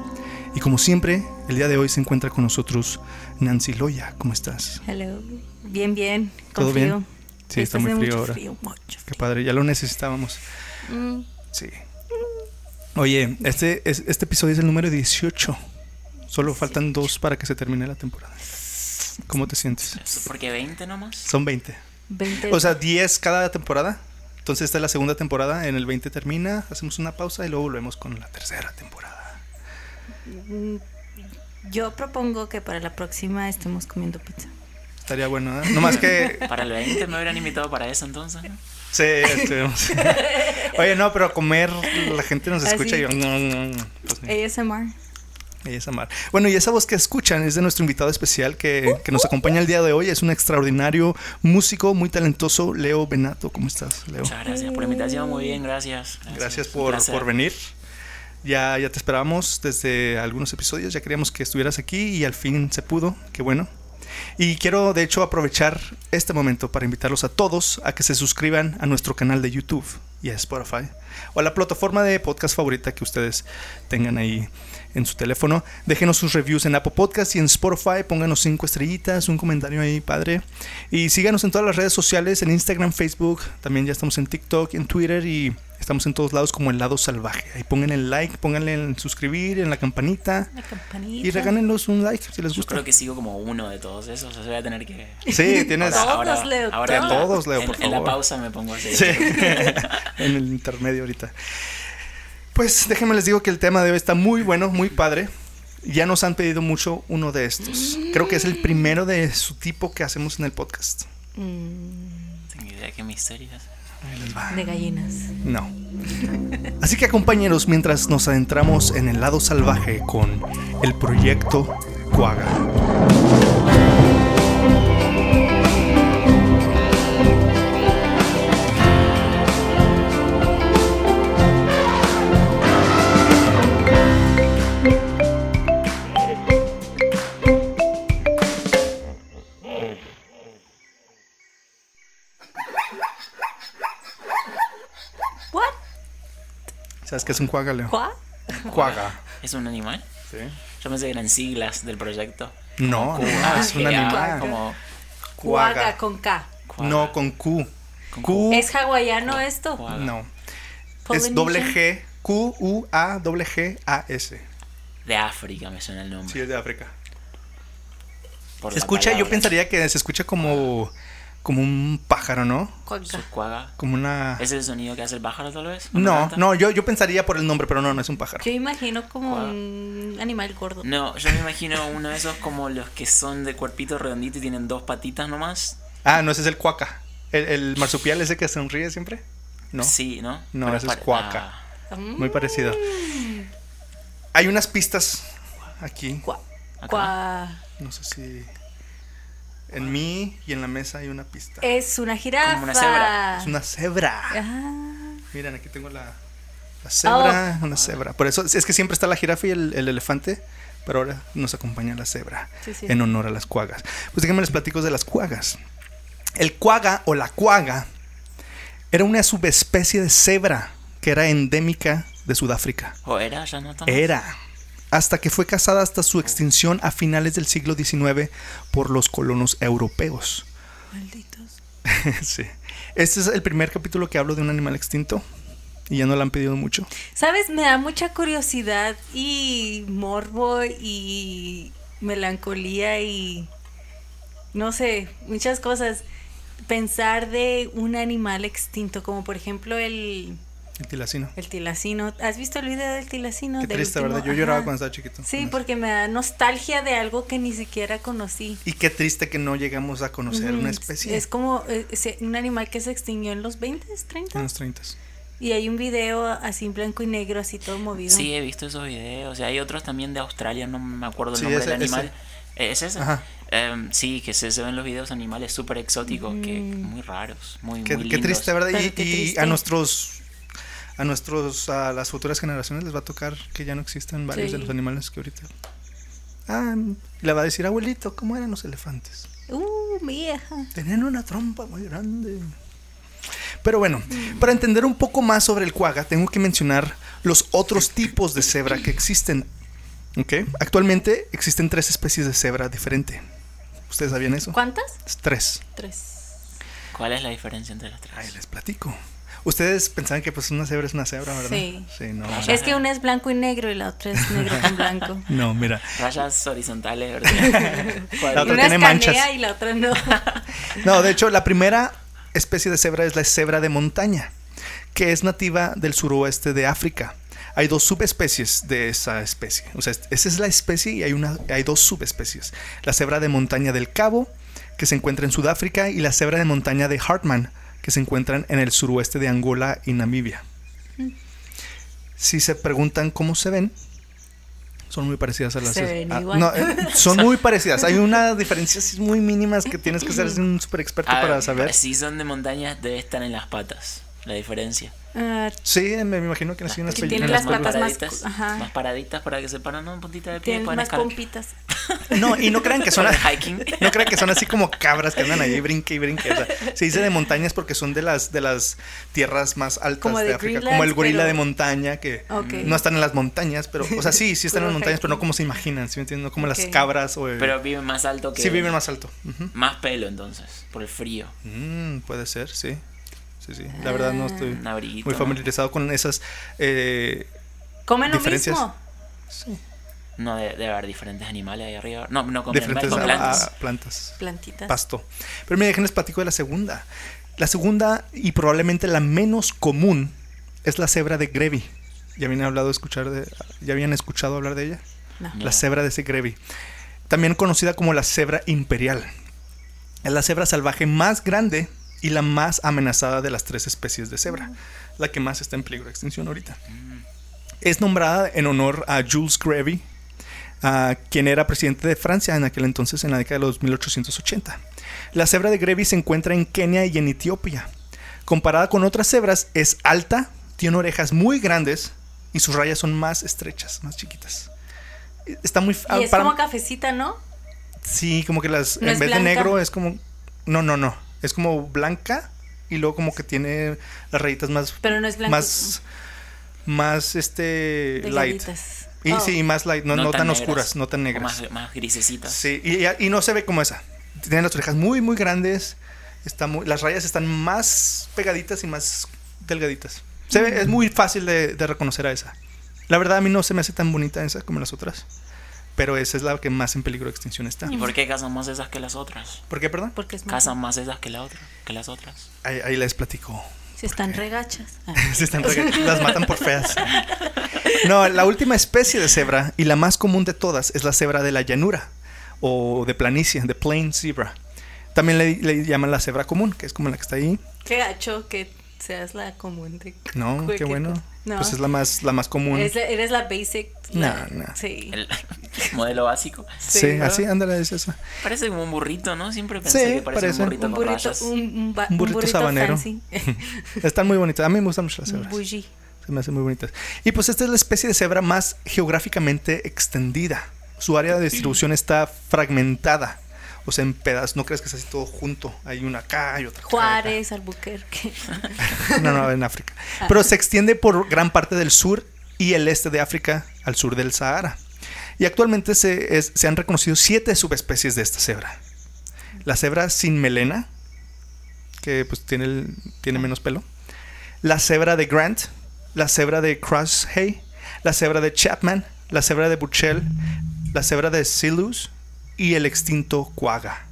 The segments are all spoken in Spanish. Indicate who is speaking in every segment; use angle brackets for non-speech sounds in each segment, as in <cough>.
Speaker 1: Y como siempre, el día de hoy se encuentra con nosotros Nancy Loya. ¿Cómo estás?
Speaker 2: Hello. Bien, bien. Con
Speaker 1: ¿Todo
Speaker 2: frío.
Speaker 1: bien? Sí, está
Speaker 2: Esto
Speaker 1: muy
Speaker 2: hace
Speaker 1: frío
Speaker 2: mucho
Speaker 1: ahora.
Speaker 2: frío, mucho
Speaker 1: Qué padre, ya lo necesitábamos.
Speaker 2: frío. Mm,
Speaker 1: Sí. Oye, este, es- este episodio es el número 18. Solo faltan dos para que se termine la temporada. ¿Cómo te sientes?
Speaker 3: Porque 20 nomás.
Speaker 1: Son 20.
Speaker 2: 20.
Speaker 1: O sea, 10 cada temporada. Entonces esta es la segunda temporada, en el 20 termina, hacemos una pausa y luego volvemos con la tercera temporada.
Speaker 2: Mm, yo propongo que para la próxima estemos comiendo pizza.
Speaker 1: Estaría bueno, ¿eh? No más que
Speaker 3: Para el 20 me hubieran invitado para eso entonces. ¿no?
Speaker 1: Sí,
Speaker 3: <laughs>
Speaker 1: estuvimos. Oye, no, pero a comer, la gente nos
Speaker 3: Ah,
Speaker 1: escucha y yo.
Speaker 2: Así.
Speaker 1: No, no, no. Pues,
Speaker 3: Eh.
Speaker 1: ni-
Speaker 2: ASMR.
Speaker 1: ella es Amar. Bueno, y esa voz que escuchan es de nuestro invitado especial que, que nos acompaña el día de hoy. Es un extraordinario músico, muy talentoso, Leo Benato. ¿Cómo estás, Leo?
Speaker 3: Muchas gracias por la invitación, muy bien, gracias.
Speaker 1: Gracias
Speaker 3: un
Speaker 1: por,
Speaker 3: placer.
Speaker 1: por venir. Ya, ya te esperábamos desde algunos episodios, ya queríamos que estuvieras aquí y al fin se pudo, qué bueno. Y quiero de hecho aprovechar este momento para invitarlos a todos a que se suscriban a nuestro canal de YouTube y a Spotify o a la plataforma de podcast favorita que ustedes tengan ahí en su teléfono. Déjenos sus reviews en Apple Podcast y en Spotify, pónganos cinco estrellitas, un comentario ahí padre. Y síganos en todas las redes sociales, en Instagram, Facebook, también ya estamos en TikTok, en Twitter y estamos en todos lados como el lado salvaje. Ahí pónganle el like, pónganle en suscribir, en la campanita
Speaker 2: La campanita.
Speaker 1: y regálenos un like si les
Speaker 3: Yo
Speaker 1: gusta.
Speaker 3: creo que sigo como uno de todos esos, o sea, voy a tener que...
Speaker 1: Sí, tienes...
Speaker 2: Todos, Leo,
Speaker 3: en la-
Speaker 1: todos, Leo,
Speaker 3: en,
Speaker 1: por
Speaker 3: en la
Speaker 1: favor.
Speaker 3: pausa me pongo así.
Speaker 1: Sí, <laughs> en el intermedio ahorita. Pues déjenme les digo que el tema de hoy está muy bueno, muy padre. Ya nos han pedido mucho uno de estos. Creo que es el primero de su tipo que hacemos en el podcast.
Speaker 2: Mm,
Speaker 3: No tengo idea qué misterio es.
Speaker 2: de gallinas.
Speaker 1: No. Así que compañeros, mientras nos adentramos en el lado salvaje con el proyecto Cuaga.
Speaker 2: ¿What?
Speaker 1: ¿Sabes qué es un cuaga, Leo?
Speaker 2: ¿Cuá?
Speaker 1: Cuaga.
Speaker 3: ¿Es un animal? Yo pensé que eran siglas del proyecto.
Speaker 1: No, no,
Speaker 3: Ah,
Speaker 1: es un
Speaker 3: ok, ah,
Speaker 1: animal.
Speaker 3: Como...
Speaker 1: Cuaga.
Speaker 2: Cuaga con K.
Speaker 3: cuaga.
Speaker 1: No, con Q.
Speaker 3: Con
Speaker 1: Q.
Speaker 2: ¿Es hawaiano esto?
Speaker 3: Cuaga.
Speaker 1: No. Es
Speaker 2: Polynesian.
Speaker 1: doble G. Q, U, A, doble G, A, S.
Speaker 3: De África me suena el nombre.
Speaker 1: Sí, es de África.
Speaker 3: por
Speaker 1: Se
Speaker 3: la
Speaker 1: escucha, yo
Speaker 3: palabra.
Speaker 1: pensaría que se escucha como, como un pájaro, ¿no?
Speaker 2: Cuaga.
Speaker 3: Cuaga.
Speaker 1: Como una.
Speaker 3: ¿Es el sonido que hace el pájaro tal vez? ¿Una
Speaker 1: No,
Speaker 3: planta?
Speaker 1: no, yo, yo pensaría por el nombre, pero no, no es un pájaro.
Speaker 2: Yo imagino como
Speaker 3: Cuaga.
Speaker 2: un animal gordo.
Speaker 3: No, yo me imagino uno de esos como los que son de cuerpito redondito y tienen dos patitas nomás.
Speaker 1: Ah, no, ese es el cuaca. El, el marsupial ese que sonríe siempre. No.
Speaker 3: Sí, ¿no?
Speaker 1: No, ese es
Speaker 3: pare-
Speaker 1: cuaca.
Speaker 3: Ah,
Speaker 2: Mm,
Speaker 1: Muy parecido. Hay unas pistas aquí.
Speaker 2: Cuá.
Speaker 3: Acá.
Speaker 2: Cuá.
Speaker 1: No sé si. En mí y en la mesa hay una pista.
Speaker 2: Es una jirafa.
Speaker 3: Como una cebra.
Speaker 1: Es una cebra.
Speaker 2: Ah,
Speaker 1: Miren, aquí tengo la, la cebra,
Speaker 2: Oh.
Speaker 1: una cebra. Por eso es es que siempre está la jirafa y el, el elefante, pero ahora nos acompaña la cebra
Speaker 2: Sí, sí.
Speaker 1: en honor a las cuagas. Pues déjenme les platico de las cuagas. El cuaga o la cuaga era una subespecie de cebra que era endémica de Sudáfrica.
Speaker 3: ¿O era? ¿Ya no está?
Speaker 1: Era. Hasta que fue cazada hasta su extinción a finales del siglo XIX por los colonos europeos. <laughs>
Speaker 2: malditos.
Speaker 1: sí. Este es el primer capítulo que hablo de un animal extinto y ya no lo han pedido mucho.
Speaker 2: ¿Sabes? Me da mucha curiosidad y morbo y melancolía y no sé, muchas cosas. Pensar de un animal extinto, como por ejemplo el,
Speaker 1: El tilacino.
Speaker 2: el tilacino. ¿Has visto el video del tilacino?
Speaker 1: Qué
Speaker 2: Eh, Del
Speaker 1: triste,
Speaker 2: último?
Speaker 1: ¿verdad? Yo lloraba
Speaker 2: Ajá.
Speaker 1: cuando estaba chiquito.
Speaker 2: Sí, porque me da nostalgia de algo que ni siquiera conocí.
Speaker 1: Y qué triste que no llegamos a conocer
Speaker 2: Ujú,
Speaker 1: una especie
Speaker 2: Es como eh, se- un animal que se extinguió en los 20, 30.
Speaker 1: en los 30.
Speaker 2: Y hay un video así en blanco y negro, así todo movido.
Speaker 3: Sí, he visto esos videos. Y hay otros también de Australia, no me acuerdo el
Speaker 1: Sí,
Speaker 3: nombre
Speaker 1: ese-
Speaker 3: del animal. Eh, ¿Es ese?
Speaker 1: Ajá.
Speaker 3: Em, sí, que se, se ven los videos animales súper exóticos, que muy raros, muy,
Speaker 1: Mm. Qué,
Speaker 3: muy
Speaker 1: qué
Speaker 3: lindos.
Speaker 1: triste, ¿verdad? Y,
Speaker 2: Pero qué
Speaker 1: y
Speaker 2: triste.
Speaker 1: a nuestros a nuestros a las futuras generaciones les va a tocar que ya no existen varios de
Speaker 2: Sí.
Speaker 1: los animales que ahorita. Ah, le va a decir abuelito, ¿cómo eran los elefantes?
Speaker 2: Uh, vieja.
Speaker 1: Tenían una trompa muy grande. Pero bueno, para entender un poco más sobre el cuaga, tengo que mencionar los otros tipos de cebra que existen. ¿Ok? Actualmente existen tres especies de cebra diferente. ¿Ustedes sabían eso?
Speaker 2: ¿Cuántas?
Speaker 1: Tres.
Speaker 2: Tres.
Speaker 3: ¿Cuál es la diferencia entre las
Speaker 1: Ahí
Speaker 3: tres?
Speaker 1: les platico. Ustedes pensaban que pues una cebra es una cebra, ¿verdad?
Speaker 2: Sí.
Speaker 1: no.
Speaker 2: Es que una es blanco y negro y la otra es negro con blanco.
Speaker 1: No, mira.
Speaker 3: Rayas horizontales, ¿verdad?
Speaker 1: <laughs> La otra
Speaker 2: una
Speaker 1: tiene
Speaker 2: es
Speaker 1: manchas.
Speaker 2: canea y la
Speaker 1: <laughs>
Speaker 2: otra no.
Speaker 1: No, de hecho, la primera especie de cebra es la cebra de montaña, que es nativa del suroeste de África. Hay dos subespecies de esa especie. O sea, esa es la especie y hay, una, hay dos subespecies. La cebra de montaña del Cabo, que se encuentra en Sudáfrica, y la cebra de montaña de Hartman, que se encuentran en el suroeste de Angola y Namibia. Si se preguntan cómo se ven, son muy parecidas a las...
Speaker 2: Se ven
Speaker 1: ah,
Speaker 2: igual. <laughs>
Speaker 1: no, eh, son muy parecidas. Hay unas diferencias muy mínimas que tienes que ser un super experto
Speaker 3: A ver,
Speaker 1: para saber.
Speaker 3: Si son de montañas, debe estar en las patas. La diferencia.
Speaker 2: Ah,
Speaker 1: Sí, me imagino que nací en las
Speaker 2: que
Speaker 1: peli-
Speaker 2: tiene
Speaker 1: en
Speaker 2: las
Speaker 1: las
Speaker 2: patas más
Speaker 3: paraditas,
Speaker 2: cu- ajá.
Speaker 3: más paraditas para que se paran una puntita de pie y
Speaker 2: tienen
Speaker 3: puedan
Speaker 2: más
Speaker 3: escalar.
Speaker 2: pompitas.
Speaker 1: peli- No, y no
Speaker 3: <laughs>
Speaker 1: crean que son
Speaker 3: Para el
Speaker 1: <laughs>
Speaker 3: hiking.
Speaker 1: No crean que son así como cabras que andan ahí brinque y brinque. O sea, se dice de montañas porque son de las de las tierras más altas
Speaker 2: Como
Speaker 1: de,
Speaker 2: de
Speaker 1: África,
Speaker 2: Greenland,
Speaker 1: como el gorila
Speaker 2: pero-
Speaker 1: de montaña que
Speaker 2: Ok.
Speaker 1: no están en las montañas, pero o sea, sí, sí están en las
Speaker 2: Puro
Speaker 1: montañas, pero no
Speaker 2: hiking.
Speaker 1: como se imaginan, ¿sí me entiendes? No como las
Speaker 2: Ok.
Speaker 1: cabras o el-
Speaker 3: Pero viven más alto que.
Speaker 1: sí viven más alto. Ujú.
Speaker 3: Más pelo entonces, por el frío.
Speaker 1: Mm, puede ser, sí. Sí, sí. La verdad no estoy
Speaker 3: Un abriguito.
Speaker 1: muy
Speaker 3: ¿no?
Speaker 1: familiarizado con esas eh,
Speaker 2: ¿Comen lo
Speaker 1: Diferencias.
Speaker 2: mismo?
Speaker 3: No, de- debe haber diferentes animales ahí arriba. No, no con
Speaker 1: diferentes
Speaker 3: animales, con
Speaker 1: a-
Speaker 3: plantas.
Speaker 1: a plantas.
Speaker 2: Plantitas.
Speaker 1: pasto. Pero mira, déjenles platico de la segunda. La segunda y probablemente la menos común es la cebra de Grevy. ¿Ya habían, hablado de escuchar de, ¿Ya habían escuchado hablar de ella?
Speaker 2: No.
Speaker 3: No.
Speaker 1: La cebra de ese Grevy. También conocida como la cebra imperial. Es la cebra salvaje más grande y la más amenazada de las tres especies de cebra. La que más está en peligro de extinción ahorita. Es nombrada en honor a Jules Grevy, ah, quien era presidente de Francia en aquel entonces, en la década de los 1880. La cebra de Grevy se encuentra en Kenia y en Etiopía. Comparada con otras cebras, es alta, tiene orejas muy grandes y sus rayas son más estrechas, más chiquitas. Está muy. ah,
Speaker 2: Y es
Speaker 1: para-
Speaker 2: como cafecita, ¿no?
Speaker 1: Sí, como que las.
Speaker 2: ¿No
Speaker 1: en
Speaker 2: es
Speaker 1: vez de
Speaker 2: blanca?
Speaker 1: negro es como. No, no, no. Es como blanca y luego como que tiene las rayitas más.
Speaker 2: Pero no es blanco.
Speaker 1: Más. Más este. Light.
Speaker 2: delgaditas.
Speaker 1: Y
Speaker 2: Oh.
Speaker 1: sí, más light. No, no tan,
Speaker 3: negras,
Speaker 1: oscuras, no tan
Speaker 3: o
Speaker 1: negras.
Speaker 3: Más, más grisecitas.
Speaker 1: Sí, y, y- y no se ve como esa. Tiene las orejas muy, muy grandes. Está muy- las rayas están más pegaditas y más delgaditas. Se ve- es muy fácil de, de reconocer a esa. La verdad, a mí no se me hace tan bonita esa como las otras. Pero esa es la que más en peligro de extinción está.
Speaker 3: ¿Y por qué cazan más esas que las otras?
Speaker 1: ¿Por qué, perdón?
Speaker 2: Porque es más.
Speaker 3: Cazan más esas que, la otra, que las otras.
Speaker 1: Ahí, ahí les platico.
Speaker 2: Si están regachas.
Speaker 1: <laughs>
Speaker 2: Ah.
Speaker 1: Se están rega- las matan por feas. No, la última especie de cebra y la más común de todas es la cebra de la llanura o de planicie, de plain zebra. También le, le llaman la cebra común, que es como la que está ahí.
Speaker 2: Qué gacho que seas la común de.
Speaker 1: No, qué
Speaker 2: cualquier
Speaker 1: bueno.
Speaker 2: cosa. No.
Speaker 1: Pues es la más, la más común.
Speaker 2: Eres la, eres la basic.
Speaker 1: No,
Speaker 2: la-
Speaker 1: no.
Speaker 2: Sí.
Speaker 3: El <laughs> modelo básico.
Speaker 1: sí,
Speaker 2: sí, ¿no?
Speaker 1: así, ándale, es esa.
Speaker 3: Parece como un burrito, ¿no? Siempre pensé
Speaker 1: Sí,
Speaker 3: que parecía
Speaker 1: parece.
Speaker 3: un burrito
Speaker 2: Un
Speaker 3: con
Speaker 2: burrito,
Speaker 3: rayas.
Speaker 2: un, un ba-
Speaker 1: Un
Speaker 2: un
Speaker 1: burrito
Speaker 2: burrito,
Speaker 1: sabanero.
Speaker 2: fancy.
Speaker 1: Están muy bonitas. A mí me gustan mucho <laughs> las
Speaker 2: un
Speaker 1: cebras.
Speaker 2: bougie.
Speaker 1: Se me hacen muy bonitas. Y pues esta es la especie de cebra más geográficamente extendida. Su área de distribución está fragmentada. O sea, en pedazos. No crees que es así todo junto. Hay una acá y otra acá.
Speaker 2: Juárez, Albuquerque. <laughs>
Speaker 1: No, no, en África. Pero se extiende por gran parte del sur y el este de África al sur del Sahara. Y actualmente se, es- se han reconocido siete subespecies de esta cebra. La cebra sin melena, que pues tiene, el- tiene menos pelo. La cebra de Grant, la cebra de Crosshay, la cebra de Chapman, la cebra de Buchel, la cebra de Silus y el extinto Quagga.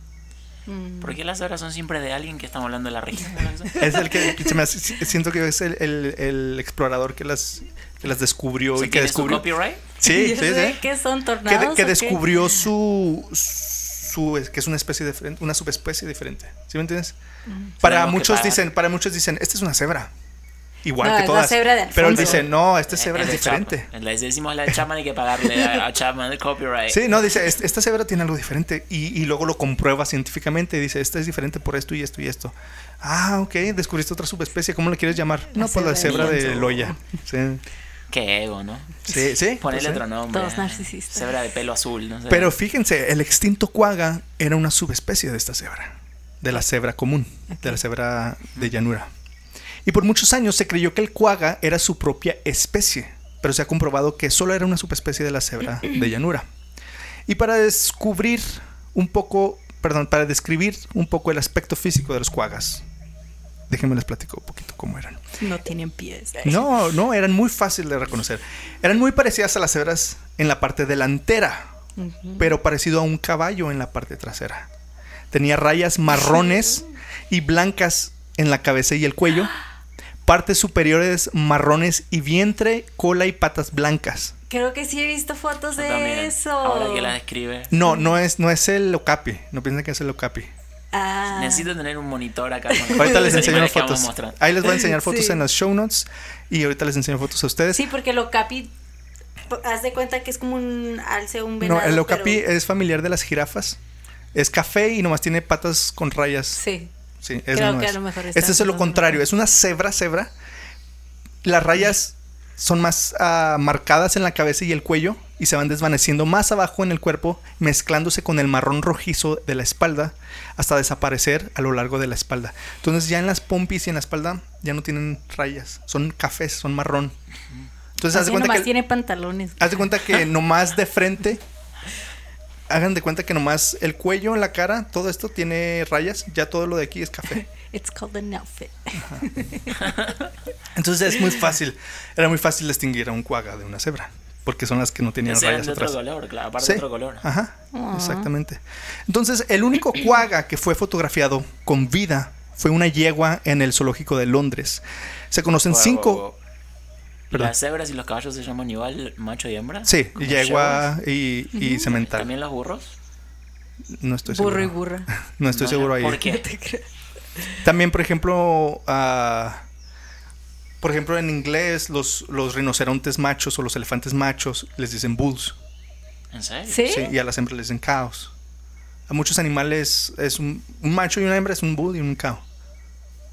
Speaker 2: Mm.
Speaker 3: ¿Por qué las cebras son siempre de alguien que estamos hablando de la región?
Speaker 1: <laughs>
Speaker 3: ¿no?
Speaker 1: Es el que se me hace- siento que es el, el- el explorador que las, que las descubrió
Speaker 3: O sea,
Speaker 1: y que
Speaker 3: ¿tiene su
Speaker 1: descubrió.
Speaker 3: copyright?
Speaker 2: <laughs>
Speaker 1: Sí, sí,
Speaker 2: Yo
Speaker 1: sí.
Speaker 2: sé, ¿Qué son
Speaker 1: Que, de-
Speaker 2: tornados?
Speaker 1: que
Speaker 2: o qué?
Speaker 1: descubrió su, su es- que es una especie diferente, una
Speaker 2: Mm.
Speaker 1: subespecie diferente. ¿Sí me entiendes? Para
Speaker 3: Tenemos que
Speaker 1: muchos
Speaker 3: pagar.
Speaker 1: dicen, para muchos dicen, esta es una cebra. igual
Speaker 2: No,
Speaker 1: que
Speaker 2: es la
Speaker 1: todas.
Speaker 2: cebra de
Speaker 1: pero él
Speaker 2: Alfonso.
Speaker 1: dice, no, este cebra es
Speaker 3: Eh, de Chapman.
Speaker 1: diferente.
Speaker 3: Le decimos la de Chapman hay que pagarle a, a Chapman el copyright.
Speaker 1: Sí, no, dice, "Est- esta cebra tiene algo diferente y, y luego lo comprueba científicamente y dice, esta es diferente por esto y esto y esto. Ah, ok, descubriste otra subespecie, ¿cómo la quieres llamar? No, pues la cebra de
Speaker 3: Cebramiento.
Speaker 1: Loya. Sí,
Speaker 3: Qué ego, ¿no?
Speaker 1: sí, sí,
Speaker 3: Ponerle
Speaker 1: pues,
Speaker 3: otro
Speaker 1: sí.
Speaker 3: nombre.
Speaker 2: Todos narcisistas.
Speaker 3: Cebra de pelo azul, no sé.
Speaker 1: Pero fíjense, el extinto cuaga era una subespecie de esta cebra, de la cebra común, de la cebra de llanura. Y por muchos años se creyó que el cuaga era su propia especie, pero se ha comprobado que solo era una subespecie de la cebra de llanura. Y para descubrir un poco, perdón, para describir un poco el aspecto físico de los cuagas, déjenme les platico un poquito cómo eran.
Speaker 2: No tienen pies.
Speaker 1: No, no, eran muy fáciles de reconocer. Eran muy parecidas a las cebras en la parte delantera,
Speaker 2: Ujú.
Speaker 1: pero parecido a un caballo en la parte trasera. Tenía rayas marrones y blancas en la cabeza y el cuello, partes superiores marrones y vientre, cola y patas blancas.
Speaker 2: Creo que sí he visto fotos
Speaker 3: Yo
Speaker 2: de
Speaker 3: también.
Speaker 2: eso.
Speaker 3: Ahora que la describe.
Speaker 1: No, no es, no es el okapi, no piensen que es el okapi.
Speaker 2: Ah.
Speaker 3: Necesito tener un monitor acá.
Speaker 1: <laughs>
Speaker 3: con
Speaker 1: Ahorita
Speaker 3: <laughs>
Speaker 1: les
Speaker 3: los
Speaker 1: enseño
Speaker 3: animales que vamos
Speaker 1: fotos. Ah,
Speaker 3: mostrando.
Speaker 1: Ahí les voy a enseñar fotos
Speaker 2: Sí.
Speaker 1: en las show notes y ahorita les enseño fotos a ustedes.
Speaker 2: Sí, porque el okapi, po- haz de cuenta que es como un alce, un venado.
Speaker 1: No, el okapi
Speaker 2: pero-
Speaker 1: es familiar de las jirafas. Es café y nomás tiene patas con rayas.
Speaker 2: Sí.
Speaker 1: Sí, eso
Speaker 2: Creo
Speaker 1: no
Speaker 2: que a
Speaker 1: es.
Speaker 2: lo mejor está
Speaker 1: este es lo
Speaker 2: pensando
Speaker 1: contrario,
Speaker 2: mejor.
Speaker 1: es una cebra, cebra. Las rayas son más ah, marcadas en la cabeza y el cuello y se van desvaneciendo más abajo en el cuerpo, mezclándose con el marrón rojizo de la espalda hasta desaparecer a lo largo de la espalda. Entonces ya en las pompis y en la espalda ya no tienen rayas, son cafés, son marrón. Entonces haz
Speaker 2: Así
Speaker 1: de
Speaker 2: nomás
Speaker 1: cuenta que Ah.
Speaker 2: tiene pantalones.
Speaker 1: haz de cuenta
Speaker 2: <laughs>
Speaker 1: que nomás de frente hagan de cuenta que nomás el cuello, la cara, todo esto tiene rayas, ya todo lo de aquí es café.
Speaker 2: It's called an outfit.
Speaker 1: Entonces
Speaker 3: <laughs>
Speaker 1: es muy fácil, era muy fácil distinguir a un cuaga de una cebra, porque son las que no tenían
Speaker 3: Ese era
Speaker 1: rayas
Speaker 3: de otro
Speaker 1: atrás.
Speaker 3: color, claro, aparte
Speaker 1: Sí, Ah,
Speaker 3: de otro color.
Speaker 1: Ajá,
Speaker 2: Aw.
Speaker 1: exactamente. Entonces el único cuaga que fue fotografiado con vida fue una yegua en el zoológico de Londres. Se conocen
Speaker 3: Guau,
Speaker 1: cinco.
Speaker 3: guau, guau.
Speaker 1: Perdón.
Speaker 3: Las cebras y los caballos se llaman igual macho y hembra.
Speaker 1: Sí,
Speaker 3: ¿Como Shepherds?
Speaker 1: yegua y, y semental.
Speaker 3: También los burros.
Speaker 1: No estoy seguro.
Speaker 2: Burro y
Speaker 1: <laughs>
Speaker 2: burra.
Speaker 1: No estoy
Speaker 3: No,
Speaker 1: seguro ahí.
Speaker 3: ¿Por qué?
Speaker 1: <laughs> También, por ejemplo, ah, por ejemplo, en inglés, los, los rinocerontes machos o los elefantes machos les dicen bulls.
Speaker 3: ¿En serio?
Speaker 2: ¿Sí?
Speaker 1: Sí, y a las hembras les dicen caos. A muchos animales es un, un macho y una hembra es un bull y un cow.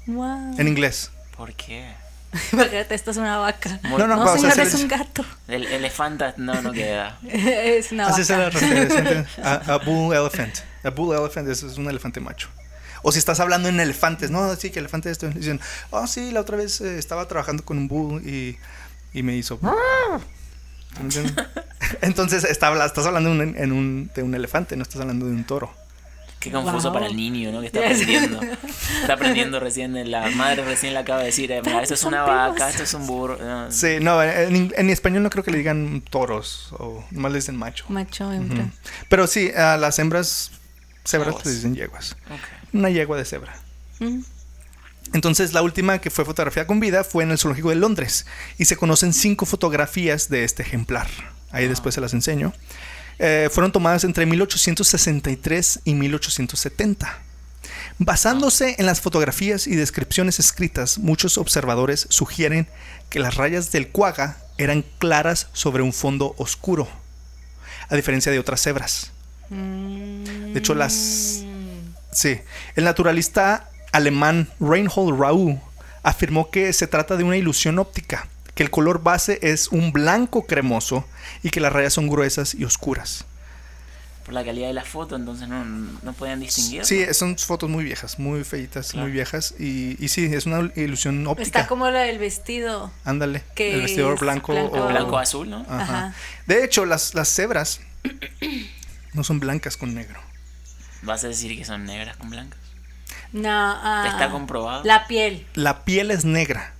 Speaker 2: Wow.
Speaker 1: En inglés.
Speaker 3: ¿Por qué?
Speaker 2: <laughs> Imagínate, esta es una vaca.
Speaker 3: No,
Speaker 2: No,
Speaker 1: no, o sea,
Speaker 2: señor,
Speaker 1: se
Speaker 2: es
Speaker 1: les-
Speaker 2: un gato. <laughs>
Speaker 3: El elefanta no, no queda.
Speaker 2: es una
Speaker 1: Así se la
Speaker 2: vaca.
Speaker 1: referencia, ¿entiendes? a, a bull elephant. A bull elephant es, es un elefante macho. O si estás hablando en elefantes, no, sí, que elefante esto. y Dicen, oh, sí, la otra vez eh, estaba trabajando con un bull y, y me hizo.
Speaker 2: Ah.
Speaker 1: ¿Sí me entiendes? <laughs> Entonces está habla- estás hablando de un- en un- de un elefante, no estás hablando de un toro.
Speaker 3: Qué confuso
Speaker 2: Wow.
Speaker 3: para el niño, ¿no? Que está
Speaker 2: Ya sé.
Speaker 3: aprendiendo.
Speaker 2: <laughs>
Speaker 3: Está aprendiendo recién, la madre recién le acaba de decir, eh, mira,
Speaker 2: Papi,
Speaker 3: esto es
Speaker 2: son
Speaker 3: una vaca,
Speaker 2: primos.
Speaker 3: esto es un burro. Ah, No,
Speaker 1: Sí, no, en, en español no creo que le digan toros o nomás le dicen macho.
Speaker 2: Macho, hembra.
Speaker 1: Ujú. Pero sí, a las hembras, cebras
Speaker 3: Yeguas.
Speaker 1: les dicen yeguas.
Speaker 3: ok.
Speaker 1: Una yegua de cebra.
Speaker 2: Mm.
Speaker 1: Entonces, la última que fue fotografiada con vida fue en el zoológico de Londres y se conocen cinco fotografías de este ejemplar. Ahí después se las enseño. Eh, fueron tomadas entre 1863 y 1870. Basándose en las fotografías y descripciones escritas, muchos observadores sugieren que las rayas del cuaga eran claras sobre un fondo oscuro, a diferencia de otras cebras.
Speaker 2: De
Speaker 1: hecho, las- Sí, el naturalista alemán Reinhold Rau afirmó que se trata de una ilusión óptica, que el color base es un blanco cremoso y que las rayas son gruesas y oscuras.
Speaker 3: Por la calidad de la foto, entonces no, no podían distinguir.
Speaker 1: Sí, son fotos muy viejas, muy feitas,
Speaker 3: Claro.
Speaker 1: muy viejas y, y sí, es una ilusión óptica.
Speaker 2: Está como la del vestido.
Speaker 1: Ándale,
Speaker 2: que
Speaker 1: el vestidor
Speaker 2: es
Speaker 1: blanco,
Speaker 2: blanco.
Speaker 1: o-
Speaker 3: Blanco azul, ¿no?
Speaker 1: Ajá.
Speaker 2: Ajá.
Speaker 1: De hecho, las, las cebras <coughs> no son blancas con negro.
Speaker 3: Vas a decir que son negras con blancas.
Speaker 2: No, ah,
Speaker 3: Está comprobado.
Speaker 2: La piel
Speaker 1: La piel es negra,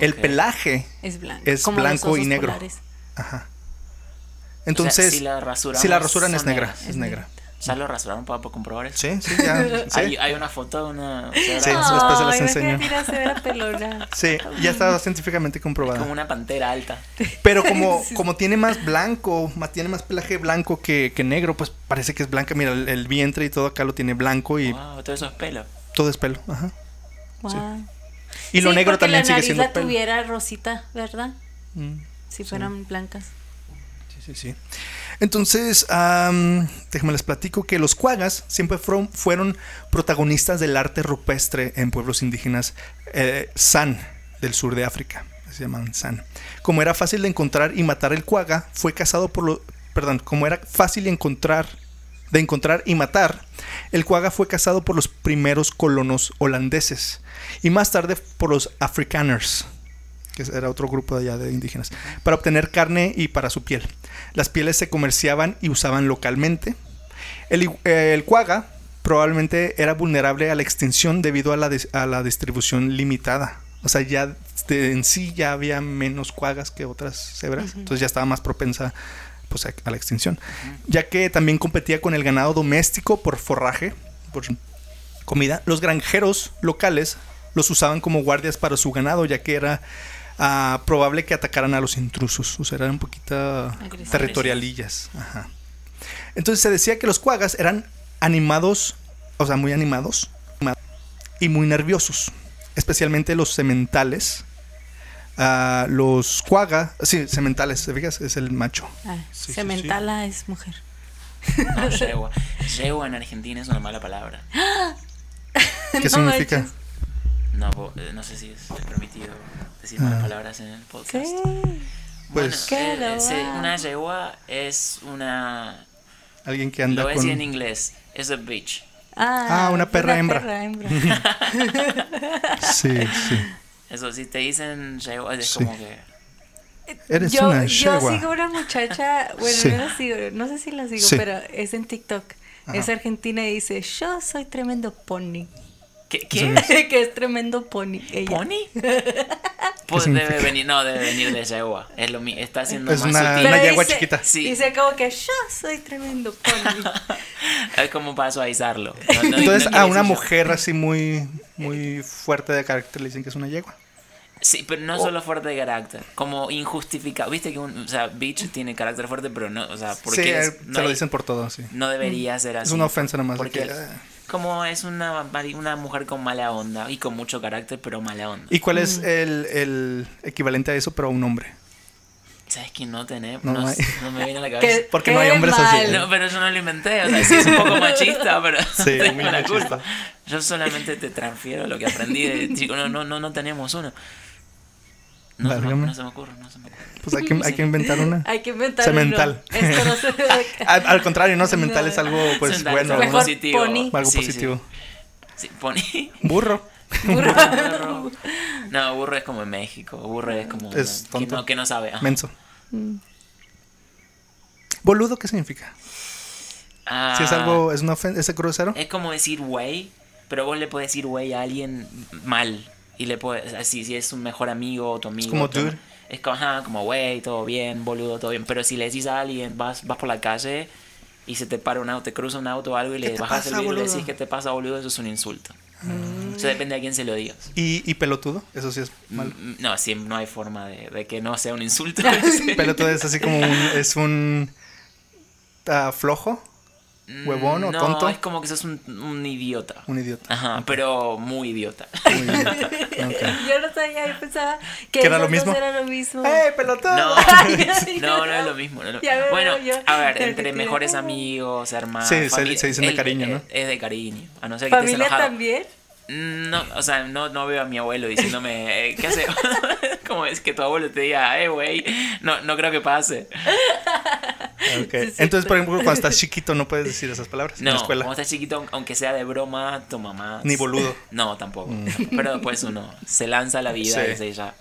Speaker 1: el
Speaker 3: Ok.
Speaker 1: pelaje,
Speaker 2: es blanca.
Speaker 1: Es
Speaker 2: como los
Speaker 1: blanco y
Speaker 2: osos
Speaker 1: negro.
Speaker 2: polares.
Speaker 1: ajá.
Speaker 3: O sea,
Speaker 1: Entonces,
Speaker 3: si la rasuran.
Speaker 1: Si la rasuran es negra,
Speaker 3: negras.
Speaker 1: es negra.
Speaker 3: Ya lo rasuraron para, para comprobar eso.
Speaker 1: Sí, sí,
Speaker 2: <laughs>
Speaker 1: ya.
Speaker 3: Hay,
Speaker 1: Sí,
Speaker 3: hay una foto de una.
Speaker 1: Sí,
Speaker 3: cebra
Speaker 1: después se las
Speaker 2: Ay,
Speaker 1: enseño.
Speaker 2: imagínate ir a hacer la pelona.
Speaker 1: <laughs> sí, ya está científicamente
Speaker 3: Como
Speaker 1: comprobada.
Speaker 3: una pantera alta.
Speaker 1: Pero
Speaker 2: <laughs>
Speaker 1: como, como tiene más blanco, más, tiene más pelaje blanco que, que negro, pues parece que es blanca. Mira, el, el
Speaker 2: Ah.
Speaker 1: vientre y todo acá lo tiene blanco y
Speaker 3: Wow, todo eso es pelo.
Speaker 1: todo es pelo. Ajá.
Speaker 2: Wow.
Speaker 1: Y lo
Speaker 2: Sí,
Speaker 1: negro
Speaker 2: porque
Speaker 1: también
Speaker 2: la
Speaker 1: sigue
Speaker 2: nariz
Speaker 1: siendo
Speaker 2: la
Speaker 1: pelo.
Speaker 2: tuviera rosita, ¿verdad?
Speaker 1: Mm,
Speaker 2: Si fueran blancas.
Speaker 1: sí, sí, sí. Entonces, am, déjenme les platico que los cuagas siempre fueron, fueron protagonistas del arte rupestre en pueblos indígenas eh, San del sur de África. Se llaman San. Como era fácil de encontrar y matar el cuaga, fue cazado por los. Perdón, como era fácil de encontrar, de encontrar y matar, el cuaga fue cazado por los primeros colonos holandeses y más tarde por los Afrikaners, que era otro grupo de allá de indígenas, para obtener carne y para su piel. Las pieles se comerciaban y usaban localmente. El, i- eh, el cuaga probablemente era vulnerable a la extinción debido a la, dis- a la distribución limitada. O sea, ya de- en sí ya había menos cuagas que otras cebras, entonces ya estaba más propensa pues, a, a la extinción. Ya que también competía con el ganado doméstico por forraje, por comida, los granjeros locales los usaban como guardias para su ganado, ya que era ah, probable que atacaran a los intrusos. O sea, eran un poquito
Speaker 2: Agresivos.
Speaker 1: territorialillas. Ajá. Entonces se decía que los cuagas eran animados, o sea, muy animados y muy nerviosos, especialmente los sementales. Ah, los cuaga, sí, sementales, ¿te fijas? Es el macho.
Speaker 2: <laughs> Ah,
Speaker 1: Sí, sí,
Speaker 2: cementala es mujer.
Speaker 3: No, yegua. Yegua en Argentina es una mala palabra.
Speaker 1: ¿Qué
Speaker 2: No
Speaker 1: significa?
Speaker 2: manches.
Speaker 3: No, po- eh, no sé si es permitido decir malas
Speaker 1: Ah.
Speaker 3: palabras en el podcast.
Speaker 2: Sí.
Speaker 3: Bueno,
Speaker 1: Pues-
Speaker 3: eh,
Speaker 2: Qué
Speaker 3: eh, se-
Speaker 2: loa.
Speaker 3: una yegua es una...
Speaker 1: Alguien que
Speaker 3: Lo
Speaker 1: anda
Speaker 3: voy a
Speaker 1: con...
Speaker 3: decir en inglés. Es a bitch.
Speaker 1: Ah, una perra hembra.
Speaker 2: hembra.
Speaker 1: <laughs> Sí,
Speaker 3: <laughs>
Speaker 1: sí.
Speaker 3: Eso, si te dicen yegua es
Speaker 1: Sí.
Speaker 3: como que...
Speaker 1: Eres
Speaker 2: yo,
Speaker 1: una
Speaker 2: yo
Speaker 1: yegua.
Speaker 2: sigo una muchacha, bueno,
Speaker 1: Sí.
Speaker 2: no, la sigo, no sé si la sigo,
Speaker 1: Sí.
Speaker 2: pero es en TikTok. Es argentina y dice, yo soy tremendo pony.
Speaker 3: ¿Qué? ¿Qué?
Speaker 2: <laughs> que es tremendo pony. Ella. <laughs>
Speaker 3: ¿Pony? Pues
Speaker 1: significa?
Speaker 3: debe venir, no, debe venir de yegua. Es lo mi- está siendo
Speaker 1: Es
Speaker 3: más
Speaker 1: una-
Speaker 3: sutil.
Speaker 2: Pero
Speaker 1: una yegua
Speaker 2: dice-
Speaker 1: chiquita.
Speaker 3: Sí.
Speaker 2: Dice como que yo soy tremendo
Speaker 3: <laughs>
Speaker 2: pony.
Speaker 3: Es como para suavizarlo. No, no- no
Speaker 1: Entonces
Speaker 3: quiere
Speaker 1: a
Speaker 3: decir
Speaker 1: una
Speaker 3: yo.
Speaker 1: mujer así muy muy fuerte de carácter le dicen que es una yegua.
Speaker 3: Sí, pero no solo fuerte de carácter, como injustificado. Viste que un, o sea, bitch tiene carácter fuerte, pero no, o sea, ¿por
Speaker 1: Sí,
Speaker 3: qué es-
Speaker 1: eh,
Speaker 3: no
Speaker 1: se lo
Speaker 3: hay-
Speaker 1: dicen por todo, sí.
Speaker 3: No debería ser así.
Speaker 1: Es una ofensa nomás. de
Speaker 3: Porque
Speaker 1: que,
Speaker 3: es-
Speaker 1: ah.
Speaker 3: como es una, mari- una mujer con mala onda y con mucho carácter, pero mala onda.
Speaker 1: ¿Y cuál
Speaker 2: Mm.
Speaker 1: es el, el equivalente a eso, pero a un
Speaker 3: <laughs>
Speaker 1: hombre?
Speaker 3: ¿Sabes que no tenemos?
Speaker 1: No
Speaker 3: No,
Speaker 1: hay.
Speaker 3: sé, no me
Speaker 1: <laughs>
Speaker 3: viene a la cabeza.
Speaker 2: Que-
Speaker 1: Porque no hay
Speaker 2: qué
Speaker 1: hombres así.
Speaker 2: mal.
Speaker 3: No, pero yo no lo inventé. O sea, sí es
Speaker 1: <laughs>
Speaker 3: un poco machista, pero.
Speaker 1: Sí,
Speaker 3: no <laughs> tengo
Speaker 1: muy
Speaker 3: la
Speaker 1: machista.
Speaker 3: culpa. Yo solamente te transfiero lo que aprendí de chico. No, no, no, no tenemos uno. No, se me-
Speaker 1: Válgame.
Speaker 3: no se me ocurre, no se me ocurre.
Speaker 1: Pues hay que, hay que inventar
Speaker 2: <laughs>
Speaker 1: una. Ah,
Speaker 2: Hay que inventar <laughs>
Speaker 1: Semental.
Speaker 2: uno. Esto no se-
Speaker 1: <laughs> Al, al contrario, no, semental es algo pues
Speaker 3: Sentar,
Speaker 1: bueno,
Speaker 3: algo
Speaker 2: algo
Speaker 1: ¿no?
Speaker 2: Mejor pony.
Speaker 1: algo
Speaker 3: Sí, sí.
Speaker 1: positivo.
Speaker 3: Sí, pony.
Speaker 1: Burro.
Speaker 2: Burro.
Speaker 3: Burro. No, burro es como en México. Burro es como.
Speaker 1: Es
Speaker 3: que
Speaker 1: tonto.
Speaker 3: no- Que no sabe. ajá.
Speaker 1: Menso. Boludo, ¿qué significa?
Speaker 3: Ah, Eh.
Speaker 1: Si es algo, es una ofensa, es grosero.
Speaker 3: Es como decir güey, pero vos le podés decir güey a alguien mal. Y le puedes. Así, si es un mejor amigo o tu amigo.
Speaker 1: como
Speaker 3: tu-
Speaker 1: dude.
Speaker 3: Es como, ajá, como güey, todo bien, boludo, todo bien. Pero si le decís a alguien, vas, vas por la calle y se te para un auto, te cruza un auto o algo y le
Speaker 1: te
Speaker 3: bajas
Speaker 1: pasa,
Speaker 3: el vidrio y le
Speaker 1: boludo? Mm.
Speaker 3: decís que te pasa, boludo, eso es un insulto. Eso depende a quién se lo digas.
Speaker 1: Y, y pelotudo, eso sí es malo.
Speaker 3: Mm, No, sí, no hay forma de, de que no sea un
Speaker 1: <laughs>
Speaker 3: insulto.
Speaker 1: Pelotudo es así
Speaker 3: <laughs>
Speaker 1: como un, es un ah, flojo, huevón o
Speaker 3: Mm, no,
Speaker 1: tonto.
Speaker 3: es como que sos un, un idiota.
Speaker 1: un
Speaker 3: <laughs>
Speaker 1: idiota.
Speaker 3: Ajá, pero muy idiota.
Speaker 1: <laughs> Muy bien.
Speaker 3: Eh,
Speaker 1: Ok.
Speaker 2: <laughs> Yo no sabía, yo pensaba que
Speaker 1: ¿Que era
Speaker 2: esas
Speaker 1: lo mismo? Eh,
Speaker 2: dos eran lo mismo.
Speaker 1: ¡Ey, pelotudo! <laughs>
Speaker 3: No, <laughs>
Speaker 2: Ay,
Speaker 3: no, no es lo mismo. no es lo-
Speaker 2: Ya veo
Speaker 3: Bueno,
Speaker 2: yo.
Speaker 3: a ver,
Speaker 2: Ya
Speaker 3: entre
Speaker 1: <laughs>
Speaker 2: que te-
Speaker 3: mejores amigos, hermanos.
Speaker 1: Sí, se-
Speaker 3: familia-
Speaker 1: se dicen de
Speaker 3: el-
Speaker 1: cariño, ¿no?
Speaker 3: Es, es de cariño. A no ser que estés
Speaker 2: ¿Familia
Speaker 3: enojado. Mm,
Speaker 2: también?
Speaker 3: No, o sea, no, no veo a mi abuelo diciéndome, eh, ¿qué hace? <laughs> Como es que tu abuelo te diga, eh, güey, no, no creo que pase.
Speaker 1: Ok. Entonces, por ejemplo, cuando estás chiquito no puedes decir esas palabras pues, en
Speaker 3: No,
Speaker 1: la escuela.
Speaker 3: cuando estás chiquito, aunque sea de broma, tu mamá.
Speaker 1: Ni boludo.
Speaker 3: <laughs>
Speaker 1: Mm.
Speaker 3: No, tampoco. tampoco. Pero después uno se lanza a la vida
Speaker 1: Sí.
Speaker 3: y se ya.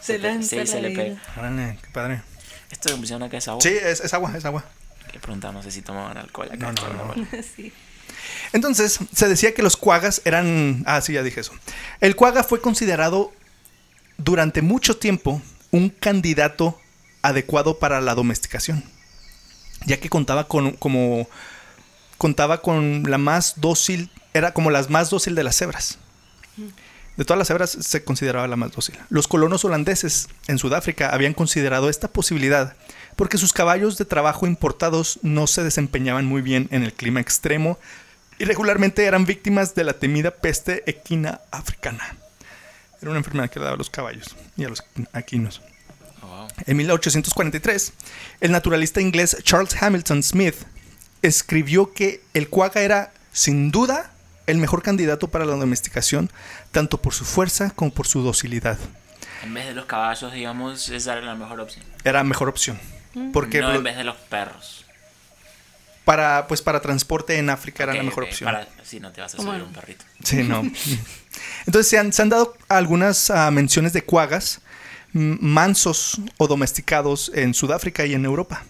Speaker 2: Se
Speaker 3: pe-
Speaker 2: lanza
Speaker 3: sí,
Speaker 2: la
Speaker 3: se le
Speaker 2: vida.
Speaker 3: pega.
Speaker 1: Órale, qué padre.
Speaker 3: Esto me pusieron acá es agua.
Speaker 1: Sí, es, es agua, es agua.
Speaker 3: Le preguntamos si tomaban alcohol acá.
Speaker 1: No, no,
Speaker 3: Pero
Speaker 1: no.
Speaker 3: bueno.
Speaker 2: <laughs> Sí.
Speaker 1: Entonces, se decía que los cuagas eran... Ah, sí, ya dije eso. El cuaga fue considerado durante mucho tiempo un candidato adecuado para la domesticación, ya que contaba con como contaba con la más dócil, era como las más dócil de las cebras. De todas las cebras se consideraba la más dócil. Los colonos holandeses en Sudáfrica habían considerado esta posibilidad porque sus caballos de trabajo importados no se desempeñaban muy bien en el clima extremo y regularmente eran víctimas de la temida peste equina africana. Era una enfermedad que le daba a los caballos y a los aquinos.
Speaker 3: Oh, wow.
Speaker 1: En 1843, el naturalista inglés Charles Hamilton Smith escribió que el cuaca era, sin duda, el mejor candidato para la domesticación, tanto por su fuerza como por su docilidad.
Speaker 3: En vez de los caballos, digamos, esa era la mejor opción.
Speaker 1: Era mejor opción. Porque
Speaker 3: no
Speaker 1: lo-
Speaker 3: en vez de los perros.
Speaker 1: para, pues, para transporte en África era
Speaker 3: Ok,
Speaker 1: la mejor
Speaker 3: ok,
Speaker 1: opción.
Speaker 3: Para, si no te vas a
Speaker 2: Como
Speaker 3: subir
Speaker 2: el-
Speaker 3: un perrito.
Speaker 1: Sí, no. Entonces se han, se han dado algunas ah, menciones de cuagas mm, mansos o domesticados en Sudáfrica y en Europa.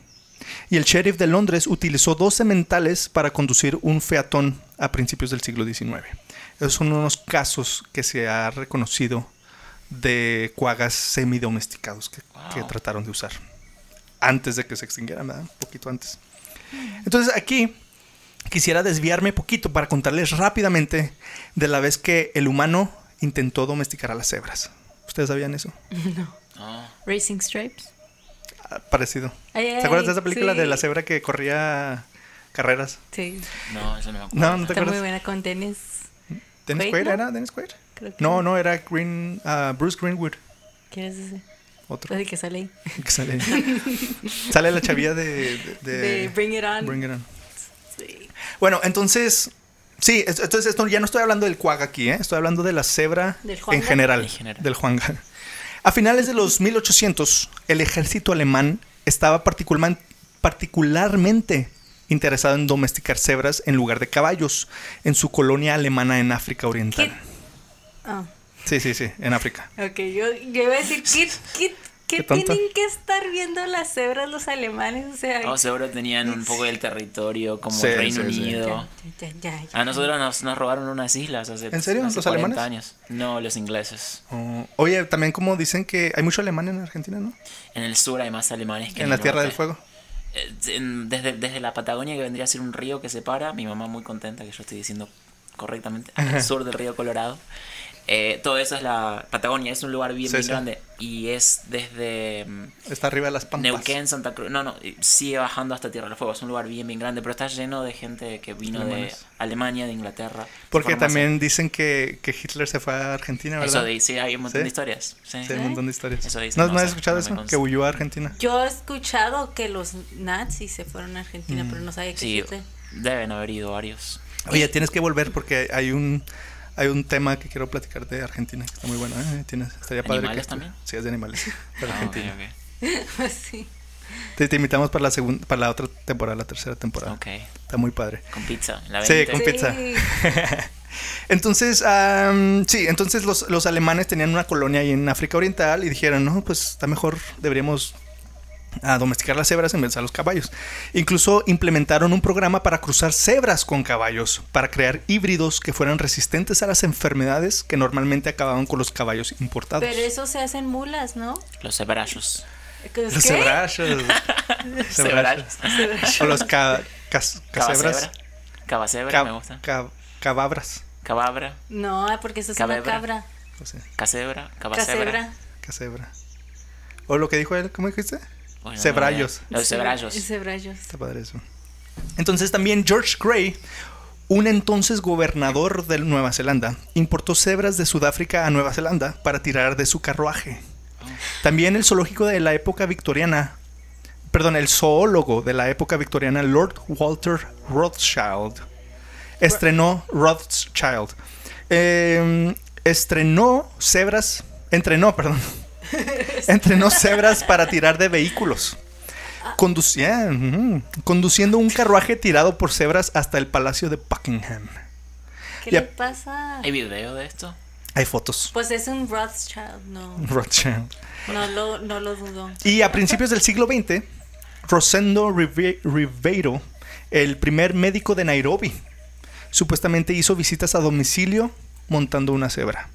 Speaker 1: Y el sheriff de Londres utilizó 12 mentales para conducir un featón a principios del siglo XIX. Esos son unos casos que se ha reconocido de cuagas semidomesticados que, que
Speaker 3: Wow.
Speaker 1: trataron de usar antes de que se extinguieran, ¿verdad? Un poquito antes. Entonces aquí quisiera desviarme poquito para contarles rápidamente de la vez que el humano intentó domesticar a las cebras. ¿Ustedes sabían eso?
Speaker 3: No.
Speaker 2: Racing Stripes.
Speaker 1: Ah, Parecido.
Speaker 2: Ay,
Speaker 1: ¿Te
Speaker 2: ay,
Speaker 1: acuerdas de
Speaker 2: ay,
Speaker 1: esa película de
Speaker 2: sí.
Speaker 1: la cebra que corría carreras?
Speaker 2: Sí.
Speaker 3: No, eso no me acuerdo.
Speaker 1: No, no te
Speaker 2: Está muy
Speaker 1: acuerdas.
Speaker 2: buena con tenis.
Speaker 1: ¿Dennis
Speaker 2: Quaid,
Speaker 1: Quaid
Speaker 2: ¿no?
Speaker 1: era? ¿Dennis Quaid?
Speaker 2: Creo que
Speaker 1: No, no, era Green, ah, Bruce Greenwood.
Speaker 2: ¿Quién es ese?
Speaker 1: Otro
Speaker 2: <laughs> La de que sale ahí.
Speaker 1: que sale. sale la chavilla de, de,
Speaker 2: De Bring It On.
Speaker 1: Bring It On.
Speaker 2: Sí.
Speaker 1: Bueno, entonces. Sí, es- entonces esto ya no estoy hablando del cuaga aquí, ¿eh? estoy hablando de la cebra
Speaker 2: ¿Del
Speaker 1: en
Speaker 2: juanga?
Speaker 1: general,
Speaker 3: En general.
Speaker 1: del juanga. A finales de los 1800, el ejército alemán estaba particulman- particularmente interesado en domesticar cebras en lugar de caballos en su colonia alemana en África Oriental.
Speaker 2: Ah,
Speaker 1: Sí, sí, sí, en África.
Speaker 2: ok. Yo, yo iba a
Speaker 1: <laughs>
Speaker 2: decir, ¿qué, qué, qué
Speaker 1: Qué tonta.
Speaker 2: tienen que estar viendo las cebras los alemanes? O sea,
Speaker 3: Oh, seguro tenían un poco del territorio, como
Speaker 1: Sí,
Speaker 3: el Reino
Speaker 1: sí, sí.
Speaker 3: Unido.
Speaker 2: ya, ya, ya, ya.
Speaker 3: A nosotros nos, nos robaron unas islas hace
Speaker 1: ¿En serio?
Speaker 3: hace
Speaker 1: ¿Los alemanes?
Speaker 3: 40 años. No, los ingleses.
Speaker 1: Oh, oye, también como dicen que hay mucho alemán en Argentina, ¿no?
Speaker 3: En el sur hay más alemanes que
Speaker 1: en
Speaker 3: en
Speaker 1: la
Speaker 3: el
Speaker 1: Tierra del
Speaker 3: norte.
Speaker 1: Fuego.
Speaker 3: Eh, en- desde, desde la Patagonia, que vendría a ser un río que separa, mi mamá muy contenta que yo estoy diciendo correctamente,
Speaker 1: <laughs>
Speaker 3: al sur del río Colorado. Eh, todo eso es la Patagonia, es un lugar bien,
Speaker 1: Sí,
Speaker 3: bien
Speaker 1: sí.
Speaker 3: grande. Y es desde mm,
Speaker 1: Está arriba de las pampas.
Speaker 3: Neuquén, Santa Cruz. No, no, eh, sigue bajando hasta Tierra del Fuego. Es un lugar bien, bien grande, pero está lleno de gente que vino
Speaker 1: Alemanes.
Speaker 3: de Alemania, de Inglaterra. se
Speaker 1: Porque
Speaker 3: fueron más-
Speaker 1: también dicen que, que Hitler se fue a Argentina, ¿verdad?
Speaker 3: Eso dice, hay un montón
Speaker 1: ¿Sí?
Speaker 3: de historias. Sí.
Speaker 1: Sí, hay un montón de historias.
Speaker 3: Eso dice,
Speaker 1: ¿No,
Speaker 3: no
Speaker 1: no has
Speaker 3: sé,
Speaker 1: escuchado
Speaker 3: no me
Speaker 1: eso?
Speaker 3: consta.
Speaker 1: Que huyó a Argentina.
Speaker 2: Yo he escuchado que los nazis se fueron a Argentina,
Speaker 1: Mm,
Speaker 2: pero no sabía que
Speaker 3: Sí,
Speaker 2: Hitler-
Speaker 3: deben haber ido varios.
Speaker 1: Oye, tienes que volver porque hay un hay un tema que quiero platicar de Argentina que está muy bueno. ¿eh? Tienes- estaría padre
Speaker 3: ¿Animales
Speaker 1: que-
Speaker 3: también?
Speaker 1: Sí, es de
Speaker 3: <laughs>
Speaker 1: animales. Pero
Speaker 3: Ah, ok,
Speaker 1: Argentina.
Speaker 3: ok.
Speaker 2: <laughs> sí.
Speaker 1: Te, te invitamos para la segunda, para la otra temporada, la tercera temporada.
Speaker 3: Ok,
Speaker 1: Está muy padre.
Speaker 3: con pizza. La
Speaker 1: Sí,
Speaker 3: 20.
Speaker 1: con pizza.
Speaker 2: Sí.
Speaker 1: <laughs> Entonces, am, sí, entonces los, los alemanes tenían una colonia ahí en África Oriental y dijeron, no, pues está mejor, deberíamos ah, domesticar las cebras en vez de a los caballos. Incluso implementaron un programa para cruzar cebras con caballos, para crear híbridos que fueran resistentes a las enfermedades que normalmente acababan con los caballos importados.
Speaker 2: Pero eso se hacen mulas, ¿no?
Speaker 3: Los cebrayos.
Speaker 2: ¿Qué?
Speaker 1: Los
Speaker 2: <laughs>
Speaker 1: cebrachos.
Speaker 3: Cebrayos. <laughs>
Speaker 1: O los ca- cas-
Speaker 3: Cabacebra.
Speaker 1: casebras.
Speaker 3: Cabacebra,
Speaker 1: Ca-
Speaker 3: me gusta.
Speaker 1: ca- cababras.
Speaker 3: Cababra,
Speaker 2: No, porque eso es una
Speaker 3: Cabebra.
Speaker 2: cabra.
Speaker 1: O sea,
Speaker 3: casebra, cabacebra.
Speaker 2: Casebra.
Speaker 1: casebra. O lo que dijo él, ¿cómo dijiste?
Speaker 3: Bueno, no,
Speaker 1: Cebrayos.
Speaker 3: no, Los cebrayos.
Speaker 2: Cebrayos.
Speaker 1: Está padre eso. Entonces también George Gray, un entonces gobernador de Nueva Zelanda, importó cebras de Sudáfrica a Nueva Zelanda para tirar de su carruaje. También el zoológico de la época victoriana, perdón, el zoólogo de la época victoriana, Lord Walter Rothschild, estrenó Rothschild, eh, estrenó cebras, entrenó, perdón, <laughs> entrenó cebras para tirar de vehículos. Conduci- ah, ujú. conduciendo un carruaje tirado por cebras hasta el palacio de Buckingham.
Speaker 2: ¿Qué
Speaker 1: Ya.
Speaker 2: le pasa?
Speaker 3: ¿Hay video de esto?
Speaker 1: Hay fotos.
Speaker 2: Pues es un Rothschild, no.
Speaker 1: Rothschild.
Speaker 2: No lo, no lo dudo.
Speaker 1: Y a principios del siglo XX, Rosendo Rive- Ribeiro, el primer médico de Nairobi, supuestamente hizo visitas a domicilio montando una cebra.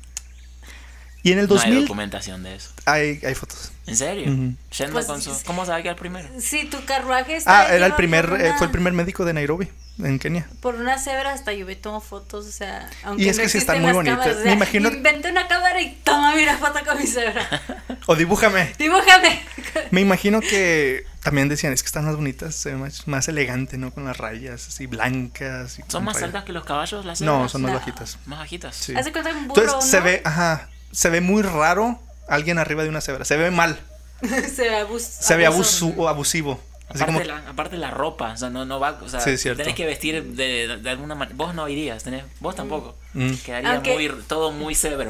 Speaker 1: Y en el
Speaker 3: No hay
Speaker 1: 2000
Speaker 3: documentación de eso.
Speaker 1: hay, hay fotos.
Speaker 3: ¿En serio? Yendo
Speaker 2: Pues,
Speaker 3: con su... ¿Cómo sabe que era el primero?
Speaker 2: Sí, tu carruaje está.
Speaker 1: Ah, era el
Speaker 2: llevado
Speaker 1: primer,
Speaker 2: por
Speaker 1: eh,
Speaker 2: una-
Speaker 1: fue el primer médico de Nairobi, en Kenia.
Speaker 2: Por una cebra hasta yo me tomo fotos, o sea, aunque
Speaker 1: Y es
Speaker 2: no
Speaker 1: que sí están
Speaker 2: existen
Speaker 1: muy
Speaker 2: las
Speaker 1: bonitas.
Speaker 2: cámaras, o
Speaker 1: Me
Speaker 2: sea,
Speaker 1: imagino-
Speaker 2: Inventé una cámara y toma, mira foto con
Speaker 1: <laughs>
Speaker 2: mi cebra.
Speaker 1: O dibújame.
Speaker 2: Dibújame. <laughs>
Speaker 1: Me imagino que también decían, es que están más bonitas, se ve más, más elegante, ¿no? Con las rayas así blancas. Y con
Speaker 3: ¿Son más
Speaker 1: rayas.
Speaker 3: altas que los caballos las
Speaker 1: No,
Speaker 3: cebras?
Speaker 1: son más
Speaker 2: No.
Speaker 1: bajitas.
Speaker 3: Más bajitas.
Speaker 1: Sí.
Speaker 2: Hace cuenta un burro,
Speaker 1: Entonces se
Speaker 2: ¿no?
Speaker 1: ve, ajá, se ve muy raro alguien arriba de una cebra. Se ve mal.
Speaker 2: se ve abus-
Speaker 1: Se ve
Speaker 2: abuso.
Speaker 1: abusu- abusivo. Así
Speaker 3: Aparte,
Speaker 1: como,
Speaker 3: la, aparte la ropa, o sea, no, no va, o sea,
Speaker 1: Sí, es cierto.
Speaker 3: tenés que vestir de, de- de alguna manera. Vos no irías, tenés, vos tampoco.
Speaker 1: Mm.
Speaker 3: Quedaría
Speaker 2: Aunque-
Speaker 3: muy, todo muy severo.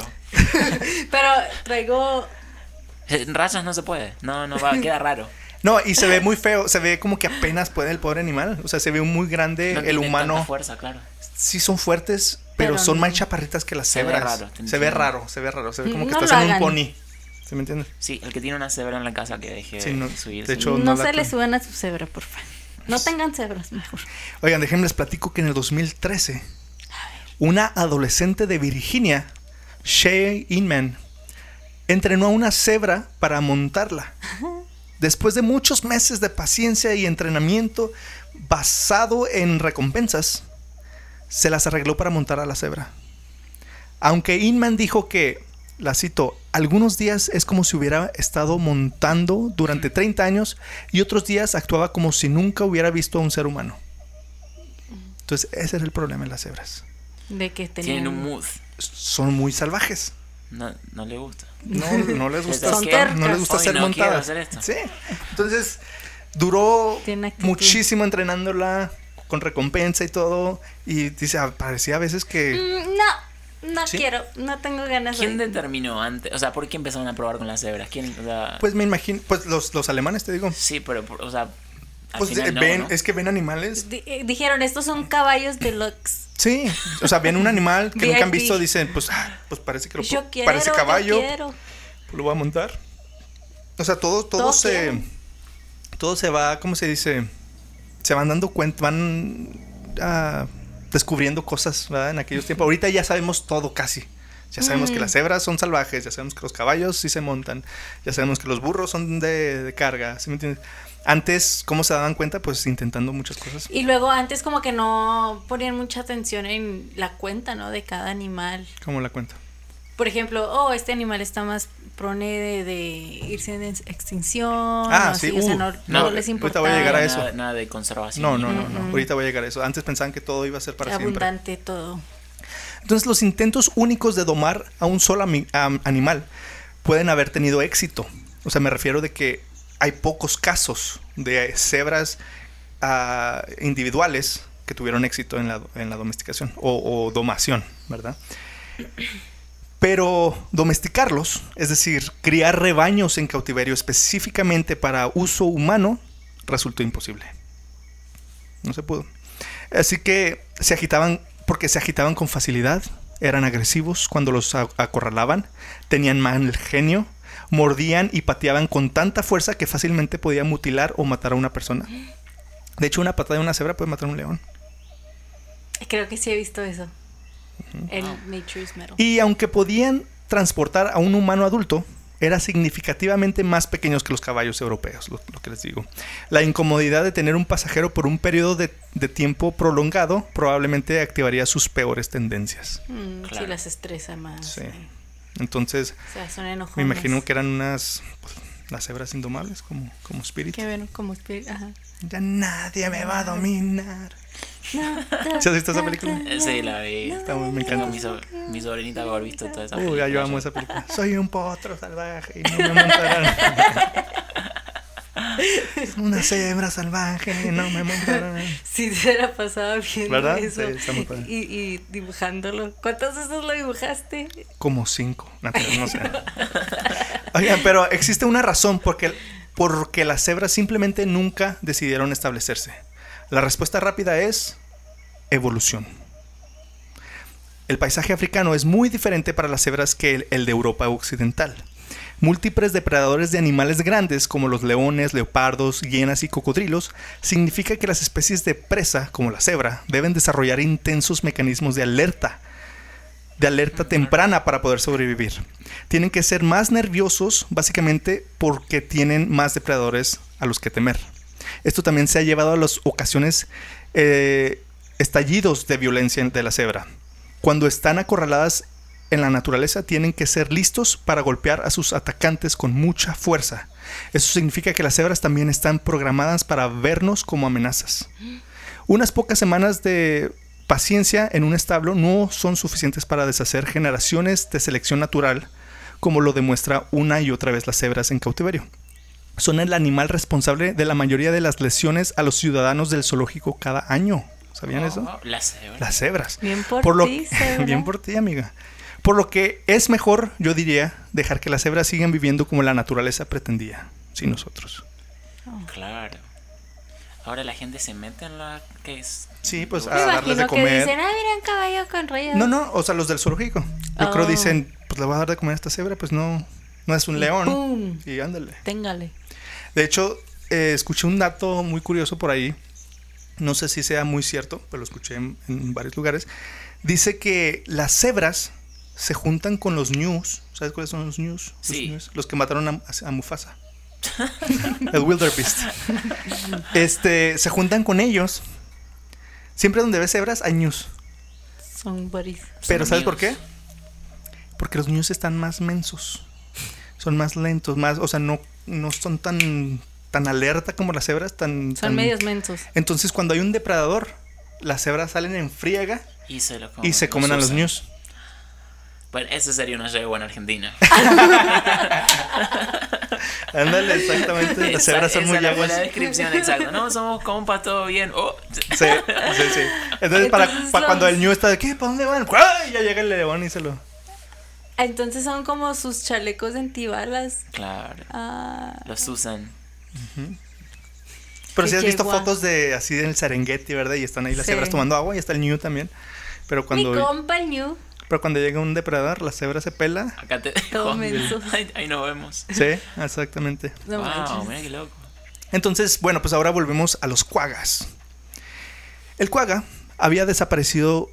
Speaker 2: Pero traigo.
Speaker 3: En Eh, rayas no se puede, no, no va,
Speaker 2: <laughs>
Speaker 3: queda raro.
Speaker 1: no, y se ve muy feo. Se ve como que apenas puede el pobre animal. O sea, se ve muy grande
Speaker 3: No
Speaker 1: el
Speaker 3: tiene tanta
Speaker 1: humano.
Speaker 3: fuerza, claro.
Speaker 1: Sí son fuertes, pero,
Speaker 2: Pero
Speaker 1: son
Speaker 2: no.
Speaker 1: más chaparritas que las
Speaker 3: Se ve
Speaker 1: cebras.
Speaker 3: raro, te
Speaker 1: Se ve
Speaker 3: entiendo.
Speaker 1: raro, se ve raro. Se ve como que
Speaker 2: No lo
Speaker 1: estás en un
Speaker 2: hagan.
Speaker 1: pony. ¿Se me entiende?
Speaker 3: Sí, el que tiene una cebra en la casa que deje
Speaker 1: Sí, no,
Speaker 3: subir.
Speaker 1: de
Speaker 3: sí.
Speaker 1: hecho- Yo
Speaker 2: no
Speaker 1: no la
Speaker 2: se le
Speaker 1: creo.
Speaker 2: suban a su cebra, por favor. No tengan cebras, mejor.
Speaker 1: Oigan, déjenme les platico que en el 2013, una adolescente de Virginia, Shay Inman, entrenó a una cebra para montarla. Después de muchos meses de paciencia y entrenamiento basado en recompensas, se las arregló para montar a la cebra. Aunque Inman dijo que, la cito, algunos días es como si hubiera estado montando durante 30 años y otros días actuaba como si nunca hubiera visto a un ser humano. Entonces, ese era el problema en las cebras.
Speaker 2: De que
Speaker 3: Tienen un
Speaker 2: tenían.
Speaker 3: mood,
Speaker 1: Son muy salvajes.
Speaker 3: no, no le gusta.
Speaker 1: No, no
Speaker 2: <laughs>
Speaker 1: les gusta
Speaker 3: Son
Speaker 1: estar- no
Speaker 2: tercas.
Speaker 1: les gusta
Speaker 3: Hoy
Speaker 1: ser
Speaker 3: no quiero
Speaker 1: montadas.
Speaker 3: hacer esto.
Speaker 1: Sí. Entonces, duró
Speaker 2: Tiene actitud.
Speaker 1: muchísimo entrenándola con recompensa y todo y dice, ah, parecía a veces que
Speaker 2: Mm, No, no
Speaker 1: ¿Sí?
Speaker 2: quiero. No tengo ganas
Speaker 3: ¿Quién
Speaker 2: de.
Speaker 3: determinó antes? O sea, ¿por qué empezaron a probar con las cebras? ¿Quién? O
Speaker 2: Mm.
Speaker 3: sea,
Speaker 1: pues me imagino, pues los, los alemanes te digo,
Speaker 3: sí, pero, por- o sea, al
Speaker 1: pues
Speaker 3: final
Speaker 1: eh,
Speaker 3: no,
Speaker 1: ven,
Speaker 3: ¿no?
Speaker 1: es que ven animales.
Speaker 2: Di- eh, Dijeron, estos son caballos deluxe.
Speaker 1: Sí, o sea, ven un animal
Speaker 2: <laughs>
Speaker 1: que nunca han
Speaker 2: VIP.
Speaker 1: visto, dicen, pues ah, pues parece que lo
Speaker 2: Yo
Speaker 1: pu-
Speaker 2: quiero.
Speaker 1: parece caballo,
Speaker 2: Yo quiero.
Speaker 1: Pues lo voy a montar. O sea, todo, todo,
Speaker 2: Todo
Speaker 1: se.
Speaker 2: quieren.
Speaker 1: Todo se va, ¿cómo se dice? Se van dando cuenta, van ah, descubriendo cosas, ¿verdad? En aquellos tiempos. Ahorita ya sabemos todo casi. Ya sabemos que las cebras son salvajes, ya sabemos que los caballos sí se montan, ya sabemos que los burros son de, de carga, ¿sí me entiendes? Antes, ¿cómo se daban cuenta? Pues intentando muchas cosas.
Speaker 2: Y luego antes como que no ponían mucha atención en la cuenta, ¿no? De cada animal.
Speaker 1: ¿Cómo la cuenta?
Speaker 2: Por ejemplo, oh, este animal está más prone de, de irse en ex- extinción.
Speaker 1: Ah,
Speaker 2: o
Speaker 1: sí,
Speaker 2: así, o sea,
Speaker 1: uh,
Speaker 2: no,
Speaker 3: no,
Speaker 2: no les
Speaker 1: ahorita
Speaker 2: importa.
Speaker 1: voy a llegar a
Speaker 3: Nada-
Speaker 1: eso.
Speaker 3: Nada de conservación.
Speaker 1: No, no, no, no. Ahorita voy a llegar a eso. Antes pensaban que todo iba a ser para siempre.
Speaker 2: Abundante todo.
Speaker 1: Entonces los intentos únicos de domar a un solo ami- am- animal pueden haber tenido éxito. O sea, me refiero de que hay pocos casos de cebras ah, individuales que tuvieron éxito en la, en la domesticación o, o domación, ¿verdad? Pero domesticarlos, es decir, criar rebaños en cautiverio específicamente para uso humano, resultó imposible. No se pudo. Así que se agitaban porque se agitaban con facilidad, eran agresivos cuando los a- acorralaban, tenían mal genio, mordían y pateaban con tanta fuerza que fácilmente podía mutilar o matar a una persona. De hecho, una patada de una cebra puede matar a un león.
Speaker 2: Creo que sí he visto eso. El Nature's Metal.
Speaker 1: Y aunque podían transportar a un humano adulto, eran significativamente más pequeños que los caballos europeos, lo, lo que les digo. La incomodidad de tener un pasajero por un periodo de, de tiempo prolongado probablemente activaría sus peores tendencias.
Speaker 2: Mm,
Speaker 3: Claro.
Speaker 2: Sí, las estresa más.
Speaker 1: Sí.
Speaker 2: eh.
Speaker 1: Este, Entonces,
Speaker 2: O sea, son enojones.
Speaker 1: me imagino que eran unas pues, las cebras indomables como, como espíritu.
Speaker 2: Que ven como... espir- Ajá.
Speaker 1: Ya nadie me va a dominar.
Speaker 2: No,
Speaker 1: ¿Sí has visto esa película?
Speaker 3: Eh, Sí, la vi.
Speaker 1: Está muy- me
Speaker 3: Tengo
Speaker 1: encanta.
Speaker 3: mi, so- mi sobrinita que haber visto toda esa
Speaker 1: Uy, ya yo
Speaker 3: película.
Speaker 1: amo esa película. Soy un potro salvaje y no me montarán. <laughs> Una cebra salvaje, no me montarán.
Speaker 2: Sí, <laughs> se la pasaba viendo
Speaker 1: ¿Verdad?
Speaker 2: eso.
Speaker 1: Sí, está muy padre.
Speaker 2: Y, y dibujándolo. ¿Cuántas veces lo dibujaste?
Speaker 1: Como cinco. No, pero no sé. Oigan, pero existe una razón porque, porque las cebras simplemente nunca decidieron establecerse. La respuesta rápida es evolución. El paisaje africano es muy diferente para las cebras que el, el de Europa occidental. Múltiples depredadores de animales grandes como los leones, leopardos, hienas y cocodrilos significa que las especies de presa, como la cebra, deben desarrollar intensos mecanismos de alerta, de alerta temprana para poder sobrevivir. Tienen que ser más nerviosos, básicamente porque tienen más depredadores a los que temer. Esto también se ha llevado a las ocasiones eh, estallidos de violencia de la cebra. Cuando están acorraladas en la naturaleza, tienen que ser listos para golpear a sus atacantes con mucha fuerza. Eso significa que las cebras también están programadas para vernos como amenazas. Unas pocas semanas de paciencia en un establo no son suficientes para deshacer generaciones de selección natural como lo demuestra una y otra vez las cebras en cautiverio. Son el animal responsable de la mayoría de las lesiones a los ciudadanos del zoológico cada año. ¿Sabían
Speaker 3: Oh,
Speaker 1: eso?
Speaker 3: Las cebras.
Speaker 1: Las cebras.
Speaker 2: Bien por
Speaker 1: lo
Speaker 2: ti,
Speaker 1: que- <laughs>
Speaker 2: cebra.
Speaker 1: Bien por ti, amiga. Por lo que es mejor, yo diría, dejar que las cebras sigan viviendo como la naturaleza pretendía, sin nosotros.
Speaker 3: Claro. Ahora la gente se mete en la que es.
Speaker 1: Sí, pues
Speaker 2: Me
Speaker 1: a darles de
Speaker 2: imagino que
Speaker 1: comer.
Speaker 2: dicen, ah, mira un caballo con rayas.
Speaker 1: No, no, o sea, los del zoológico. Yo creo
Speaker 2: Oh.
Speaker 1: dicen, pues le voy a dar de comer a esta cebra, pues no, no es un león.
Speaker 2: ¡pum!
Speaker 1: Y ándale.
Speaker 2: Téngale.
Speaker 1: De hecho, eh, escuché un dato muy curioso por ahí. No sé si sea muy cierto, pero lo escuché en, en varios lugares. Dice que las cebras se juntan con los ñus. ¿Sabes cuáles son los ñus? Los,
Speaker 3: Sí.
Speaker 1: ñus, los que mataron a, a Mufasa. El wildebeest. Este, se juntan con ellos. Siempre donde ves cebras hay ñus.
Speaker 2: Son buddies.
Speaker 1: Pero
Speaker 3: Son
Speaker 1: ¿sabes por qué?
Speaker 3: amigos.
Speaker 1: Porque los niños están más mensos. Son más lentos, más, o sea, no, no son tan, tan alerta como las cebras, tan,
Speaker 2: Son
Speaker 1: tan-
Speaker 2: medios mensos.
Speaker 1: Entonces, cuando hay un depredador, las cebras salen en friega
Speaker 3: Y se, lo
Speaker 1: y se comen a los
Speaker 3: usan.
Speaker 1: niños.
Speaker 3: Bueno, ese sería una yegua en Argentina.
Speaker 1: Ándale,
Speaker 3: <laughs>
Speaker 1: exactamente. Las
Speaker 3: Esa-
Speaker 1: cebras son
Speaker 3: esa
Speaker 1: muy
Speaker 3: es la
Speaker 1: llamas.
Speaker 3: buena descripción, exacto. No, somos compas, todo bien. Oh,
Speaker 1: Sí, sí, sí. Entonces, para,
Speaker 2: Entonces,
Speaker 1: para cuando
Speaker 2: los-
Speaker 1: el niño está de, ¿qué? ¿Para dónde van? ¡Ay! Ya llega el león y se lo.
Speaker 2: Entonces son como sus chalecos de antibalas.
Speaker 3: claro.
Speaker 2: Ah,
Speaker 3: Los usan.
Speaker 1: Pero
Speaker 2: Qué
Speaker 1: si has visto
Speaker 2: yegua.
Speaker 1: fotos de así en el Serengeti, ¿verdad? Y están ahí las
Speaker 2: Sí.
Speaker 1: cebras tomando agua y está el niño también. Pero cuando.
Speaker 2: Mi compa el Ñu.
Speaker 1: Pero cuando llega un depredador, la cebra se pela.
Speaker 3: Acá te
Speaker 2: Todo
Speaker 3: dejo.
Speaker 2: menso.
Speaker 3: Ahí, ahí nos vemos.
Speaker 1: Sí, exactamente.
Speaker 2: No
Speaker 3: wow,
Speaker 2: manches.
Speaker 3: mira qué loco.
Speaker 1: Entonces, bueno, pues ahora volvemos a los cuagas. El cuaga había desaparecido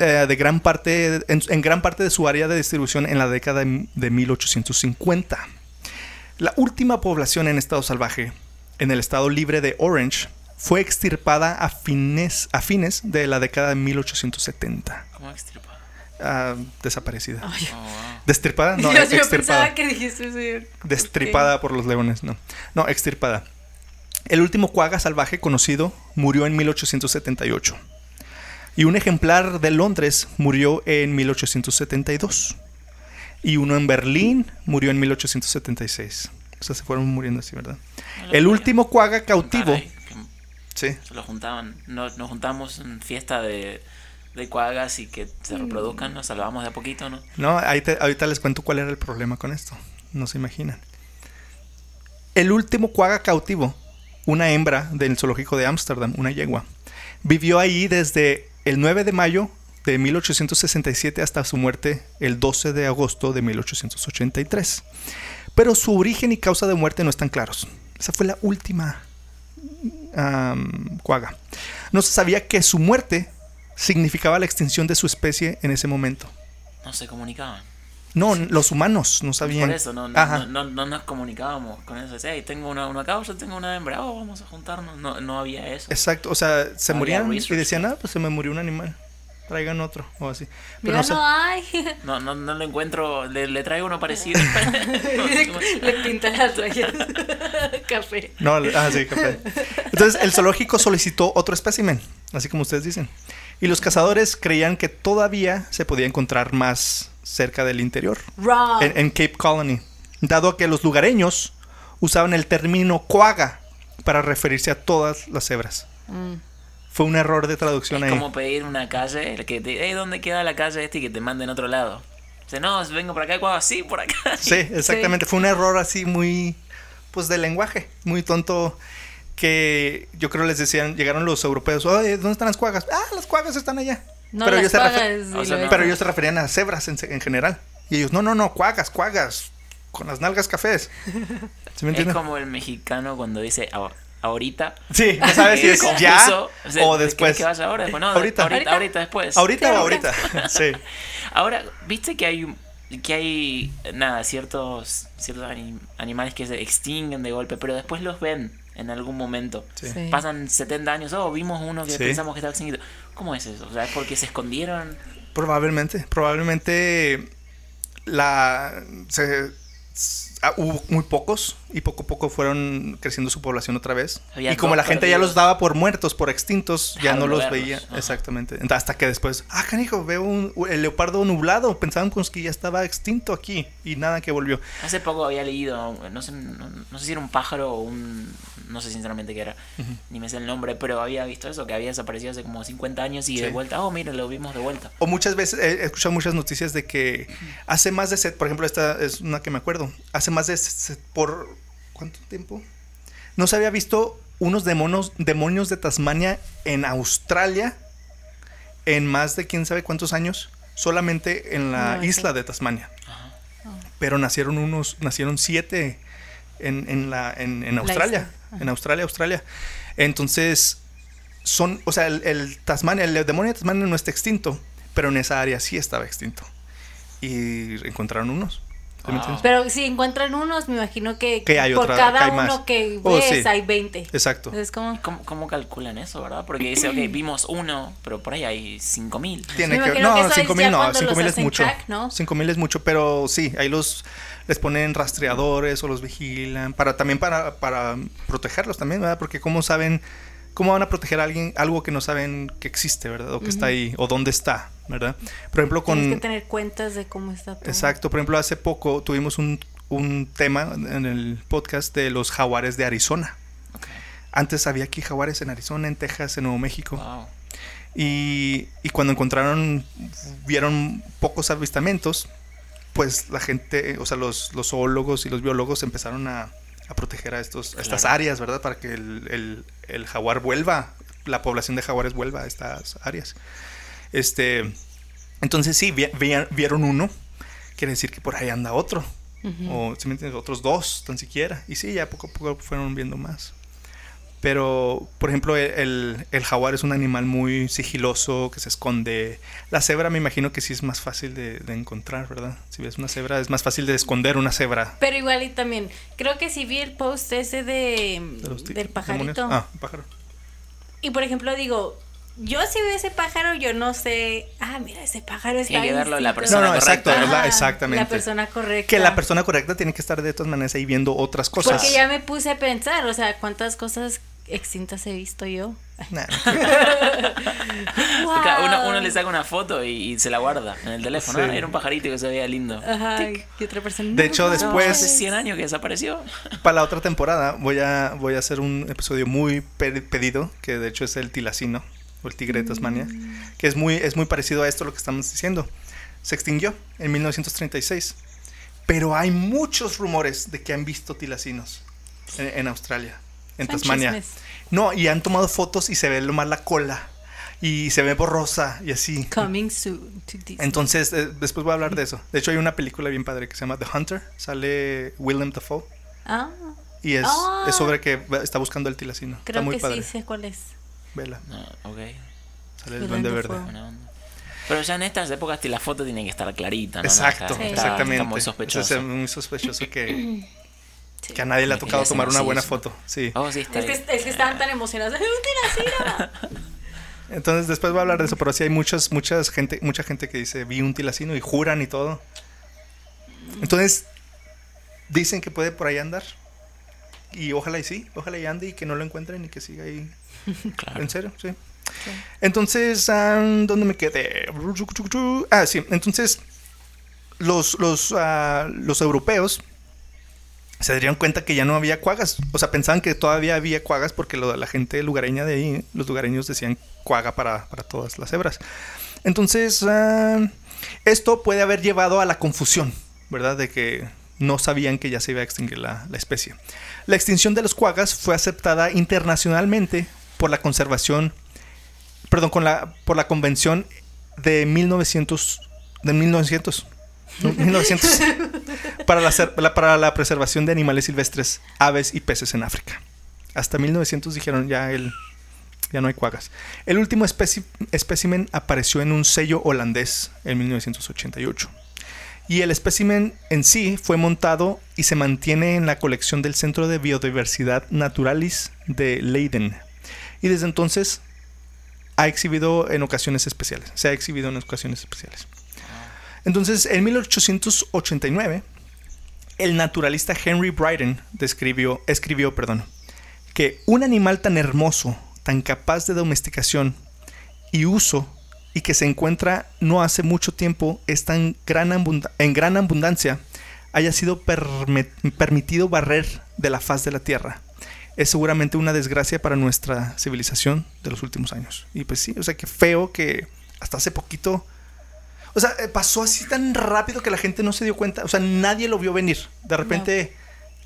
Speaker 1: eh, de gran parte, en, en gran parte de su área de distribución en la década de, de 1850. La última población en estado salvaje, en el estado libre de Orange, fue extirpada a fines, a fines de la década de 1870.
Speaker 3: ¿Cómo extirpa?
Speaker 1: Ah, desaparecida.
Speaker 3: Oh, wow.
Speaker 1: ¿Destripada? No,
Speaker 2: Dios, <laughs> yo
Speaker 1: extirpada.
Speaker 2: pensaba que dijiste señor.
Speaker 1: Destripada por los leones, no. No, extirpada. El último cuaga salvaje conocido murió en 1878. Y un ejemplar de Londres murió en 1872. Y uno en Berlín murió en 1876. O sea, se fueron muriendo así, ¿verdad? El último cuaga cautivo.
Speaker 3: Caray, que
Speaker 1: Sí.
Speaker 3: se lo juntaban. Nos, nos juntamos en fiesta de, de cuagas y que
Speaker 2: Mm.
Speaker 3: se reproduzcan. Nos salvamos de a poquito, ¿no?
Speaker 1: No, ahí te- ahorita les cuento cuál era el problema con esto. No se imaginan. El último cuaga cautivo, una hembra del zoológico de Ámsterdam, una yegua, vivió ahí desde el 9 de mayo de 1867 hasta su muerte el 12 de agosto de 1883. Pero su origen y causa de muerte no están claros. Esa fue la última am, cuaga. No se sabía que su muerte significaba la extinción de su especie en ese momento.
Speaker 3: No se comunicaban.
Speaker 1: No, los humanos no sabían.
Speaker 3: Por eso no, no,
Speaker 1: Ajá.
Speaker 3: no, no- no nos comunicábamos con eso. Decía, "Hey, tengo una, una causa, tengo una hembra, oh, vamos a juntarnos. No, no había eso.
Speaker 1: Exacto, o sea, se
Speaker 3: Había
Speaker 1: morían y
Speaker 3: research.
Speaker 1: decían, ah, pues se me murió un animal. Traigan otro o así. Pero
Speaker 2: Mira,
Speaker 1: no,
Speaker 2: no,
Speaker 1: sé.
Speaker 2: hay.
Speaker 3: <laughs> No, no, no lo encuentro, le, le traigo uno
Speaker 2: <laughs>
Speaker 3: parecido. <laughs>
Speaker 2: Le pinta las rayas. <laughs> Café.
Speaker 1: No, le- ah, sí, capaz. Entonces, el zoológico solicitó otro espécimen, así como ustedes dicen. Y los cazadores creían que todavía se podía encontrar más cerca del interior,
Speaker 2: Wrong.
Speaker 1: en, en Cape Colony, dado a que los lugareños usaban el término cuaga para referirse a todas las cebras.
Speaker 2: Mm.
Speaker 1: Fue un error de traducción
Speaker 3: es
Speaker 1: ahí.
Speaker 3: como pedir una calle, el que te, hey, ¿dónde queda la calle este? Y que te manden a otro lado. Dice, no, vengo por acá, cuando sí, por acá.
Speaker 1: <laughs> Sí, exactamente. Fue un error así muy, pues, de lenguaje, muy tonto. Que yo creo les decían, llegaron los europeos, oye, ¿dónde están las cuagas? Ah, las cuagas están allá.
Speaker 2: No
Speaker 1: ellos
Speaker 2: las
Speaker 1: se refer-
Speaker 2: pagas. y
Speaker 3: Ah, O sea,
Speaker 2: lo
Speaker 3: no.
Speaker 1: pero ellos se referían a cebras en, en general. Y ellos, no, no, no, cuagas, cuagas, con las nalgas cafés. ¿Sí me
Speaker 3: Es
Speaker 1: entiendes?
Speaker 3: como el mexicano cuando dice "Ah, ahorita.
Speaker 1: Sí, no sabes
Speaker 3: <laughs>
Speaker 1: si
Speaker 3: Eh,
Speaker 1: es
Speaker 3: confuso,
Speaker 1: ya
Speaker 3: o sea,
Speaker 1: o
Speaker 3: ¿quieres
Speaker 1: después. Eh,
Speaker 3: que vaya ahora? Después, no,
Speaker 1: Ahorita.
Speaker 3: ahorita. Ahorita,
Speaker 2: Ahorita.
Speaker 3: después.
Speaker 1: ¿Ahorita o
Speaker 2: ahorita.
Speaker 1: ahorita? <laughs> Sí.
Speaker 3: Ahora, viste que hay que hay nada ciertos ciertos ani- animales que se extinguen de golpe, pero después los ven en algún momento.
Speaker 1: Sí.
Speaker 2: Sí.
Speaker 3: Pasan 70 años, oh, vimos uno que
Speaker 1: Sí.
Speaker 3: pensamos que estaba extinguido. ¿Cómo es eso? O sea, ¿es porque se escondieron?
Speaker 1: Probablemente, probablemente la se, s- ah, hubo muy pocos y poco a poco fueron creciendo su población otra vez.
Speaker 3: Había
Speaker 1: y como
Speaker 3: dos
Speaker 1: la gente ya
Speaker 3: perdidos.
Speaker 1: los daba por muertos, por extintos, ya
Speaker 3: Dejaron
Speaker 1: no
Speaker 3: de
Speaker 1: los
Speaker 3: verlos,
Speaker 1: veía.
Speaker 3: ajá.
Speaker 1: Exactamente. Entonces, Hasta que después, ah, canijo, veo un, el leopardo nublado. Pensaban con- que ya estaba extinto aquí y nada que volvió.
Speaker 3: Hace poco había leído, no sé, no, no sé si era un pájaro o un... No sé sinceramente qué era, ni me sé el nombre, pero había visto eso, que había desaparecido hace como 50 años y de
Speaker 1: Sí.
Speaker 3: vuelta, oh, mira, lo vimos de vuelta.
Speaker 1: O muchas veces, he he escuchado muchas noticias de que hace más de, se- por ejemplo, esta es una que me acuerdo, hace más de, se- por, ¿cuánto tiempo? No se había visto unos demonios, demonios de Tasmania en Australia en más de quién sabe cuántos años, solamente en la
Speaker 2: No, sí.
Speaker 1: isla de Tasmania.
Speaker 3: Ajá.
Speaker 1: Pero nacieron unos, nacieron siete en, en la, en, en
Speaker 2: La
Speaker 1: Australia,
Speaker 2: isla, ajá.
Speaker 1: en Australia, Australia. Entonces, son, o sea, el, el Tasmania, el demonio de Tasmania no está extinto, pero en esa área sí estaba extinto. Y encontraron unos. ¿Sí me
Speaker 3: Wow.
Speaker 1: entiendes?
Speaker 2: Pero si encuentran unos, me imagino que,
Speaker 1: Que hay
Speaker 2: por
Speaker 1: otra-
Speaker 2: cada
Speaker 1: que hay más.
Speaker 2: uno que ves
Speaker 1: Oh, sí.
Speaker 2: hay 20.
Speaker 1: Exacto.
Speaker 2: Es como...
Speaker 3: ¿Cómo, cómo calculan eso, verdad? Porque
Speaker 2: <clears throat>
Speaker 3: dice, ok, vimos uno, pero por ahí hay 5000.
Speaker 1: Tiene
Speaker 2: Me
Speaker 1: que,
Speaker 2: imagino que
Speaker 1: no,
Speaker 2: eso es
Speaker 1: 5000
Speaker 2: ya
Speaker 1: no,
Speaker 2: cuando
Speaker 1: 5000
Speaker 2: los
Speaker 1: es
Speaker 2: hacen
Speaker 1: mucho.
Speaker 2: track, ¿no?
Speaker 1: 5000 es mucho, pero sí, ahí los les ponen rastreadores o los vigilan para también para para protegerlos también, ¿verdad? Porque cómo saben cómo van a proteger a alguien algo que no saben que existe, ¿verdad? O que está ahí o dónde está, ¿verdad? Por ejemplo,
Speaker 2: Tienes
Speaker 1: con
Speaker 2: que tener cuentas de cómo está todo.
Speaker 1: Exacto, por ejemplo, hace poco tuvimos un un tema en el podcast de los jaguares de Arizona.
Speaker 3: Ok,
Speaker 1: Antes había aquí jaguares en Arizona, en Texas, en Nuevo México.
Speaker 3: wow.
Speaker 1: Y, y cuando encontraron, vieron pocos avistamientos, pues la gente, o sea, los, los zoólogos y los biólogos empezaron a, a proteger a, estos, a estas
Speaker 3: Claro.
Speaker 1: áreas, ¿verdad? Para que el, el- el jaguar vuelva, la población de jaguares vuelva a estas áreas. Este, entonces sí, vi- vi- vieron uno, quiere decir que por ahí anda otro, o si me entiendes, otros dos, tan siquiera. Y sí, ya poco a poco fueron viendo más. Pero, por ejemplo, el, el- el jaguar es un animal muy sigiloso, que se esconde. La cebra me imagino que sí es más fácil de, de encontrar, ¿verdad? Si ves una cebra, es más fácil de esconder una cebra.
Speaker 2: Pero igual y también, creo que si vi el post ese de,
Speaker 1: de los ti-
Speaker 2: del
Speaker 1: demonios.
Speaker 2: pajarito.
Speaker 1: Ah, un pájaro.
Speaker 2: Y por ejemplo digo, yo si veo ese pájaro, yo no sé, ah, mira, ese pájaro está
Speaker 3: Tiene que
Speaker 2: bien
Speaker 3: verlo la
Speaker 1: No,
Speaker 2: distinto".
Speaker 3: persona
Speaker 1: no, exacto,
Speaker 3: correcta.
Speaker 1: es la-
Speaker 2: Ajá,
Speaker 1: exactamente.
Speaker 2: La persona correcta.
Speaker 1: Que la persona correcta tiene que estar de todas maneras ahí viendo otras cosas.
Speaker 2: Porque ya me puse a pensar, o sea, cuántas cosas extintas he visto yo. <laughs>
Speaker 1: Nah.
Speaker 2: Wow.
Speaker 3: Claro, Uno, uno le saca una foto y, y se la guarda en el teléfono.
Speaker 1: Sí.
Speaker 3: Ah, Era un pajarito que se veía lindo.
Speaker 2: Ajá, y otra persona.
Speaker 1: De hecho,
Speaker 2: no,
Speaker 1: después-
Speaker 3: hace 100 años que desapareció. <laughs>
Speaker 1: Para la otra temporada voy a, voy a hacer un episodio muy pe- pedido, que de hecho es el tilacino, o el tigre de Tasmania,
Speaker 2: Mm.
Speaker 1: que es muy, es muy parecido a esto lo que estamos diciendo. Se extinguió en 1936, pero hay muchos rumores de que han visto tilacinos en, en Australia, en
Speaker 2: Son
Speaker 1: Tasmania.
Speaker 2: chismes.
Speaker 1: No, y han tomado fotos y se ve lo más la cola, y se ve borrosa, y así.
Speaker 2: Coming soon to Disney.
Speaker 1: Entonces, eh, después voy a hablar de eso. De hecho, hay una película bien padre que se llama The Hunter, sale Willem Dafoe.
Speaker 2: ah,
Speaker 1: Y es,
Speaker 2: Ah.
Speaker 1: es sobre que va- está buscando el tilacino. está
Speaker 2: creo
Speaker 1: muy
Speaker 2: que
Speaker 1: padre.
Speaker 2: sí sé cuál es.
Speaker 1: Vela,
Speaker 3: No, ok.
Speaker 1: sale el
Speaker 2: Willem
Speaker 1: duende
Speaker 2: Dafoe.
Speaker 1: verde.
Speaker 3: buena onda. Pero ya en estas épocas la foto tiene que estar clarita. ¿no?
Speaker 1: Exacto,
Speaker 3: Está- está-
Speaker 1: exactamente.
Speaker 3: Está muy
Speaker 1: Eso
Speaker 3: sospechoso.
Speaker 1: Es muy sospechoso que,
Speaker 2: <clears throat> Sí.
Speaker 1: que a nadie le ha
Speaker 3: Sí,
Speaker 1: tocado
Speaker 3: ya se
Speaker 1: tomar una
Speaker 3: consigue
Speaker 1: buena
Speaker 3: eso.
Speaker 1: foto. Sí.
Speaker 3: Oh, sí, está
Speaker 2: Es que,
Speaker 3: ahí.
Speaker 2: es que estaban tan emocionados. ¡Ay, un tilacino!
Speaker 1: Entonces, después voy a hablar de eso. Pero sí hay muchas, muchas gente, mucha gente que dice vi un tilacino y juran y todo. Entonces, dicen que puede por ahí andar. Y ojalá y sí, ojalá y ande y que no lo encuentren y que siga ahí
Speaker 3: Claro.
Speaker 1: ¿En serio? Sí. Entonces, ah, ¿dónde me quedé? Ah, sí. Entonces, los, los, ah, los europeos se dieron cuenta que ya no había cuagas. O sea, pensaban que todavía había cuagas porque lo- la gente lugareña de ahí, los lugareños decían cuaga para, para todas las hebras. Entonces, ah, esto puede haber llevado a la confusión, ¿verdad? De que no sabían que ya se iba a extinguir la, la especie. La extinción de los cuagas fue aceptada internacionalmente por la conservación, perdón, con la, por la convención de 1900, de 1900, no, 1900 para la, ser- la- para la preservación de animales silvestres, aves y peces en África. Hasta 1900 dijeron ya el, ya no hay cuagas. El último especi- espécimen apareció en un sello holandés en 1988. Y el espécimen en sí fue montado y se mantiene en la colección del Centro de Biodiversidad Naturalis de Leiden. Y desde entonces ha exhibido en ocasiones especiales. Se ha exhibido en ocasiones especiales. Entonces, en 1889, el naturalista Henry Bryden describió, escribió perdón, que un animal tan hermoso, tan capaz de domesticación y uso, y que se encuentra no hace mucho tiempo es tan gran abunda- en gran abundancia, haya sido perme- permitido barrer de la faz de la tierra. Es seguramente una desgracia para nuestra civilización de los últimos años. Y pues sí, o sea, que feo que hasta hace poquito o sea, eh, pasó así tan rápido que la gente no se dio cuenta. O sea, nadie lo vio venir. De repente,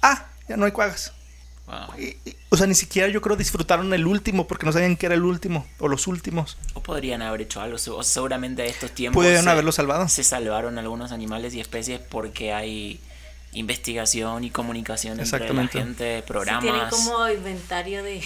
Speaker 1: ah, ya no hay cuagas.
Speaker 3: Wow.
Speaker 1: Y- y- o sea, ni siquiera yo creo disfrutaron el último porque no sabían que era el último o los últimos.
Speaker 3: O podrían haber hecho algo, se- o seguramente a estos tiempos
Speaker 1: Pudieron
Speaker 3: se,
Speaker 1: haberlo salvado.
Speaker 3: se salvaron algunos animales y especies porque hay investigación y comunicación entre la
Speaker 1: Exactamente.
Speaker 3: gente,
Speaker 2: Sí, tiene
Speaker 3: programas.
Speaker 2: como inventario de.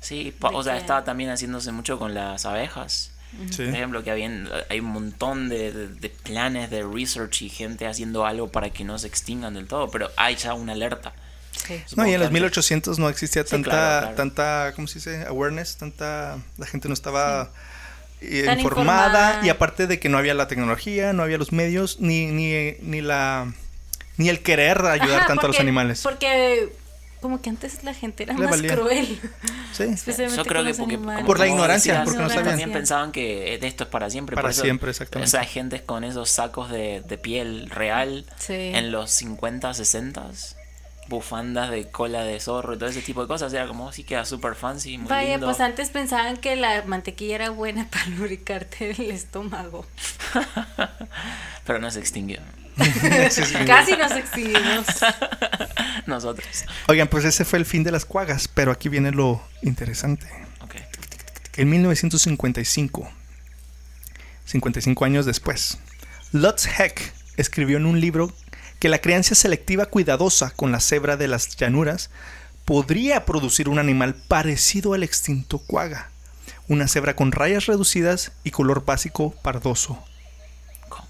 Speaker 3: Sí, pa- o sea,
Speaker 2: de que-
Speaker 3: estaba también haciéndose mucho con las abejas. Por ejemplo, que habían, hay un montón de, de- de planes de research y gente haciendo algo para que no se extingan del todo, pero hay ya una alerta.
Speaker 2: Sí.
Speaker 1: No,
Speaker 3: Supongo
Speaker 1: y
Speaker 3: que
Speaker 1: en los
Speaker 3: antes-
Speaker 1: 1800 no existía
Speaker 3: Sí,
Speaker 1: tanta,
Speaker 3: claro, claro.
Speaker 1: tanta, ¿cómo se dice? Awareness, tanta, la gente no estaba eh, informada,
Speaker 2: Tan informada.
Speaker 1: y aparte de que no había la tecnología, no había los medios, ni, ni, ni la, ni el querer ayudar
Speaker 2: Ajá,
Speaker 1: tanto a los
Speaker 2: porque-
Speaker 1: animales.
Speaker 2: Porque como que antes la gente era
Speaker 1: Le
Speaker 2: más
Speaker 1: valía.
Speaker 2: cruel. <laughs>
Speaker 1: Sí. <laughs>
Speaker 2: Especialmente
Speaker 3: Yo creo
Speaker 2: con
Speaker 3: que
Speaker 2: los
Speaker 3: porque,
Speaker 2: animales.
Speaker 3: como-
Speaker 1: Por la
Speaker 3: como
Speaker 1: ignorancia,
Speaker 3: decías,
Speaker 1: porque no
Speaker 3: también
Speaker 1: sabían.
Speaker 3: pensaban que eh, de esto es para siempre.
Speaker 1: Para
Speaker 3: por eso
Speaker 1: siempre, exactamente.
Speaker 3: Esas gentes con esos sacos de, de piel real
Speaker 2: Sí.
Speaker 3: en los 50, 60, bufandas de cola de zorro y todo ese tipo de cosas. Era como, sí, queda super fancy, muy
Speaker 2: Vaya,
Speaker 3: lindo.
Speaker 2: pues antes pensaban que la mantequilla era buena para lubricarte el estómago.
Speaker 3: Pero no se extinguió. <laughs>
Speaker 2: Casi nos exhibimos.
Speaker 3: Nosotros.
Speaker 1: Oigan, pues ese fue el fin de las cuagas, pero aquí viene lo interesante.
Speaker 3: Ok.
Speaker 1: En 1955, 55 años después, Lutz Heck escribió en un libro que la crianza selectiva cuidadosa con la cebra de las llanuras podría producir un animal parecido al extinto cuaga, una cebra con rayas reducidas y color básico pardoso.
Speaker 3: ¿Cómo?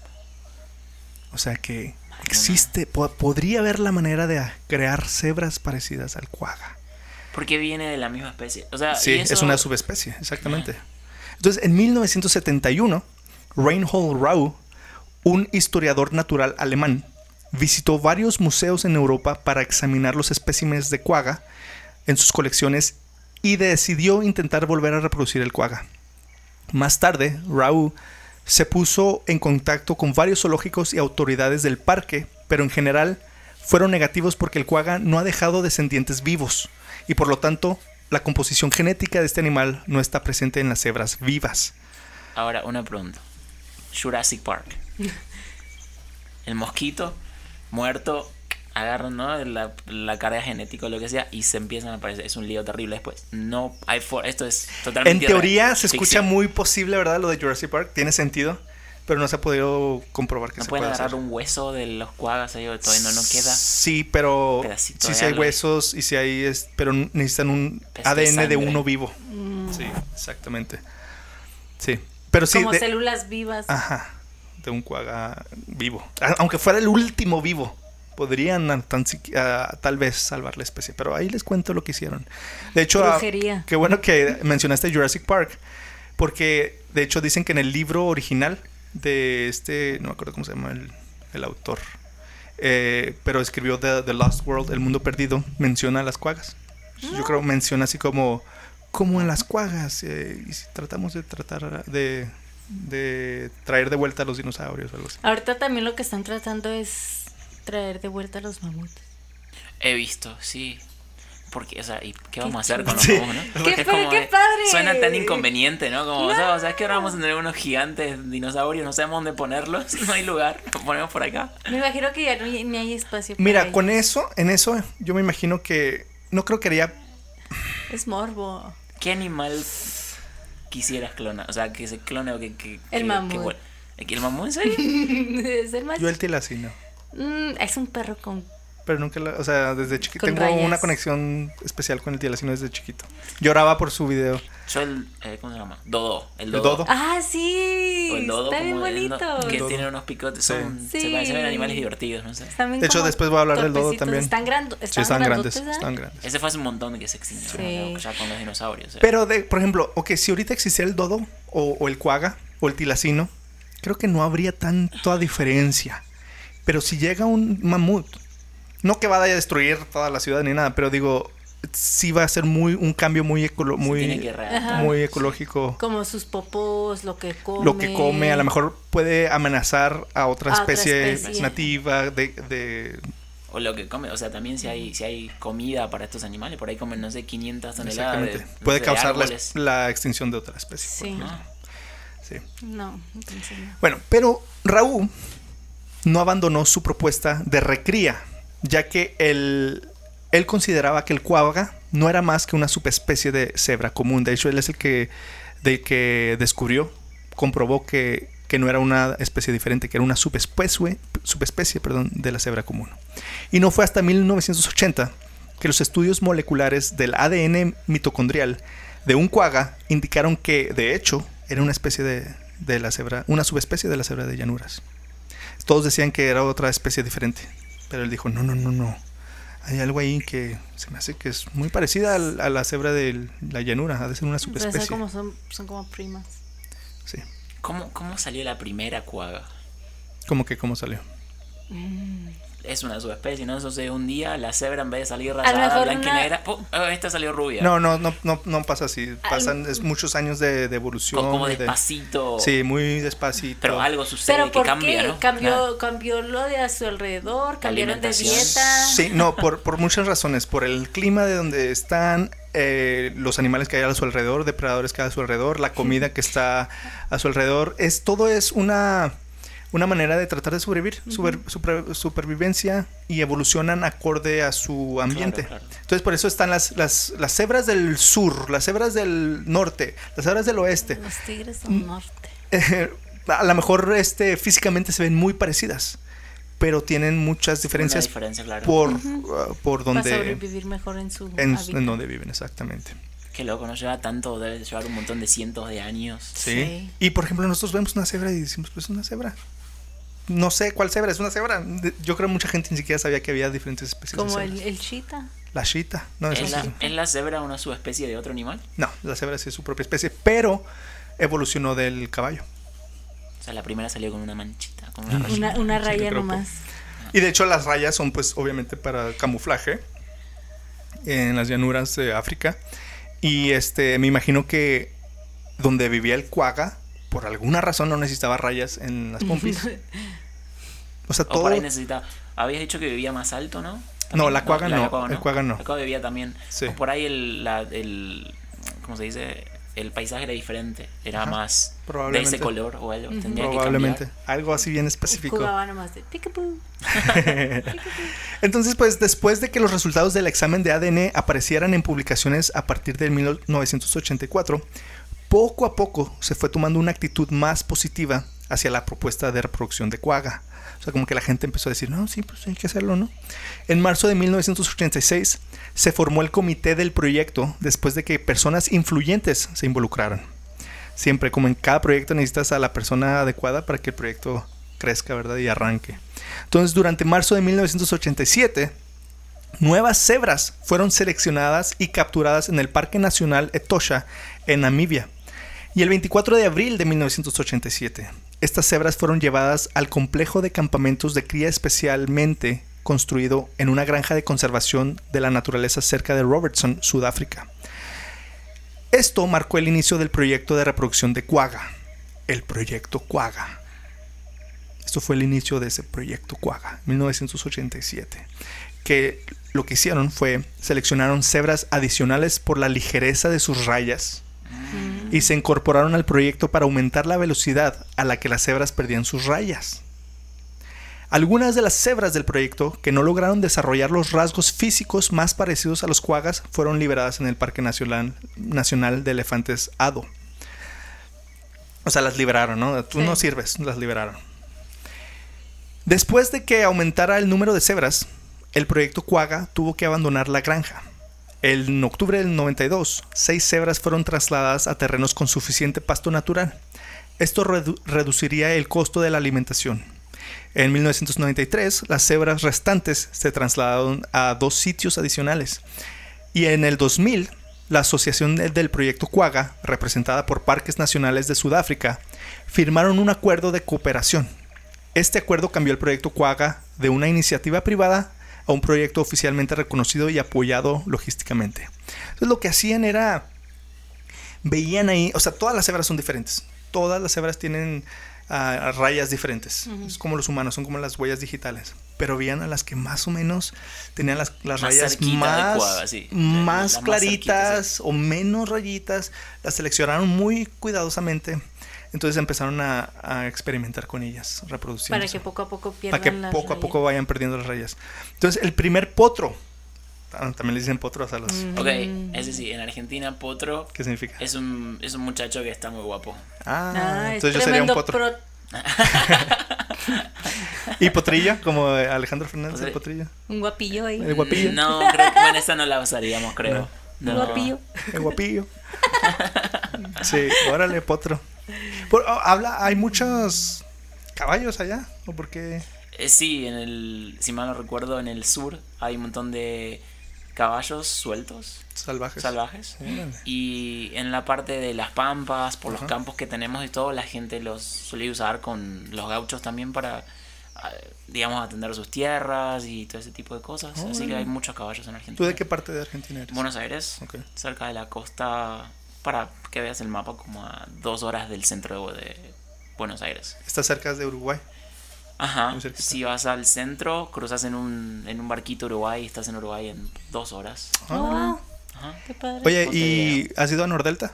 Speaker 1: O sea que existe, po- podría haber la manera de crear cebras parecidas al cuaga.
Speaker 3: Porque viene de la misma especie. O sea,
Speaker 1: Sí,
Speaker 3: y eso-
Speaker 1: es una subespecie, exactamente. Entonces, en 1971, Reinhold Rau, un historiador natural alemán, visitó varios museos en Europa para examinar los especímenes de cuaga en sus colecciones y decidió intentar volver a reproducir el cuaga. Más tarde, Rau se puso en contacto con varios zoológicos y autoridades del parque, pero en general fueron negativos porque el cuaga no ha dejado descendientes vivos y por lo tanto la composición genética de este animal no está presente en las cebras vivas.
Speaker 3: Ahora, una pregunta. Jurassic
Speaker 1: <laughs>
Speaker 3: Park. El mosquito muerto agarran ¿no? la, la carga genética o lo que sea y se empiezan a aparecer. Es un lío terrible después. No hay for- esto es
Speaker 1: En
Speaker 3: totalmente
Speaker 1: teoría
Speaker 3: irreal.
Speaker 1: se escucha
Speaker 3: Ficción.
Speaker 1: muy posible, ¿verdad? Lo de Jurassic Park tiene sentido, pero no se ha podido comprobar que
Speaker 3: No
Speaker 1: se
Speaker 3: pueden
Speaker 1: pueda
Speaker 3: agarrar
Speaker 1: hacer.
Speaker 3: un hueso de los cuagas ahí o todavía no, no queda.
Speaker 1: Sí, pero
Speaker 3: pedacito
Speaker 1: sí,
Speaker 3: de
Speaker 1: sí hay
Speaker 3: algo.
Speaker 1: huesos y si hay, es- pero necesitan un
Speaker 3: Pez de
Speaker 1: ADN de
Speaker 3: sangre.
Speaker 1: uno vivo. Sí, exactamente. Sí, pero sí.
Speaker 2: como
Speaker 1: de- Ah.
Speaker 2: células vivas.
Speaker 1: Ajá, de un cuaga vivo. A- Aunque fuera el último vivo, podrían ah, tan siqui- ah, tal vez salvar la especie. Pero ahí les cuento lo que hicieron. De hecho, ah,
Speaker 2: Brujería.
Speaker 1: qué bueno que mencionaste Jurassic Park, porque de hecho dicen que en el libro original de este, no me acuerdo cómo se llama el, el autor, eh, pero escribió The, The Lost World, El Mundo Perdido, menciona a las cuagas. Yo
Speaker 2: Ah.
Speaker 1: creo menciona así como como en las cuagas eh, y si tratamos de tratar de, de traer de vuelta a los dinosaurios o algo así.
Speaker 2: Ahorita también lo que están tratando es traer de vuelta a los mamuts.
Speaker 3: He visto, sí. Porque, o sea, ¿y qué vamos a hacer
Speaker 2: chulo.
Speaker 3: con los
Speaker 1: Sí.
Speaker 3: bobos, no?
Speaker 2: ¡Qué
Speaker 3: es
Speaker 2: padre,
Speaker 3: como
Speaker 2: qué
Speaker 3: de-
Speaker 2: padre!
Speaker 3: Suena tan inconveniente, ¿no? Como, o sea, o sea, es que ahora vamos a tener unos gigantes dinosaurios, no sabemos dónde ponerlos, <laughs> no hay lugar, los ponemos por acá.
Speaker 2: Me imagino que ya no hay, ni hay espacio
Speaker 1: Mira,
Speaker 2: para
Speaker 1: con eso, en eso yo me imagino que no creo que haría
Speaker 2: ello. Es morbo. <laughs>
Speaker 3: ¿Qué animal quisieras clonar? O sea, que se clone o que... que-
Speaker 2: El
Speaker 3: que-
Speaker 2: mamut.
Speaker 3: que vuel- ¿El mamut en serio?
Speaker 2: es el más...
Speaker 1: yo el tilacino.
Speaker 2: Mm, es un perro con...
Speaker 1: Pero nunca, la- o sea, desde chiquito
Speaker 2: Con
Speaker 1: tengo una
Speaker 2: rayas.
Speaker 1: conexión especial con el tilacino desde chiquito. Lloraba por su video.
Speaker 3: Yo el... eh, ¿Cómo se llama? Dodo. El
Speaker 1: El
Speaker 3: dodo.
Speaker 1: dodo.
Speaker 2: ¡Ah, sí!
Speaker 3: O el dodo
Speaker 2: Está bien
Speaker 3: como el-
Speaker 2: bonito.
Speaker 3: no, que
Speaker 1: Dodo.
Speaker 3: tiene unos picotes.
Speaker 1: Sí.
Speaker 3: Son,
Speaker 2: Sí.
Speaker 3: Se parecen a animales divertidos, no sé.
Speaker 2: Están bien
Speaker 1: De hecho,
Speaker 2: como
Speaker 1: después voy a hablar del dodo
Speaker 2: torpecitos.
Speaker 1: también.
Speaker 2: Están, gran-
Speaker 1: Sí,
Speaker 2: están,
Speaker 1: están grandes,
Speaker 2: grandotes, ¿verdad?
Speaker 1: están grandes.
Speaker 3: Ese fue hace un montón que se extinguió,
Speaker 2: Sí.
Speaker 3: ¿no? ya con los dinosaurios. eh.
Speaker 1: Pero, de, por ejemplo, ok, si ahorita existiera el dodo o, o el cuaga o el tilacino, creo que no habría tanta diferencia. Pero si llega un mamut No que vaya a destruir toda la ciudad ni nada, pero digo, sí va a ser muy un cambio muy ecolo-
Speaker 3: Se tiene que
Speaker 1: muy,
Speaker 3: readaptar.
Speaker 1: muy ecológico.
Speaker 2: Como sus popós, lo que Ah, come.
Speaker 1: Lo que come, a lo mejor puede amenazar a otra
Speaker 2: A otra
Speaker 1: especie,
Speaker 2: especie.
Speaker 1: nativa de, de-
Speaker 3: O lo que come, o sea, también si hay, si hay comida para estos animales, por ahí comen, no sé, 500 toneladas de,
Speaker 1: exactamente.
Speaker 3: no
Speaker 1: puede
Speaker 3: sé, de
Speaker 1: causar la,
Speaker 3: árboles,
Speaker 1: la extinción de otra especie. por
Speaker 2: Sí.
Speaker 1: ejemplo.
Speaker 3: ¿no?
Speaker 1: Sí.
Speaker 2: No, entonces no.
Speaker 1: Bueno, pero Raúl no abandonó su propuesta de recría, ya que él, él consideraba que el cuávaga no era más que una subespecie de cebra común. De hecho, él es el que, del que descubrió, comprobó que, que no era una especie diferente, que era una subespecie, subespecie perdón, de la cebra común. Y no fue hasta 1980 que los estudios moleculares del ADN mitocondrial de un cuaga indicaron que, de hecho, era una especie de, de la cebra, una subespecie de la cebra de llanuras. Todos decían que era otra especie diferente, pero él dijo, no, no, no, no. Hay algo ahí que se me hace que es muy parecida al- a la cebra de la llanura, ha de ser una
Speaker 2: Pero son
Speaker 1: subespecie.
Speaker 2: Pues, como, son, son como primas.
Speaker 1: Sí,
Speaker 3: ¿Cómo, ¿Cómo salió la primera cuaga?
Speaker 1: como que cómo salió.
Speaker 3: Es una subespecie, ¿no? Entonces un día la cebra en vez de salir
Speaker 2: lo
Speaker 3: rayada,
Speaker 2: mejor
Speaker 3: blanca y
Speaker 2: una-
Speaker 3: negra, ¡pum! Ah, esta salió rubia.
Speaker 1: No, no, no, no, no pasa así. Pasan es muchos años de, de
Speaker 3: Co-
Speaker 1: evolución.
Speaker 3: como,
Speaker 1: y de-
Speaker 3: despacito.
Speaker 1: Sí, muy despacito.
Speaker 3: Pero algo sucede
Speaker 2: Pero
Speaker 3: pues, que
Speaker 2: ¿por
Speaker 3: cambia,
Speaker 2: qué?
Speaker 3: ¿no? Nada.
Speaker 2: Cambió, cambió lo de a su alrededor, cambiaron de
Speaker 3: Alimentación.
Speaker 2: dieta.
Speaker 1: Sí, no, por, por muchas razones. Por el clima de donde están, eh, los animales que hay a su alrededor, depredadores que hay a su alrededor, la comida que está a su alrededor. Es, todo es una, una manera de tratar de sobrevivir, super- super- supervivencia y evolucionan acorde a su ambiente.
Speaker 3: claro.
Speaker 1: Entonces, por eso están las, las, las cebras del sur, las cebras del norte, las cebras del oeste.
Speaker 2: Los tigres son
Speaker 1: Mm.
Speaker 2: norte.
Speaker 1: Eh, a lo mejor este, físicamente se ven muy parecidas, pero tienen muchas
Speaker 3: Una
Speaker 1: diferencias
Speaker 3: diferencia, claro.
Speaker 1: por, uh, por
Speaker 2: Para
Speaker 1: donde
Speaker 2: sobrevivir mejor en su
Speaker 1: en,
Speaker 2: hábitat.
Speaker 1: en donde viven exactamente
Speaker 3: Qué loco, no lleva tanto, debe llevar un montón de cientos de años.
Speaker 1: ¿sí?
Speaker 2: Sí.
Speaker 1: y por ejemplo nosotros vemos una cebra y decimos pues es una cebra no sé cuál cebra es una cebra De- yo creo que mucha gente ni siquiera sabía que había diferentes especies
Speaker 2: Como
Speaker 1: de
Speaker 2: el,
Speaker 1: cebras.
Speaker 2: el chita.
Speaker 1: la chita no eso
Speaker 3: ¿Es
Speaker 1: sí
Speaker 3: la,
Speaker 1: es-
Speaker 3: ¿Es la cebra una subespecie de otro animal?
Speaker 1: no la cebra sí es su propia especie pero evolucionó del caballo
Speaker 3: O sea, la primera salió con una manchita, con una rayita.
Speaker 2: Una, una
Speaker 1: Ah, Sí,
Speaker 2: raya
Speaker 1: creo que-
Speaker 2: nomás.
Speaker 1: y de hecho las rayas son pues obviamente para camuflaje en las llanuras de África y este me imagino que donde vivía el cuaga por alguna razón no necesitaba rayas en las pompis
Speaker 2: <laughs>
Speaker 1: O sea,
Speaker 3: O
Speaker 1: todo.
Speaker 3: por ahí necesitaba. Habías dicho que vivía más alto, ¿no?
Speaker 1: No, la cuaga no, el cuaga no.
Speaker 3: La cuaga vivía también.
Speaker 1: Sí.
Speaker 3: O por ahí el, la- el- ¿Cómo se dice? El paisaje era diferente. Era
Speaker 1: Ajá,
Speaker 3: más.
Speaker 1: probablemente.
Speaker 3: De ese color o algo. Tendría que
Speaker 1: Probablemente.
Speaker 3: cambiar.
Speaker 1: Algo así bien específico. <laughs>
Speaker 2: Jugaba nomás de peekaboo.
Speaker 1: Entonces, pues después de que los resultados del examen de ADN aparecieran en publicaciones a partir de 1984, poco a poco se fue tomando una actitud más positiva hacia la propuesta de reproducción de Cuaga. O sea, como que la gente empezó a decir, no, sí, pues hay que hacerlo, ¿no? En marzo de 1986 se formó el comité del proyecto después de que personas influyentes se involucraran. Siempre, como en cada proyecto, necesitas a la persona adecuada para que el proyecto crezca, ¿verdad? Y arranque. Entonces, durante marzo de 1987, nuevas cebras fueron seleccionadas y capturadas en el Parque Nacional Etosha, en Namibia. Y el 24 de abril de 1987, estas cebras fueron llevadas al complejo de campamentos de cría especialmente construido en una granja de conservación de la naturaleza cerca de Robertson, Sudáfrica. Esto marcó el inicio del proyecto de reproducción de Cuaga, el proyecto Cuaga. Esto fue el inicio de ese proyecto Cuaga, 1987, que lo que hicieron fue seleccionaron cebras adicionales por la ligereza de sus rayas y se incorporaron al proyecto para aumentar la velocidad a la que las cebras perdían sus rayas. Algunas de las cebras del proyecto que no lograron desarrollar los rasgos físicos más parecidos a los cuagas fueron liberadas en el Parque Nacional, Nacional de Elefantes Ado. O sea, las liberaron, ¿no? Tú
Speaker 2: Sí.
Speaker 1: no sirves, las liberaron. Después de que aumentara el número de cebras, el proyecto Cuaga tuvo que abandonar la granja. El- En octubre del 92, seis cebras fueron trasladadas a terrenos con suficiente pasto natural. Esto redu- reduciría el costo de la alimentación. En 1993, las cebras restantes se trasladaron a dos sitios adicionales. Y en el 2000, la Asociación de- del Proyecto Cuaga, representada por Parques Nacionales de Sudáfrica, firmaron un acuerdo de cooperación. Este acuerdo cambió el Proyecto Cuaga de una iniciativa privada a un proyecto oficialmente reconocido y apoyado logísticamente. Entonces lo que hacían era, veían ahí, o sea, todas las hebras son diferentes, todas las hebras tienen ah, rayas diferentes, es como los humanos, son como las huellas digitales, pero veían a las que más o menos tenían las, las
Speaker 3: Más
Speaker 1: rayas
Speaker 3: cerquita de
Speaker 1: más,
Speaker 3: Cuava, sí.
Speaker 1: más
Speaker 3: Las más cerquitas,
Speaker 1: claritas o menos rayitas, las seleccionaron muy cuidadosamente. Entonces empezaron a, a experimentar con ellas, reproduciendo.
Speaker 2: Para que poco a poco pierdan
Speaker 1: Para que
Speaker 2: las
Speaker 1: poco a
Speaker 2: rayas.
Speaker 1: poco vayan perdiendo las rayas. Entonces, el primer potro. ah, También le dicen potros a los.
Speaker 2: Mm.
Speaker 3: Ok, ese sí, en Argentina Potro
Speaker 1: ¿Qué significa?
Speaker 3: es un, es un muchacho que está muy guapo.
Speaker 1: Ah,
Speaker 2: Ah, es
Speaker 1: entonces yo sería un
Speaker 2: tremendo
Speaker 1: potro.
Speaker 2: pro-
Speaker 1: Y potrillo, como Alejandro Fernández,
Speaker 3: O sea,
Speaker 1: el potrillo.
Speaker 2: un guapillo ahí.
Speaker 1: El guapillo.
Speaker 3: No, creo que bueno, esa no la usaríamos, creo.
Speaker 2: Un
Speaker 3: No.
Speaker 2: guapillo.
Speaker 1: El guapillo. Sí, órale, potro. Por- oh, habla, hay muchos caballos allá. ¿O por qué?
Speaker 3: Eh, sí, en el, si mal no recuerdo, en el sur hay un montón de caballos sueltos,
Speaker 1: Salvajes.
Speaker 3: salvajes.
Speaker 1: Órale.
Speaker 3: Y en la parte de las pampas, por los campos que tenemos y todo, la gente los suele usar con los gauchos también para, ah, digamos, atender sus tierras y todo ese tipo de cosas. Así que hay muchos caballos en Argentina.
Speaker 1: Ah, ¿Tú de qué parte de Argentina eres?
Speaker 3: Buenos Aires,
Speaker 1: Ok.
Speaker 3: cerca de la costa, para que veas el mapa, como a dos horas del centro de Buenos Aires.
Speaker 1: Está cerca de Uruguay.
Speaker 3: Ajá.
Speaker 1: Muy cerquita.
Speaker 3: Si vas al centro, cruzas en un, en un barquito a Uruguay y estás en Uruguay en dos horas.
Speaker 1: Ah,
Speaker 2: Oh, wow,
Speaker 3: Ajá.
Speaker 2: qué padre.
Speaker 1: Oye, ¿y
Speaker 3: Montevideo.
Speaker 1: has ido a Nordelta?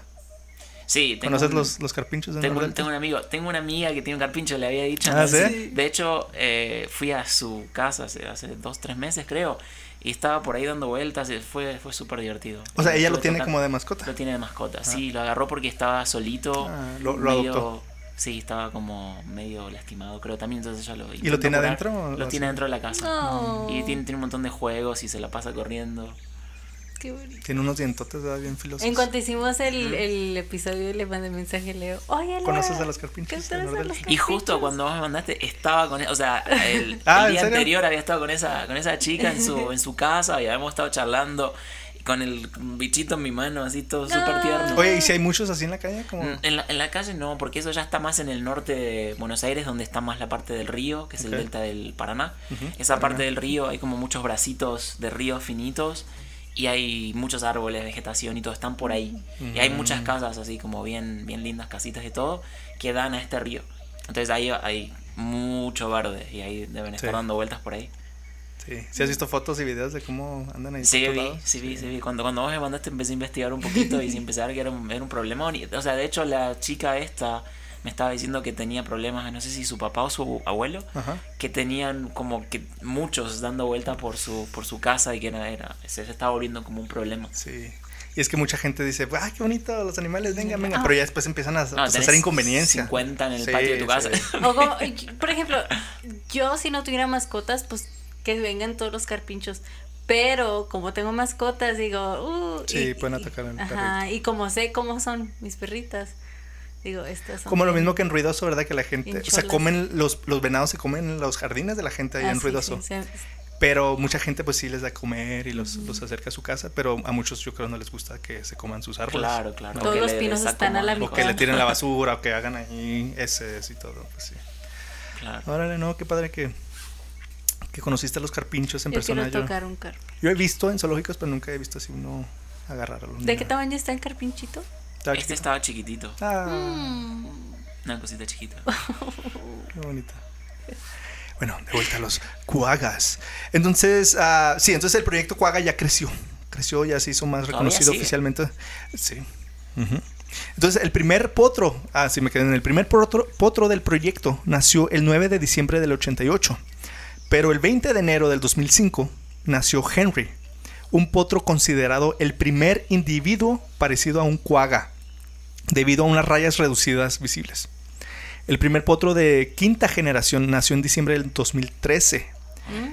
Speaker 3: Sí, tengo
Speaker 1: ¿Conoces
Speaker 3: un-
Speaker 1: los, los carpinchos de
Speaker 3: Tengo, un-
Speaker 1: Nordelta?
Speaker 3: tengo un amigo, tengo una amiga que tiene un carpincho, le había dicho.
Speaker 1: Ah,
Speaker 3: no sé
Speaker 1: ¿sí?
Speaker 3: si- De hecho, eh, fui a su casa hace, hace dos, tres meses, creo, y estaba por ahí dando vueltas, y fue, fue súper divertido.
Speaker 1: O sea, ella lo
Speaker 3: Estuve
Speaker 1: tiene
Speaker 3: tocando-
Speaker 1: como de mascota.
Speaker 3: Lo tiene de mascota, sí, lo agarró porque estaba solito.
Speaker 1: Ah, lo- lo adoptó.
Speaker 3: Sí, estaba como medio lastimado, creo también, entonces ya lo
Speaker 1: ¿Y lo tiene
Speaker 3: intentó curar.
Speaker 1: adentro o
Speaker 3: Lo
Speaker 1: así?
Speaker 3: tiene dentro de la casa.
Speaker 2: Oh,
Speaker 3: Y tiene, tiene un montón de juegos y se la pasa corriendo.
Speaker 2: qué bonito.
Speaker 1: Tiene unos dientotes ¿verdad? bien filosos.
Speaker 2: En cuanto hicimos el, el episodio, le mandé mensaje a Leo. Oye, Leo.
Speaker 1: ¿Conoces a los carpinchos?
Speaker 2: ¿conoces
Speaker 1: de
Speaker 2: a los
Speaker 1: Nordelta?
Speaker 3: Y justo cuando vos me mandaste, estaba con e- O sea, el,
Speaker 1: Ah,
Speaker 3: el
Speaker 1: ¿en
Speaker 3: día
Speaker 1: serio?
Speaker 3: anterior había estado con esa, con esa chica en su, en su casa y habíamos estado charlando con el bichito en mi mano, así todo súper tierno.
Speaker 1: Oye, ¿y si hay muchos así en la calle? Como...
Speaker 3: Mm, En la, en la calle no, porque eso ya está más en el norte de Buenos Aires, donde está más la parte del río, que es
Speaker 1: Ok.
Speaker 3: el delta del Paraná. Esa parte del río hay como muchos bracitos de ríos finitos y hay muchos árboles, vegetación y todo, están por ahí. Y
Speaker 1: Mm.
Speaker 3: hay muchas casas así como bien, bien lindas, casitas y todo, que dan a este río. Entonces ahí hay mucho verde y ahí deben estar
Speaker 1: Sí.
Speaker 3: dando vueltas por ahí.
Speaker 1: Sí. ¿Sí has visto fotos y videos de cómo andan ahí?
Speaker 3: Sí,
Speaker 1: por
Speaker 3: vi,
Speaker 1: todos lados?
Speaker 3: sí, vi, sí, vi. Cuando, cuando vos me mandaste empecé a investigar un poquito y <laughs> sí empecé a ver que era un, era un problemón. Y, O sea, de hecho, la chica esta me estaba diciendo que tenía problemas, no sé si su papá o su abuelo,
Speaker 1: Ajá.
Speaker 3: que tenían como que muchos dando vuelta por su, por su casa y que era, era- se se estaba volviendo como un problema.
Speaker 1: Sí. Y es que mucha gente dice, ¡ay, qué bonito! Los animales, venga, venga. Pero ya después empiezan a, pues, a
Speaker 3: Ah. tenés
Speaker 1: hacer inconveniencia.
Speaker 3: 50 en el
Speaker 1: Sí,
Speaker 3: patio de tu casa.
Speaker 1: sí.
Speaker 2: O como- por ejemplo, yo si no tuviera mascotas, pues que vengan todos los carpinchos. Pero como tengo mascotas, digo, uh,
Speaker 1: Sí, pueden atacar al
Speaker 2: Ajá, y como sé cómo son mis perritas, digo, estas son.
Speaker 1: Como lo mismo que en Ruidoso, ¿verdad? Que la gente,
Speaker 2: En
Speaker 1: o sea,
Speaker 2: Cholas.
Speaker 1: comen, los, los venados se comen los jardines de la gente ahí
Speaker 2: Ah,
Speaker 1: en
Speaker 2: sí,
Speaker 1: Ruidoso.
Speaker 2: sí, sí.
Speaker 1: Pero mucha gente pues sí les da a comer y los, los acerca a su casa, pero a muchos yo creo no les gusta que se coman sus árboles.
Speaker 3: Claro, claro.
Speaker 2: Todos
Speaker 3: que
Speaker 2: los
Speaker 3: le
Speaker 2: pinos están a la
Speaker 3: desacomodan
Speaker 1: O que
Speaker 2: Claro.
Speaker 1: le tiren
Speaker 2: <laughs>
Speaker 1: la basura, o que hagan ahí heces y todo. Pues, sí.
Speaker 3: cosas. Claro.
Speaker 1: Órale, no, qué padre que, que conociste a los carpinchos en
Speaker 2: Yo
Speaker 1: persona.
Speaker 2: quiero
Speaker 1: Yo,
Speaker 2: tocar un carpincho.
Speaker 1: yo he visto en zoológicos, pero nunca he visto así uno agarrarlo.
Speaker 2: ¿De qué tamaño está el carpinchito?
Speaker 1: Estaba
Speaker 3: Este
Speaker 1: chiquito.
Speaker 3: estaba chiquitito,
Speaker 1: Ah,
Speaker 3: una
Speaker 2: <laughs>
Speaker 3: cosita chiquita.
Speaker 1: qué bonita. Bueno, de vuelta a los cuagas. Entonces, ah, sí, entonces el proyecto cuaga ya creció. Creció, ya se hizo más
Speaker 3: Todavía
Speaker 1: reconocido
Speaker 3: sigue.
Speaker 1: oficialmente. Sí. Ujú. Entonces, el primer potro, ah, sí, me quedé en el primer potro, potro del proyecto, nació el 9 de diciembre del 88. Pero el 20 de enero del 2005 nació Henry, un potro considerado el primer individuo parecido a un cuaga, debido a unas rayas reducidas visibles. El primer potro de quinta generación nació en diciembre del 2013.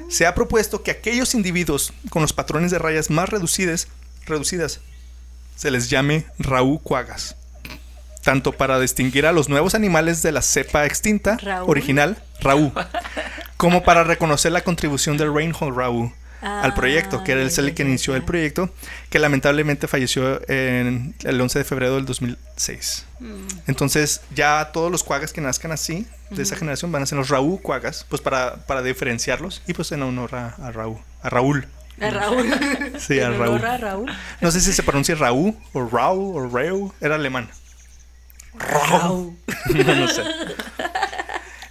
Speaker 1: Se ha propuesto que aquellos individuos con los patrones de rayas más reducidas, reducidas se les llame Raú cuagas, tanto para distinguir a los nuevos animales de la cepa extinta
Speaker 2: Raú.
Speaker 1: original, Raú, como para reconocer la contribución del Reinhold Raú al proyecto, que era el cel que inició el proyecto, que lamentablemente falleció en el 11 de febrero del 2006. Entonces, ya todos los cuagas que nazcan así, de esa generación, van a ser los Raúl cuagas, pues para, para diferenciarlos y pues en honor a, a Raúl. A Raúl.
Speaker 2: A Raúl.
Speaker 1: <laughs> Sí, a
Speaker 2: En honor
Speaker 1: Raúl.
Speaker 2: a Raúl.
Speaker 1: No sé si se pronuncia Raúl o Raúl o Reu, era alemán.
Speaker 2: Raúl.
Speaker 1: <laughs> no sé.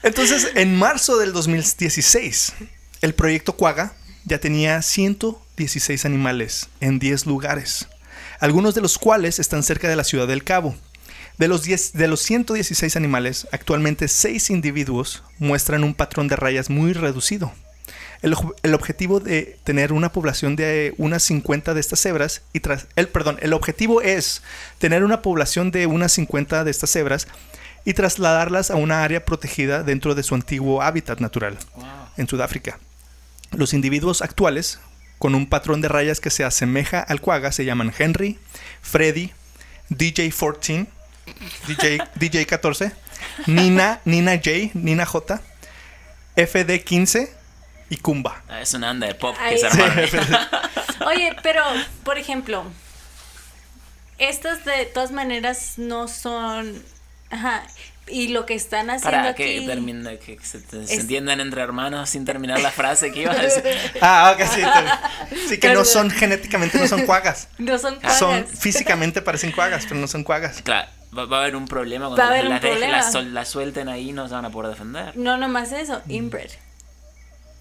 Speaker 1: Entonces, en marzo del 2016, el proyecto Cuaga ya tenía 116 animales en 10 lugares, algunos de los cuales están cerca de la ciudad del Cabo. De los, 10 de los 116 animales, actualmente 6 individuos muestran un patrón de rayas muy reducido. El, oj- el objetivo de tener una población de unas 50 de estas cebras y tras el perdón, el objetivo es tener una población de unas 50 de estas cebras y trasladarlas a una área protegida dentro de su antiguo hábitat natural
Speaker 3: Wow.
Speaker 1: en Sudáfrica. Los individuos actuales con un patrón de rayas que se asemeja al cuaga se llaman Henry, Freddy, DJ14, DJ, <laughs> DJ14, Nina, Nina J, Nina J, FD15 y Kumba.
Speaker 3: Ah, Es una anda de pop que
Speaker 2: Ahí
Speaker 3: se <laughs>
Speaker 2: sí.
Speaker 3: armaron.
Speaker 2: Oye, pero, por ejemplo, estas de todas maneras no son. Ajá. Y lo que están haciendo
Speaker 3: Para que,
Speaker 2: aquí.
Speaker 3: termine- que se, se
Speaker 2: Es-
Speaker 3: entiendan entre hermanos sin terminar la frase que iba
Speaker 2: <laughs>
Speaker 3: a decir.
Speaker 1: Ah, ok, sí. te- sí que no son genéticamente, no son cuagas.
Speaker 2: No son
Speaker 1: Son
Speaker 2: cuagas.
Speaker 1: físicamente parecen cuagas, pero no son cuagas.
Speaker 3: Claro, va, va a haber un problema
Speaker 2: Va a
Speaker 3: cuando
Speaker 2: haber un
Speaker 3: las, deje-
Speaker 2: problema.
Speaker 3: las sol- las suelten ahí no se van a poder defender.
Speaker 2: No, nomás eso,
Speaker 1: Mm.
Speaker 2: inbred.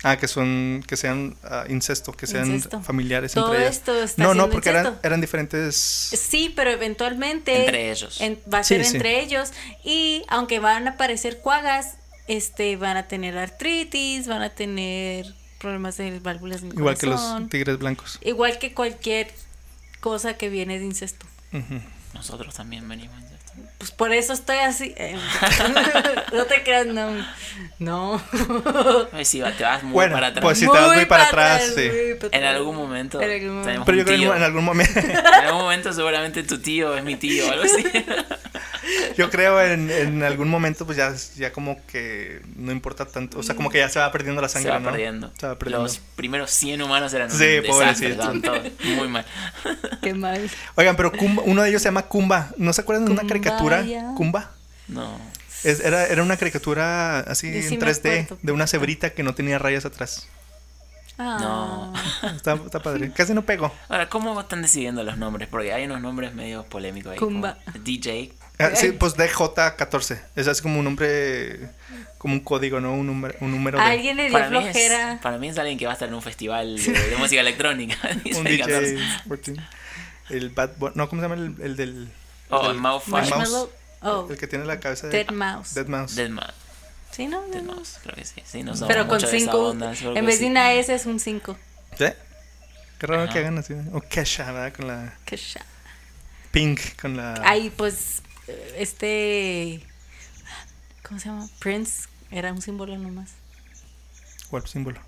Speaker 1: Ah, que son, que sean ah, incesto, que sean
Speaker 2: Incesto.
Speaker 1: familiares
Speaker 2: Todo
Speaker 1: entre ellas.
Speaker 2: esto está
Speaker 1: no, no,
Speaker 2: siendo
Speaker 1: porque eran,
Speaker 2: incesto.
Speaker 1: eran diferentes.
Speaker 2: Sí, pero eventualmente.
Speaker 3: Entre ellos.
Speaker 2: en- va a
Speaker 1: Sí,
Speaker 2: ser
Speaker 1: sí.
Speaker 2: entre ellos. Y aunque van a aparecer cuagas, este, van a tener artritis, van a tener problemas de válvulas en el
Speaker 1: Igual que los
Speaker 2: corazón.
Speaker 1: tigres blancos.
Speaker 2: Igual que cualquier cosa que viene de incesto.
Speaker 1: Ujú.
Speaker 3: Nosotros también venimos. de esto.
Speaker 2: Pues por eso estoy así. eh, <laughs> no te creas, no. No.
Speaker 3: Ay, sí, va- te vas muy
Speaker 1: Bueno,
Speaker 3: para atrás.
Speaker 1: pues sí. te vas muy para atrás, sí.
Speaker 2: muy para
Speaker 3: En
Speaker 2: atrás.
Speaker 3: algún momento
Speaker 2: En algún momento.
Speaker 3: tenemos-
Speaker 1: Pero yo creo
Speaker 3: Tío.
Speaker 1: que en algún momento,
Speaker 3: <laughs> En algún momento seguramente tu tío es mi tío o algo así.
Speaker 1: <laughs> yo creo en, en algún momento, pues ya, ya como que no importa tanto. O sea, como que ya se va perdiendo la
Speaker 3: Se
Speaker 1: sangre,
Speaker 3: va
Speaker 1: ¿no?
Speaker 3: perdiendo.
Speaker 1: Se va perdiendo.
Speaker 3: Los primeros 100 humanos eran un
Speaker 1: Sí,
Speaker 3: desastre,
Speaker 1: pobrecito.
Speaker 3: estaban todos muy mal.
Speaker 2: Qué mal.
Speaker 1: Oigan, pero Kumba- uno de ellos se llama Kumba. ¿No se acuerdan de una caricatura?
Speaker 2: Kumbaya.
Speaker 1: Kumba.
Speaker 3: No.
Speaker 1: Es- era, era una caricatura así
Speaker 2: Yo sí
Speaker 1: en
Speaker 2: me
Speaker 1: 3D
Speaker 2: acuerdo.
Speaker 1: de una cebrita que no tenía rayas atrás.
Speaker 2: Ah.
Speaker 3: <laughs> No.
Speaker 1: Está, está
Speaker 2: <laughs>
Speaker 1: padre. Casi no pegó.
Speaker 3: Ahora, ¿cómo están decidiendo los nombres? Porque hay unos nombres medio polémicos ahí.
Speaker 2: Kumba.
Speaker 3: como DJ.
Speaker 1: Ah, Sí, pues DJ14. Es así como un nombre, como un código, ¿no? Un número. Un número de-
Speaker 2: Alguien le dio
Speaker 3: Para mí, es,
Speaker 2: flojera.
Speaker 3: para mí es alguien que va a estar en un festival de, de música electrónica.
Speaker 1: <laughs>
Speaker 3: <laughs>
Speaker 1: un
Speaker 3: DJ
Speaker 1: DJ. 14. El Bad Bunny. No, ¿cómo se llama el, el del.
Speaker 3: Oh,
Speaker 1: del-
Speaker 3: el Mouth
Speaker 1: el
Speaker 3: Mouse.
Speaker 2: Marshmallow. Oh,
Speaker 1: El que tiene la cabeza de.
Speaker 2: Dead Mouse.
Speaker 1: Dead Mouse.
Speaker 3: Dead Mouse.
Speaker 2: Sí, no, no,
Speaker 3: Dead
Speaker 2: no.
Speaker 3: Mouse, creo que sí. Sí, no somos
Speaker 2: Pero con
Speaker 3: mucho de esa
Speaker 2: 5.
Speaker 3: onda, creo que
Speaker 2: En vez
Speaker 3: sí.
Speaker 2: de una S es un 5.
Speaker 1: ¿Sí? Qué raro
Speaker 3: Ajá.
Speaker 1: que hagan así. O Kesha, ¿verdad? Con la. Pink, con la.
Speaker 2: Ahí, pues, eh, este. ¿Cómo se llama? Prince. Era un símbolo nomás.
Speaker 1: ¿Cuál símbolo?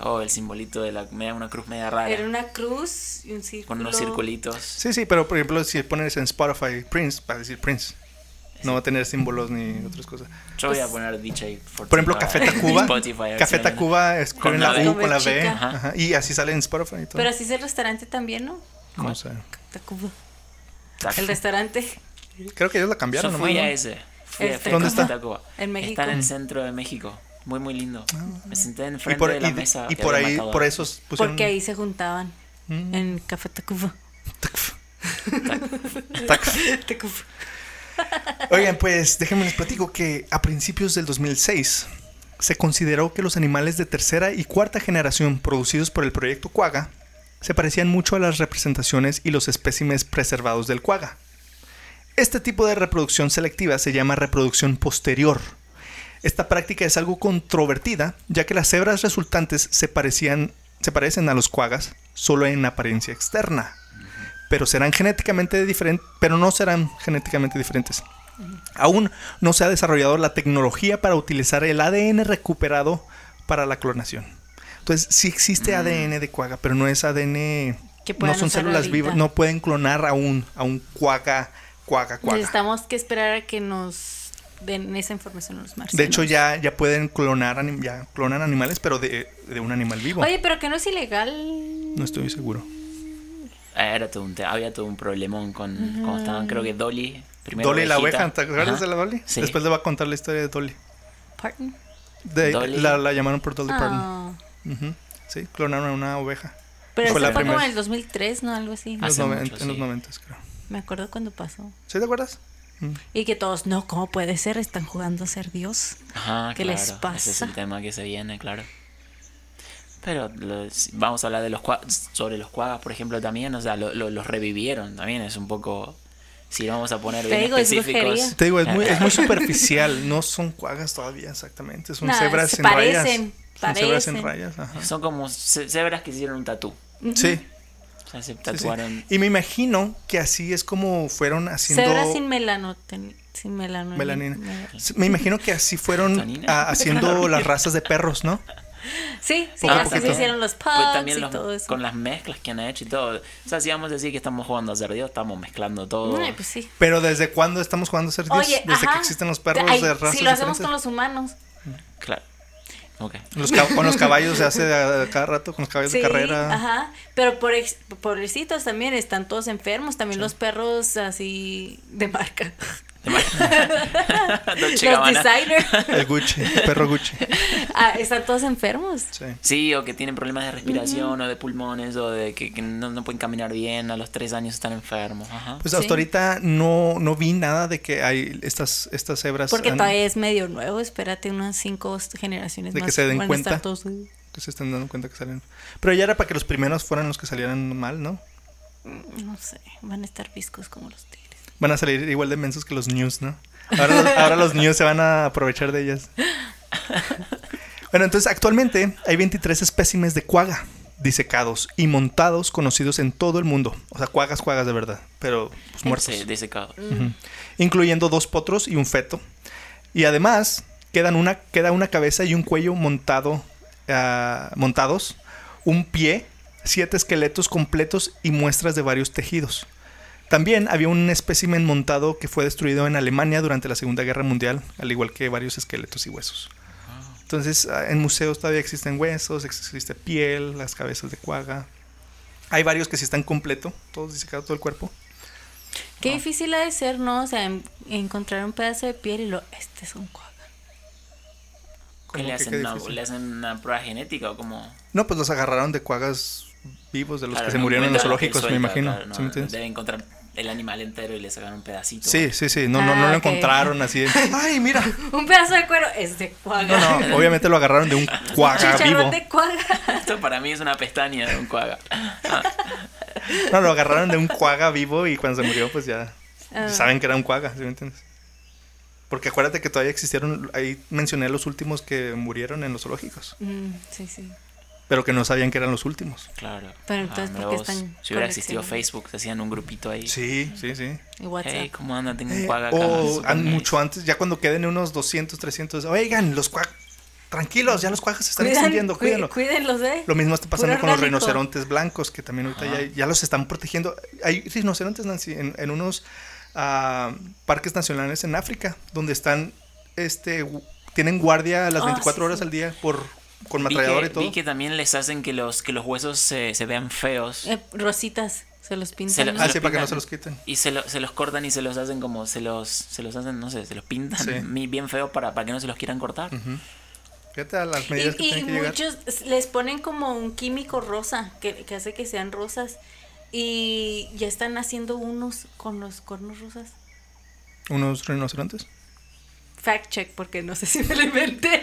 Speaker 3: Oh, el simbolito de la media, una cruz media rara.
Speaker 2: Era una cruz y un círculo.
Speaker 3: Con unos circulitos.
Speaker 1: Sí, sí, pero por ejemplo, si pones en Spotify Prince, va a decir Prince. No va a tener símbolos ni otras cosas.
Speaker 3: Yo voy a poner DJ. for-
Speaker 1: Pues, Por ejemplo,
Speaker 3: para-
Speaker 1: Café Tacuba.
Speaker 3: Ah. <laughs> Spotify,
Speaker 1: Café
Speaker 3: así, ¿no?
Speaker 1: Tacuba escriben
Speaker 3: Con
Speaker 1: la
Speaker 3: la B.
Speaker 1: U con la
Speaker 2: Con B
Speaker 1: B.
Speaker 2: chica.
Speaker 1: ajá, y así sale en Spotify y todo.
Speaker 2: Pero así es el restaurante también, ¿no?
Speaker 1: No sé.
Speaker 2: Tacuba.
Speaker 3: Tac-
Speaker 2: El restaurante.
Speaker 1: Creo que ellos la
Speaker 3: Yo
Speaker 1: cambiaron. nomás,
Speaker 3: fui
Speaker 1: ¿no?
Speaker 3: a ese. Fui a
Speaker 2: Este,
Speaker 1: ¿Dónde
Speaker 3: Café
Speaker 1: está?
Speaker 3: Tacuba.
Speaker 2: En México.
Speaker 3: Está en el centro de México. Muy, muy lindo. Me senté
Speaker 1: Y
Speaker 3: enfrente
Speaker 1: por,
Speaker 3: de la
Speaker 1: y-
Speaker 3: mesa.
Speaker 1: y
Speaker 3: que
Speaker 1: por
Speaker 3: había
Speaker 1: ahí,
Speaker 3: matador.
Speaker 1: por eso pusieron.
Speaker 2: Porque ahí se juntaban.
Speaker 1: Mm.
Speaker 2: En Café Tacuba.
Speaker 1: Tac.
Speaker 2: Tacuba.
Speaker 1: Oigan, pues déjenme les platico que a principios del 2006 se consideró que los animales de tercera y cuarta generación producidos por el proyecto Cuaga se parecían mucho a las representaciones y los espécimes preservados del Cuaga. Este tipo de reproducción selectiva se llama reproducción posterior. Esta práctica es algo controvertida, ya que las cebras resultantes se, parecían, se parecen a los cuagas solo en apariencia externa, pero serán genéticamente diferentes, pero no serán genéticamente diferentes. Aún no se ha desarrollado la tecnología para utilizar el ADN recuperado para la clonación. Entonces, sí existe ADN de cuaga, pero no es ADN.
Speaker 2: Mm. Que puedan
Speaker 1: no son
Speaker 2: usar
Speaker 1: células
Speaker 2: ahorita.
Speaker 1: vivas, no pueden clonar a un, a un cuaga, cuaga, cuaga.
Speaker 2: Necesitamos que esperar a que nos de en esa información a los marcianos.
Speaker 1: De hecho, ya, ya pueden clonar, anim- ya clonan animales, pero de, de un animal vivo.
Speaker 2: Oye, pero que no es ilegal.
Speaker 1: No estoy seguro.
Speaker 3: Ah, Era todo un te- había todo un problemón con cómo estaban. Creo que Dolly. Primero
Speaker 1: Dolly la
Speaker 3: ovejita.
Speaker 1: oveja, ¿te acuerdas
Speaker 3: Ajá.
Speaker 1: de la Dolly?
Speaker 3: Sí.
Speaker 1: Después le voy a contar la historia de Dolly.
Speaker 2: Pardon.
Speaker 1: De-
Speaker 3: Dolly.
Speaker 1: La, la llamaron por Dolly Parton.
Speaker 2: Ah.
Speaker 1: Ujú. Sí, clonaron a una oveja.
Speaker 2: Pero
Speaker 1: Fue
Speaker 2: eso
Speaker 1: la
Speaker 2: fue como
Speaker 1: primera. Ah.
Speaker 2: en el 2003, ¿no? Algo así.
Speaker 1: En los,
Speaker 3: Hace
Speaker 1: noven-
Speaker 3: mucho,
Speaker 1: en los
Speaker 3: sí.
Speaker 1: noventas, creo.
Speaker 2: Me acuerdo cuando pasó.
Speaker 1: ¿Sí te acuerdas? Mm.
Speaker 2: Y que todos, no, ¿cómo puede ser? Están jugando a ser Dios.
Speaker 3: Ajá,
Speaker 2: ¿Qué
Speaker 3: claro.
Speaker 2: les
Speaker 3: Ese es el
Speaker 2: pasa?
Speaker 3: tema que se viene, claro. Pero los- vamos a hablar de los cua- sobre los cuagas, por ejemplo, también. O sea, lo- lo- los revivieron también. Es un poco. Si lo vamos a poner
Speaker 2: Te
Speaker 3: bien
Speaker 2: digo, es
Speaker 3: específicos.
Speaker 2: brujería.
Speaker 1: Te digo, es muy, es
Speaker 3: <laughs>
Speaker 1: muy superficial. No son cuagas todavía, exactamente. Son
Speaker 2: Nah,
Speaker 1: cebras
Speaker 2: se
Speaker 1: sin
Speaker 2: parecen,
Speaker 1: rayas. Son cebras sin
Speaker 2: parecen.
Speaker 1: rayas. Ajá.
Speaker 3: Son como ce- cebras que hicieron un tatú.
Speaker 1: Sí, sí,
Speaker 3: O sea, se
Speaker 1: sí.
Speaker 3: tatuaron.
Speaker 1: Y me imagino que así es como fueron haciendo.
Speaker 2: Cebra sin melanoten, sin melanina.
Speaker 1: Melanina.
Speaker 2: Mel-
Speaker 1: S- Me imagino que así fueron
Speaker 3: Tonina.
Speaker 1: ah, haciendo las razas de perros, ¿no?
Speaker 2: Sí, sí,
Speaker 1: Poco a
Speaker 2: así se
Speaker 1: poquito.
Speaker 2: hicieron los pugs
Speaker 3: Ah, Pues también
Speaker 2: y
Speaker 3: los-
Speaker 2: todo eso.
Speaker 3: con las mezclas que han hecho y todo. O sea, si vamos a decir que estamos jugando a ser Dios, estamos mezclando todo.
Speaker 2: Ay, pues sí.
Speaker 1: Pero desde cuándo estamos jugando a ser Dios?
Speaker 2: Oye,
Speaker 1: desde
Speaker 2: ajá.
Speaker 1: que existen los perros
Speaker 2: Ay,
Speaker 1: de razas
Speaker 2: Si lo hacemos con
Speaker 1: diferentes.
Speaker 2: los humanos.
Speaker 3: Claro. Ok.
Speaker 1: Los cab- con los caballos se hace a- a cada rato, con los caballos
Speaker 2: Sí,
Speaker 1: de carrera.
Speaker 2: ajá. Pero por ex- pobrecitos también están todos enfermos. También los perros así de marca. <laughs>
Speaker 3: Dolce
Speaker 2: los
Speaker 3: Gabbana.
Speaker 2: designers <laughs>
Speaker 1: El Gucci, el perro Gucci.
Speaker 2: Ah, están todos enfermos.
Speaker 1: Sí.
Speaker 3: Sí, o que tienen problemas de respiración o de pulmones o de que, que no, no pueden caminar bien, a los tres años están enfermos. Ajá.
Speaker 1: Pues hasta
Speaker 2: Sí.
Speaker 1: ahorita no, no vi nada de que hay estas, estas cebras
Speaker 2: Porque
Speaker 1: han-
Speaker 2: todavía es medio nuevo. Espérate unas cinco generaciones
Speaker 1: De que
Speaker 2: más.
Speaker 1: se den
Speaker 2: van a estar
Speaker 1: cuenta.
Speaker 2: todos- mm,
Speaker 1: que se están dando cuenta que salen. Pero ya era para que los primeros fueran los que salieran mal, ¿no?
Speaker 2: no sé. Van a estar viscos como los tigres.
Speaker 1: Van a salir igual de mensos que los news, ¿no? Ahora los, ahora los news se van a aprovechar de ellas. Bueno, entonces actualmente hay 23 espécimes de cuaga disecados y montados conocidos en todo el mundo. O sea, cuagas, cuagas de verdad, pero pues, muertos.
Speaker 3: Sí, disecado.
Speaker 1: incluyendo dos potros y un feto. Y además quedan una, queda una cabeza y un cuello montado, ah, montados, un pie, siete esqueletos completos y muestras de varios tejidos. También había un espécimen montado que fue destruido en Alemania durante la Segunda Guerra Mundial, al igual que varios esqueletos y huesos. Entonces, ah, en museos todavía existen huesos, existe piel, las cabezas de cuaga. Hay varios que sí están completo, todos disecados, todo el cuerpo.
Speaker 2: Qué difícil ha de ser, ¿no? O sea, en- encontrar un pedazo de piel y lo. Este es un cuaca.
Speaker 3: ¿Qué
Speaker 1: Como
Speaker 3: le
Speaker 1: que
Speaker 3: hacen,
Speaker 1: qué
Speaker 3: una,
Speaker 1: difícil.
Speaker 3: ¿Le hacen una prueba genética o como...?
Speaker 1: No, pues los agarraron de cuagas vivos, de los
Speaker 3: Claro,
Speaker 1: que se
Speaker 3: no
Speaker 1: murieron en los
Speaker 3: encuentran la piel
Speaker 1: zoológicos, me
Speaker 3: suelta,
Speaker 1: imagino.
Speaker 3: claro, no,
Speaker 1: ¿sí me entiendes?
Speaker 3: deben encontrar el animal entero y le sacan un pedacito.
Speaker 1: Sí, sí, sí, no, no, no
Speaker 2: Ah,
Speaker 1: lo
Speaker 2: ok.
Speaker 1: encontraron así.
Speaker 2: <laughs>
Speaker 1: de, Ay, mira.
Speaker 2: Un pedazo de cuero es de cuaga.
Speaker 1: No, no, obviamente lo agarraron de un cuaga vivo.
Speaker 2: Chicharrón de cuaga.
Speaker 3: Esto para mí es una pestaña de un cuaga.
Speaker 1: No, lo agarraron de un cuaga vivo y cuando se murió, pues ya
Speaker 2: Ah.
Speaker 1: saben que era un cuaga, ¿sí me entiendes? Porque acuérdate que todavía existieron, ahí mencioné los últimos que murieron en los zoológicos,
Speaker 2: Mm, sí, sí.
Speaker 1: pero que no sabían que eran los últimos.
Speaker 3: Claro. Ah,
Speaker 2: Pero entonces,
Speaker 3: mira
Speaker 2: ¿por qué
Speaker 3: vos.
Speaker 2: están
Speaker 3: Si hubiera existido
Speaker 2: coleccionando?
Speaker 3: Facebook, se hacían un grupito ahí.
Speaker 1: Sí, sí, sí.
Speaker 2: Y WhatsApp.
Speaker 3: Hey, ¿cómo anda? Tengo un
Speaker 1: Eh,
Speaker 3: cuaga acá.
Speaker 1: o
Speaker 3: super
Speaker 1: an-
Speaker 3: nice.
Speaker 1: mucho antes, ya cuando queden unos 200, 300, oigan, los cuagas, tranquilos, ya los cuagas se están
Speaker 2: Cuidan-
Speaker 1: extinguiendo,
Speaker 2: cuí-
Speaker 1: cuídenlo.
Speaker 2: Cuídenlos, ¿eh?
Speaker 1: Lo mismo está pasando
Speaker 2: Puro
Speaker 1: con los
Speaker 2: orgánico.
Speaker 1: rinocerontes blancos, que también ahorita ya, ya los están protegiendo. Hay rinocerontes, Nancy, en, en unos ah, parques nacionales en África, donde están, este, gu- tienen guardia las
Speaker 2: Ah,
Speaker 1: 24
Speaker 2: sí,
Speaker 1: horas
Speaker 2: sí.
Speaker 1: al día por con
Speaker 3: Vi
Speaker 1: ametralladora y
Speaker 3: que,
Speaker 1: todo.
Speaker 3: vi que también les hacen que los, que los huesos se, se vean feos.
Speaker 2: Eh, rositas, se los pintan.
Speaker 3: Se lo-
Speaker 2: ¿no?
Speaker 1: Ah,
Speaker 3: se
Speaker 1: sí, para que no
Speaker 3: pintan.
Speaker 1: se los quiten.
Speaker 3: Y se, lo- se los cortan y se los hacen como, se los, se los hacen, no sé, se los pintan
Speaker 1: Sí. Mm.
Speaker 3: mi- bien feo para, para que no se los quieran cortar.
Speaker 1: Fíjate a las medidas que
Speaker 2: Y, y
Speaker 1: tienen que llegar.
Speaker 2: muchos les ponen como un químico rosa que, que hace que sean rosas. Y ya están haciendo unos con los cornos rosas.
Speaker 1: Unos rinocerontes.
Speaker 2: Fact check, porque no sé si me lo inventé.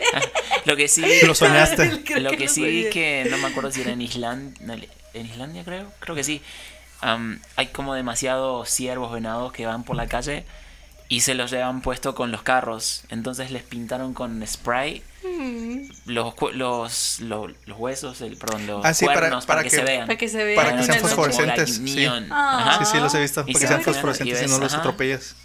Speaker 3: Lo que sí,
Speaker 1: Lo soñaste.
Speaker 2: <laughs> Creo
Speaker 3: Ah, lo que, sí vi
Speaker 2: soñé.
Speaker 3: que, no me acuerdo si era en Islandia, en Islandia creo, creo que sí. Am, hay como demasiados ciervos venados que van por la calle y se los llevan puesto con los carros. Entonces les pintaron con spray
Speaker 2: Mm,
Speaker 3: los, cu- los, lo- los, huesos, el, perdón, los
Speaker 1: Ah, sí, para-
Speaker 3: cuernos
Speaker 1: para
Speaker 3: para, que,
Speaker 1: que-
Speaker 3: se vean.
Speaker 2: Para que se vean.
Speaker 1: Para que
Speaker 2: en
Speaker 1: sean
Speaker 2: la noche.
Speaker 1: fosforescentes,
Speaker 3: Como
Speaker 1: sí.
Speaker 3: neón.
Speaker 2: Ah.
Speaker 1: Sí, sí, los he visto.
Speaker 3: Y
Speaker 1: Para
Speaker 3: se
Speaker 1: que sean
Speaker 3: ven,
Speaker 1: fosforescentes
Speaker 3: y
Speaker 1: y
Speaker 3: ves,
Speaker 1: no los
Speaker 3: ajá.
Speaker 1: atropellas.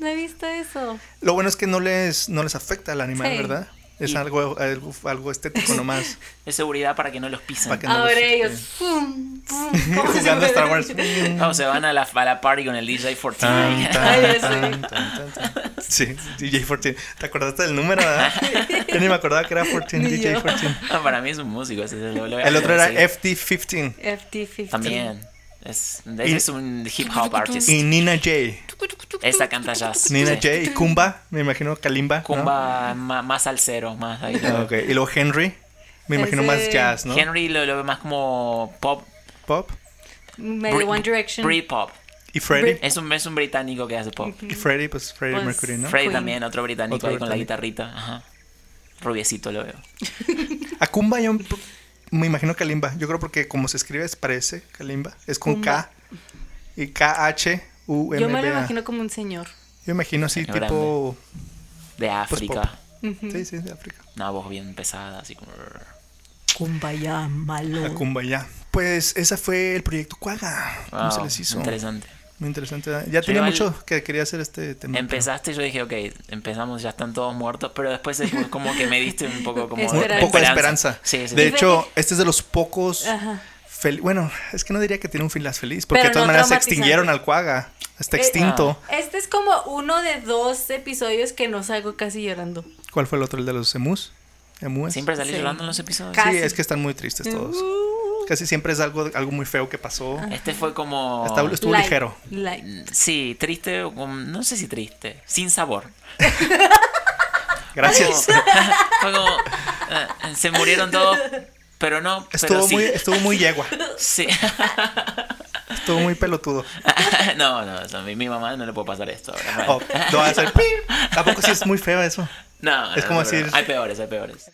Speaker 2: No he visto eso.
Speaker 1: Lo bueno es que no les, no les afecta al animal,
Speaker 2: Sí.
Speaker 1: ¿verdad? Es
Speaker 3: Y-
Speaker 1: algo, algo, algo
Speaker 2: <laughs>
Speaker 1: estético nomás.
Speaker 3: Es seguridad para que no los pisen.
Speaker 1: Para que no
Speaker 2: Ahora
Speaker 1: los-
Speaker 2: ellos,
Speaker 1: <laughs>
Speaker 2: pum, pum, ¿cómo se
Speaker 1: Jugando a Star
Speaker 2: mueven? <laughs>
Speaker 1: Wars.
Speaker 3: No, se Ah, van a la, a la party con el DJ 14.
Speaker 1: Tan,
Speaker 3: <laughs>
Speaker 2: Ay,
Speaker 1: tan,
Speaker 2: ya sé.
Speaker 1: tan, tan, tan, tan. Sí, DJ 14. ¿Te acordaste del número?
Speaker 2: <laughs>
Speaker 1: verdad? Yo ni me acordaba que era 14,
Speaker 2: Ni
Speaker 1: DJ
Speaker 2: yo.
Speaker 1: 14.
Speaker 3: Ah, <laughs> para mí es un músico. ese es lo- lo-
Speaker 1: El otro era
Speaker 3: sí,
Speaker 1: FT15
Speaker 2: FT15.
Speaker 3: También. Es, ese
Speaker 1: Y-
Speaker 3: es un hip hop artist.
Speaker 1: y Nina J.
Speaker 3: Esa canta jazz.
Speaker 1: Nina
Speaker 3: sí.
Speaker 1: J
Speaker 2: Este.
Speaker 1: y Kumba, me imagino Kalimba. ¿no?
Speaker 3: Kumba ma- más al cero, más ahí.
Speaker 1: Ah, ok. Y luego Henry, me imagino más
Speaker 2: Ese-
Speaker 1: jazz, ¿no?
Speaker 3: Henry lo, lo ve más como pop.
Speaker 1: Pop.
Speaker 2: Medio
Speaker 3: bri-
Speaker 2: One Direction.
Speaker 3: Britpop.
Speaker 1: Y Freddy.
Speaker 3: Es un, es un británico que hace pop.
Speaker 1: Y Freddy, pues Freddy
Speaker 2: Pues,
Speaker 1: Mercury, ¿no?
Speaker 3: Freddy
Speaker 2: Queen.
Speaker 3: también, otro británico
Speaker 1: Otro
Speaker 3: ahí con la
Speaker 1: británico.
Speaker 3: guitarrita. Ajá. Rubiecito lo veo.
Speaker 1: A Kumba yo me imagino Kalimba. Yo creo porque como se escribe, es- parece Kalimba. Es con K.
Speaker 2: Kumba.
Speaker 1: Y K-H-U-M-B-A.
Speaker 2: Yo me lo imagino como un señor.
Speaker 1: Yo imagino así,
Speaker 3: Señor
Speaker 1: tipo.
Speaker 3: De
Speaker 1: Pues,
Speaker 3: África.
Speaker 1: Sí, sí, de África.
Speaker 3: Una voz bien pesada, así como.
Speaker 2: Kumbaya
Speaker 1: A
Speaker 2: malo.
Speaker 1: Kumba ya. Pues ese fue el proyecto Cuaga. ¿Cómo
Speaker 3: Wow,
Speaker 1: se les hizo?
Speaker 3: Interesante.
Speaker 1: Muy interesante. ¿verdad? Ya tenía
Speaker 3: al-
Speaker 1: mucho que quería hacer este tema.
Speaker 3: Empezaste y yo dije, ok, empezamos, ya están todos muertos, pero después es como que me diste un
Speaker 2: <laughs>
Speaker 3: poco como
Speaker 1: Un
Speaker 2: Esperanza.
Speaker 1: poco de esperanza.
Speaker 3: Sí, sí,
Speaker 1: de
Speaker 3: sí.
Speaker 1: hecho, este es de los pocos.
Speaker 2: Ajá.
Speaker 1: fel- bueno, es que no diría que tiene un final feliz, porque
Speaker 2: Pero
Speaker 1: de todas
Speaker 2: no
Speaker 1: maneras se
Speaker 2: traumatizante.
Speaker 1: extinguieron al Cuaga. Está
Speaker 2: Eh,
Speaker 3: ah.
Speaker 1: extinto.
Speaker 2: Este es como uno de dos episodios que no salgo casi llorando.
Speaker 1: ¿Cuál fue el otro? El de los emus. Emúes.
Speaker 3: Siempre salí
Speaker 2: Sí.
Speaker 3: llorando en los episodios.
Speaker 2: Ca-
Speaker 1: Sí,
Speaker 2: Casi.
Speaker 1: es que están muy tristes todos.
Speaker 2: Uh,
Speaker 1: Casi siempre es algo, algo muy feo que pasó.
Speaker 3: Este fue como.
Speaker 1: Hasta estuvo
Speaker 2: light,
Speaker 1: ligero.
Speaker 2: light.
Speaker 3: Sí, triste, o como- no sé si triste, sin sabor.
Speaker 1: Gracias.
Speaker 3: Fue como- <laughs> fue como, eh, se murieron todos, pero no, pero
Speaker 1: Estuvo
Speaker 3: sí.
Speaker 1: muy, estuvo muy yegua.
Speaker 3: Sí. <laughs>
Speaker 1: Estuvo muy pelotudo.
Speaker 3: no, no, o sea, mi, mi mamá no le puedo pasar esto. ahora,
Speaker 1: Oh,
Speaker 3: bueno.
Speaker 1: no va a
Speaker 3: <laughs>
Speaker 1: ser. Tampoco sí es muy feo eso.
Speaker 3: No,
Speaker 1: Es
Speaker 3: no,
Speaker 1: como
Speaker 3: no, pero
Speaker 1: decir-
Speaker 3: Hay peores, hay peores.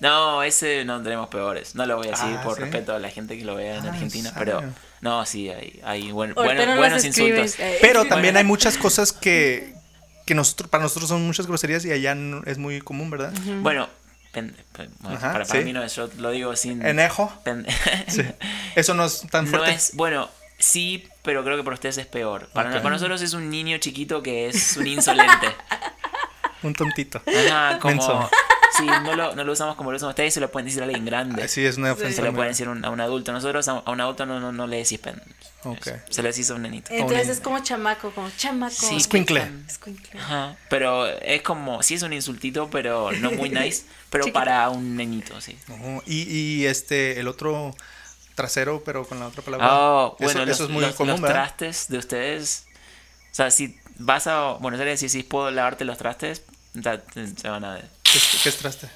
Speaker 3: No, ese no tenemos peores. No lo voy a decir
Speaker 1: Ah,
Speaker 3: por
Speaker 1: ¿sí?
Speaker 3: respeto a la gente que lo vea en
Speaker 1: Ah, ¿en
Speaker 3: Argentina,
Speaker 1: serio?
Speaker 3: pero no, sí, hay, hay buen-
Speaker 2: Ahorita
Speaker 3: bueno-
Speaker 2: no
Speaker 3: buenos
Speaker 2: las
Speaker 3: insultos.
Speaker 2: escribes, eh.
Speaker 1: Pero también hay muchas cosas que, que nosotros, para nosotros son muchas groserías y allá no- es muy común, ¿verdad?
Speaker 3: Bueno, pen- pen- bueno,
Speaker 1: Ajá,
Speaker 3: para,
Speaker 1: sí.
Speaker 3: para mí no es, yo lo digo sin...
Speaker 1: Enejo.
Speaker 3: pen-
Speaker 1: Eso no es tan
Speaker 3: <laughs> no
Speaker 1: fuerte.
Speaker 3: es, bueno, sí, pero creo que para ustedes es peor. Para,
Speaker 1: Ok.
Speaker 3: para nosotros es un niño chiquito que es
Speaker 1: <laughs>
Speaker 3: un insolente.
Speaker 1: Un tontito.
Speaker 3: Ajá, como...
Speaker 1: Menso.
Speaker 3: Sí, no lo, no lo usamos como lo usan ustedes, se lo pueden decir a alguien grande.
Speaker 1: Sí, es una ofensa.
Speaker 3: Se lo
Speaker 1: muy-
Speaker 3: pueden decir a un- a un adulto. Nosotros a a un adulto no, no, no le decís pen.
Speaker 1: Ok.
Speaker 3: Se lo decís a un nenito.
Speaker 2: Entonces es
Speaker 1: Bonito.
Speaker 2: como chamaco, como chamaco.
Speaker 3: Sí.
Speaker 1: Escuincle.
Speaker 2: Escuincle.
Speaker 3: Ajá. Pero es como, sí es un insultito, pero
Speaker 1: <laughs>
Speaker 3: no muy nice, pero
Speaker 2: Chiquito.
Speaker 3: para un nenito, sí.
Speaker 1: Ujú. Y, y este, el otro trasero, pero con la otra palabra.
Speaker 3: Oh,
Speaker 1: eso,
Speaker 3: bueno,
Speaker 1: eso es
Speaker 3: los,
Speaker 1: muy
Speaker 3: los-
Speaker 1: común,
Speaker 3: los
Speaker 1: ¿verdad?
Speaker 3: trastes de ustedes. O sea, si vas a Buenos Aires y decís, ¿puedo lavarte los trastes? Da- Se van a ver.
Speaker 1: ¿Qué es, qué es traste?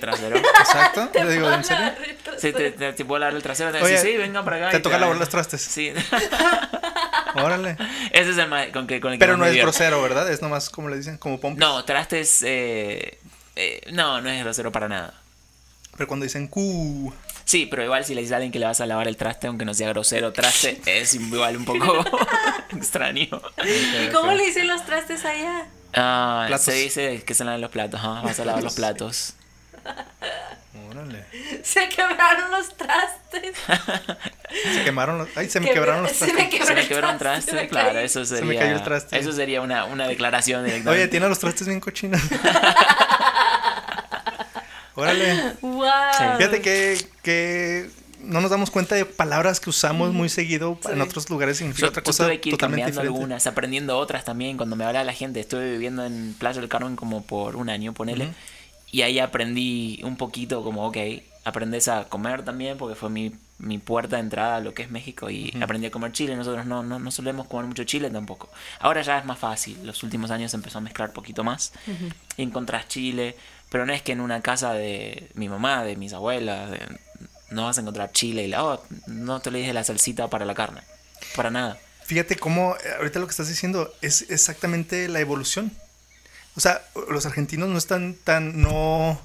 Speaker 1: <laughs>
Speaker 3: trasero.
Speaker 1: Exacto. Yo digo, ¿en
Speaker 2: <laughs>
Speaker 1: serio?
Speaker 3: Sí, te, te- te puedo lavar el trasero. Te
Speaker 1: Oye,
Speaker 3: decís, sí, venga para acá.
Speaker 1: te
Speaker 3: y
Speaker 1: toca lavar los trastes.
Speaker 3: Sí. <laughs>
Speaker 1: Órale.
Speaker 3: Ese es el ma- con, que, con el que
Speaker 1: Pero
Speaker 3: más
Speaker 1: no
Speaker 3: me
Speaker 1: es
Speaker 3: divierto.
Speaker 1: grosero, ¿verdad? Es nomás como le dicen, como pompa.
Speaker 3: No, trastes. eh, eh, no, no es grosero para nada.
Speaker 1: Pero cuando dicen cu,
Speaker 3: Sí, pero igual si le dices a alguien que le vas a lavar el traste, aunque no sea grosero, traste es igual un poco <laughs> extraño.
Speaker 2: ¿Y cómo le dicen los trastes allá? <laughs>
Speaker 3: Ah,
Speaker 1: Platos.
Speaker 3: se dice que se lavan los platos, ah, vas a lavar los platos.
Speaker 1: órale.
Speaker 2: Se quebraron los
Speaker 3: <laughs>
Speaker 2: trastes.
Speaker 1: Se quemaron los. Ay, se me quebraron los
Speaker 2: Se
Speaker 1: trastes.
Speaker 2: me quebró
Speaker 3: Se
Speaker 2: el
Speaker 3: me quebró un
Speaker 2: traste,
Speaker 3: traste,
Speaker 2: me
Speaker 3: claro,
Speaker 2: caí.
Speaker 3: eso
Speaker 1: Se
Speaker 3: sería.
Speaker 1: me cayó el traste.
Speaker 3: Eso sería una, una declaración
Speaker 1: Oye,
Speaker 3: directamente.
Speaker 1: tiene los trastes bien
Speaker 3: <laughs>
Speaker 1: cochinos. Órale.
Speaker 2: Wow.
Speaker 1: Fíjate que, que no nos damos cuenta de palabras que usamos muy seguido en
Speaker 2: Sí.
Speaker 1: otros lugares significa
Speaker 3: Yo,
Speaker 1: otra
Speaker 3: yo
Speaker 1: cosa
Speaker 3: tuve que ir
Speaker 1: totalmente
Speaker 3: cambiando
Speaker 1: diferente.
Speaker 3: algunas, aprendiendo otras también. Cuando me hablaba la gente, estuve viviendo en Playa del Carmen como por un año, ponele. Y ahí aprendí un poquito, como, ok, aprendes a comer también, porque fue mi, mi puerta de entrada a lo que es México. Y aprendí a comer chile. Nosotros no, no, no solemos comer mucho chile tampoco. Ahora ya es más fácil. Los últimos años se empezó a mezclar poquito más. Y encontrás chile. Pero no es que en una casa de mi mamá, de mis abuelas, de- no vas a encontrar chile. Y la, oh, no te le dije la salsita para la carne. Para nada.
Speaker 1: Fíjate cómo eh, ahorita lo que estás diciendo es exactamente la evolución. O sea, los argentinos no están tan, no,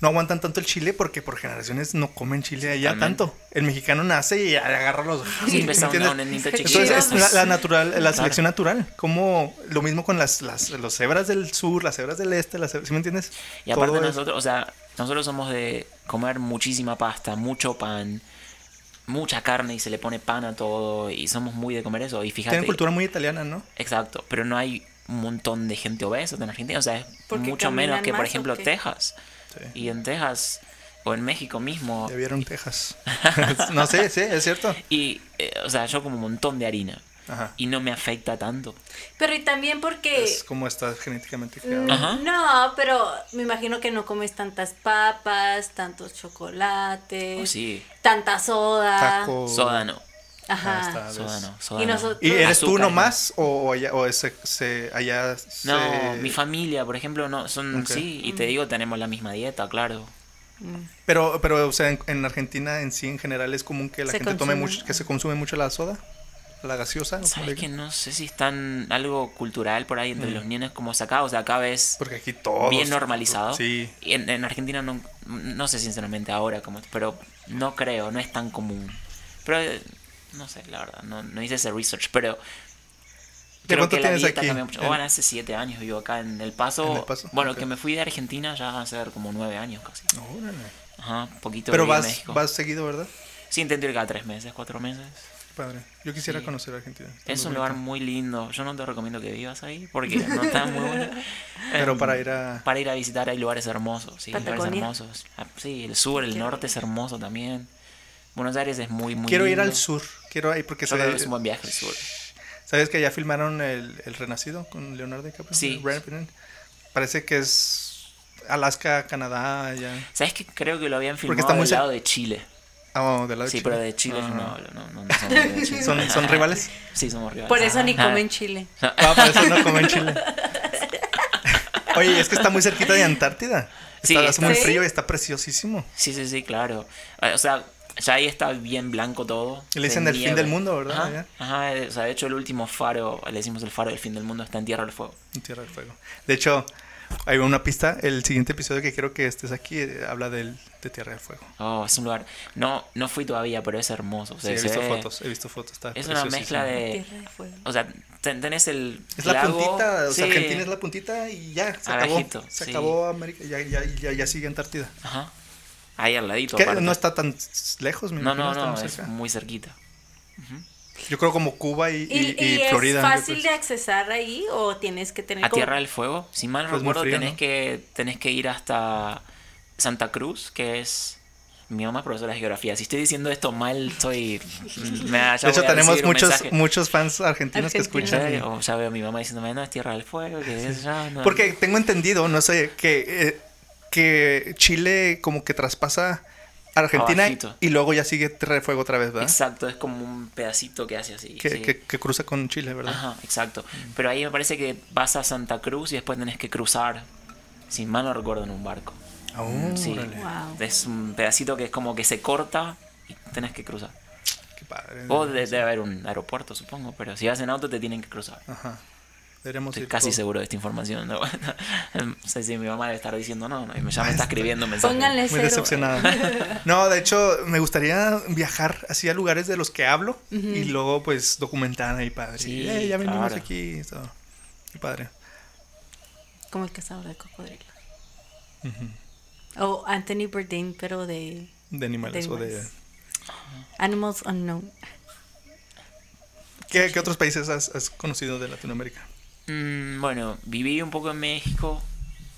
Speaker 1: no aguantan tanto el chile porque por generaciones no comen chile allá
Speaker 3: Totalmente.
Speaker 1: tanto. El mexicano nace y agarra los.
Speaker 3: Sí, ves a un- a
Speaker 1: ¿entiendes?
Speaker 3: un nenito
Speaker 2: Entonces,
Speaker 3: chiquito.
Speaker 1: Entonces es la, la
Speaker 3: es-
Speaker 1: natural, la
Speaker 3: Claro.
Speaker 1: selección natural, como lo mismo con las, las los hebras del sur, las hebras del este, las hebras, ¿sí me entiendes?
Speaker 3: Y aparte
Speaker 1: Todo es-
Speaker 3: nosotros, o sea, nosotros somos de comer muchísima pasta, mucho pan, mucha carne y se le pone pan a todo y somos muy de comer eso. Y fíjate,
Speaker 1: tienen cultura muy italiana, ¿no?
Speaker 3: exacto, pero no hay un montón de gente obesa en Argentina. O sea, es
Speaker 2: Porque
Speaker 3: mucho menos
Speaker 2: caminan
Speaker 3: que, por
Speaker 2: más, ¿o
Speaker 3: ejemplo,
Speaker 2: qué?
Speaker 3: Texas.
Speaker 1: Sí.
Speaker 3: Y en Texas, o en México mismo.
Speaker 1: Ya
Speaker 3: <laughs>
Speaker 1: vieron Texas. <laughs> no sé, sí, es cierto.
Speaker 3: Y, eh, o sea, yo como un montón de harina.
Speaker 1: Ajá.
Speaker 3: Y eh, no me afecta tanto.
Speaker 2: Pero y también porque...
Speaker 1: Es como está genéticamente
Speaker 2: Mm,
Speaker 1: creado.
Speaker 3: Ajá.
Speaker 2: No, pero me imagino que no comes tantas papas, tantos chocolates,
Speaker 3: Oh, sí.
Speaker 2: tanta soda.
Speaker 1: Taco.
Speaker 3: Soda no.
Speaker 1: Ah,
Speaker 2: Ajá.
Speaker 1: está,
Speaker 3: Soda
Speaker 1: ves.
Speaker 3: no. Soda
Speaker 2: Y
Speaker 3: no.
Speaker 2: nosotros-
Speaker 1: Oh, ¿Y eres tú
Speaker 3: Azúcar,
Speaker 1: nomás o, o allá, o ese- se- allá
Speaker 3: No,
Speaker 1: se-
Speaker 3: mi familia, por ejemplo, no. Son.
Speaker 1: Ok.
Speaker 3: Sí, y te digo, tenemos la misma dieta, claro.
Speaker 2: Mm.
Speaker 1: Pero, pero o sea, en, en Argentina en sí en general es común que la
Speaker 2: Se
Speaker 1: gente tome
Speaker 2: consume.
Speaker 1: mucho, que se consume mucho la soda, la gaseosa. o como le
Speaker 3: Sabes que
Speaker 1: digan.
Speaker 3: no sé si están algo cultural por ahí entre los niños como sacado, o sea, acá ves
Speaker 1: Mm. Porque aquí todo
Speaker 3: bien normalizado.
Speaker 1: Sí.
Speaker 3: Y en, en Argentina no, no sé sinceramente ahora cómo, pero no creo, no es tan común. Pero eh, no sé, la verdad, no, no hice ese research, pero
Speaker 1: ¿De
Speaker 3: creo
Speaker 1: cuánto
Speaker 3: que la
Speaker 1: tienes
Speaker 3: dieta
Speaker 1: aquí?
Speaker 3: cambió mucho.
Speaker 1: En-
Speaker 3: Bueno, hace siete años vivo acá en El Paso.
Speaker 1: ¿En El Paso?
Speaker 3: Bueno,
Speaker 1: Ok.
Speaker 3: que me fui de Argentina ya va a ser como nueve años casi.
Speaker 1: Órale.
Speaker 3: Ajá, un poquito
Speaker 1: Pero
Speaker 3: viví en
Speaker 1: vas,
Speaker 3: México.
Speaker 1: vas seguido, ¿verdad?
Speaker 3: Sí, intento ir cada tres meses, cuatro meses.
Speaker 1: Padre. Yo quisiera
Speaker 3: Sí.
Speaker 1: conocer Argentina. Está
Speaker 3: Es
Speaker 1: muy
Speaker 3: un lugar
Speaker 1: bonito.
Speaker 3: muy lindo. Yo no te recomiendo que vivas ahí porque no está muy bueno.
Speaker 1: <laughs> Pero
Speaker 3: Em,
Speaker 1: para ir a
Speaker 3: para ir a visitar hay lugares hermosos, sí, lugares
Speaker 2: Patagonia.
Speaker 3: hermosos. Ah, Sí, el sur, el norte es hermoso también. Buenos Aires es muy, muy
Speaker 1: Quiero ir
Speaker 3: lindo.
Speaker 1: al sur. Quiero ir porque
Speaker 3: Yo creo que es
Speaker 1: se,
Speaker 3: un buen viaje al sur.
Speaker 1: ¿Sabes que ya filmaron el, el Renacido con Leonardo DiCaprio?
Speaker 3: Sí.
Speaker 1: Brad Pitt. Parece que es Alaska, Canadá, ya.
Speaker 3: ¿Sabes que Creo que lo habían
Speaker 1: Porque
Speaker 3: filmado
Speaker 1: está muy
Speaker 3: del
Speaker 1: cer-
Speaker 3: lado de Chile.
Speaker 1: Ah, oh, del lado de
Speaker 3: sí,
Speaker 1: Chile.
Speaker 3: pero de Chile yo no
Speaker 1: Ah.
Speaker 3: hablo, no, no, no somos de
Speaker 1: <laughs>
Speaker 3: Chile.
Speaker 1: ¿Son,
Speaker 3: <laughs>
Speaker 1: son rivales?
Speaker 3: Sí, somos rivales.
Speaker 2: Por eso ni
Speaker 3: Ah,
Speaker 2: comen chile.
Speaker 1: Ah, por eso no comen Chile. <laughs> Oye, es que está muy cerquita de Antártida.
Speaker 3: Sí,
Speaker 1: está, hace
Speaker 3: está-
Speaker 1: muy
Speaker 2: Sí.
Speaker 1: frío y está preciosísimo.
Speaker 3: Sí, sí, sí, claro. Eh, O sea, ya ahí está bien blanco todo.
Speaker 1: Y le dicen
Speaker 3: de
Speaker 1: el fin
Speaker 3: nieve.
Speaker 1: del mundo, ¿verdad?
Speaker 3: Ajá,
Speaker 1: Allá.
Speaker 3: ajá, eh, o sea, de hecho el último faro, le decimos el faro del fin del mundo, está en Tierra del Fuego.
Speaker 1: En Tierra del Fuego. De hecho, hay una pista. El siguiente episodio que quiero que estés aquí eh, habla del, de Tierra del Fuego.
Speaker 3: Oh, es un lugar. No, no fui todavía, pero es hermoso. o
Speaker 1: Sí,
Speaker 3: sea,
Speaker 1: he
Speaker 3: se
Speaker 1: visto
Speaker 3: ve-
Speaker 1: fotos. He visto fotos. Está
Speaker 3: Pues Es una mezcla
Speaker 1: preciosísimo.
Speaker 3: de.
Speaker 2: Tierra de fuego.
Speaker 3: O sea, ten- tenés el.
Speaker 1: Es la
Speaker 3: lago,
Speaker 1: puntita, o sea,
Speaker 3: sí.
Speaker 1: Argentina es la puntita y ya, se
Speaker 3: Abajito,
Speaker 1: acabó. Se
Speaker 3: sí.
Speaker 1: acabó América, ya, ya, ya, ya sigue Antártida.
Speaker 3: Ajá. Ahí al ladito.
Speaker 1: Que
Speaker 3: aparte.
Speaker 1: no está tan s- lejos, me
Speaker 3: no,
Speaker 1: imagino,
Speaker 3: no,
Speaker 1: está
Speaker 3: no,
Speaker 1: muy
Speaker 3: es
Speaker 1: cerca.
Speaker 3: muy cerquita.
Speaker 1: Yo creo como Cuba y,
Speaker 2: ¿Y,
Speaker 1: y- y
Speaker 2: y es
Speaker 1: Florida. Pues yo
Speaker 2: fácil de
Speaker 1: creo.
Speaker 2: accesar ahí o tienes que tener
Speaker 3: A
Speaker 2: como-
Speaker 3: Tierra del Fuego, si mal no
Speaker 1: Pues muy
Speaker 3: recuerdo,
Speaker 1: frío,
Speaker 3: tenés,
Speaker 1: ¿no?
Speaker 3: que, tenés que ir hasta Santa Cruz, que es. Mi mamá es profesora de geografía. Si estoy diciendo esto mal, estoy. me- ya
Speaker 1: De hecho,
Speaker 3: voy a
Speaker 1: tenemos
Speaker 3: recibir un
Speaker 1: muchos,
Speaker 3: mensaje. oh.
Speaker 1: muchos fans argentinos que
Speaker 2: Argentinos.
Speaker 1: escuchan. y-
Speaker 3: O ya veo a mi mamá diciéndome, no, es Tierra del Fuego, que es ya, no.
Speaker 1: Porque ¿eh? tengo entendido, no sé, que, eh, que Chile como que traspasa Argentina
Speaker 3: Abajito.
Speaker 1: y luego ya sigue Tierra del Fuego otra vez, ¿verdad?
Speaker 3: Exacto, es como un pedacito que hace así.
Speaker 1: Que,
Speaker 3: sí.
Speaker 1: que- que cruza con Chile, ¿verdad?
Speaker 3: Ajá, exacto. Pero ahí me parece que vas a Santa Cruz y después tenés que cruzar, si mal no recuerdo, en un barco.
Speaker 1: Oh,
Speaker 3: Sí.
Speaker 1: órale,
Speaker 2: Wow.
Speaker 3: Es un pedacito que es como que se corta y tenés que cruzar.
Speaker 1: qué padre.
Speaker 3: O de- debe haber un aeropuerto, supongo, pero si vas en auto te tienen que cruzar.
Speaker 1: Ajá. Deberíamos
Speaker 3: Estoy
Speaker 1: ir
Speaker 3: casi
Speaker 1: todos.
Speaker 3: seguro de esta información. ¿no? <laughs> no sé si mi mamá debe estar diciendo no, no, y me- ya me está escribiendo mensajes.
Speaker 2: Pónganle
Speaker 1: Muy
Speaker 2: cero.
Speaker 1: decepcionado. <laughs> No, de hecho, me gustaría viajar así a lugares de los que hablo y luego, pues, documentar ahí, padre.
Speaker 3: Sí,
Speaker 1: Eh, ya venimos
Speaker 3: claro.
Speaker 1: aquí. y todo. Qué padre.
Speaker 2: eh, Como el cazador de cocodrilo. O Anthony Bourdain, pero de
Speaker 1: De animales
Speaker 2: De
Speaker 1: o de.
Speaker 2: animales. Animals Unknown.
Speaker 1: ¿Qué, qué otros países has, has conocido de Latinoamérica?
Speaker 3: Mm, bueno, viví un poco en México.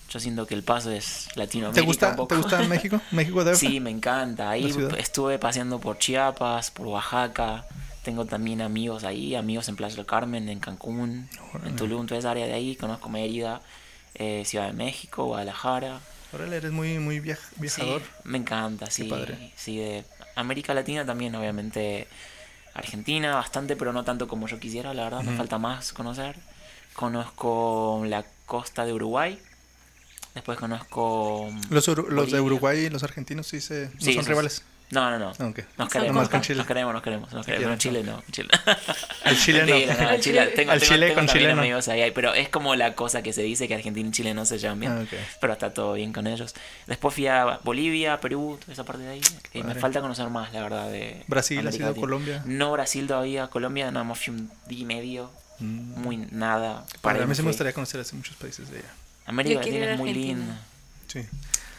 Speaker 3: Yo siento que el paso es Latinoamérica.
Speaker 1: ¿Te gusta,
Speaker 3: un poco.
Speaker 1: ¿Te
Speaker 3: <laughs>
Speaker 1: gusta México? ¿México de
Speaker 3: Sí, me encanta. Ahí
Speaker 1: ¿La ciudad?
Speaker 3: estuve paseando por Chiapas, por Oaxaca. Tengo también amigos ahí, amigos en Playa del Carmen, en Cancún, en Tulum, toda esa área de ahí. Conozco Mérida, eh, Ciudad de México, Guadalajara.
Speaker 1: Órale, eres muy, muy viaj-
Speaker 3: Sí,
Speaker 1: viajador.
Speaker 3: me encanta, sí.
Speaker 1: padre.
Speaker 3: Sí, de América Latina también, obviamente. Argentina, bastante, pero no tanto como yo quisiera, la verdad. Me falta más conocer. Conozco la costa de Uruguay. Después conozco.
Speaker 1: Los, Uru- los de
Speaker 3: Bolivia.
Speaker 1: Uruguay y los argentinos sí se. No
Speaker 3: Sí,
Speaker 1: son
Speaker 3: esos-
Speaker 1: rivales.
Speaker 3: No, no, no.
Speaker 1: Ah, ok.
Speaker 3: Nos
Speaker 2: Son
Speaker 3: queremos,
Speaker 2: compas.
Speaker 1: Con Chile.
Speaker 3: nos queremos, nos queremos, nos queremos.
Speaker 1: quieren,
Speaker 3: No, Chile no, Chile.
Speaker 1: <laughs> El Chile no.
Speaker 3: Mentira, no, Chile- Tengo,
Speaker 1: Al
Speaker 3: tengo-
Speaker 1: Chile
Speaker 3: tengo
Speaker 1: con
Speaker 3: también
Speaker 1: Chile no.
Speaker 3: amigos ahí, pero es como la cosa que se dice que Argentina y Chile no se llevan bien.
Speaker 1: Ah, ok.
Speaker 3: Pero está todo bien con ellos. Después fui a Bolivia, Perú, toda esa parte de ahí. Y me
Speaker 1: padre.
Speaker 3: falta conocer más, la verdad, de
Speaker 1: Brasil,
Speaker 3: América
Speaker 1: ¿has ido a
Speaker 3: Latina.
Speaker 1: Colombia?
Speaker 3: No, Brasil todavía. Colombia nada más fui un día y medio.
Speaker 1: Mm.
Speaker 3: Muy nada.
Speaker 1: Para
Speaker 3: ahí
Speaker 1: mí sí
Speaker 3: fui.
Speaker 1: me gustaría conocer así muchos países de allá.
Speaker 3: América
Speaker 2: Yo quiero ir
Speaker 3: Latina
Speaker 2: a
Speaker 3: es muy
Speaker 2: Argentina.
Speaker 3: linda.
Speaker 1: Sí.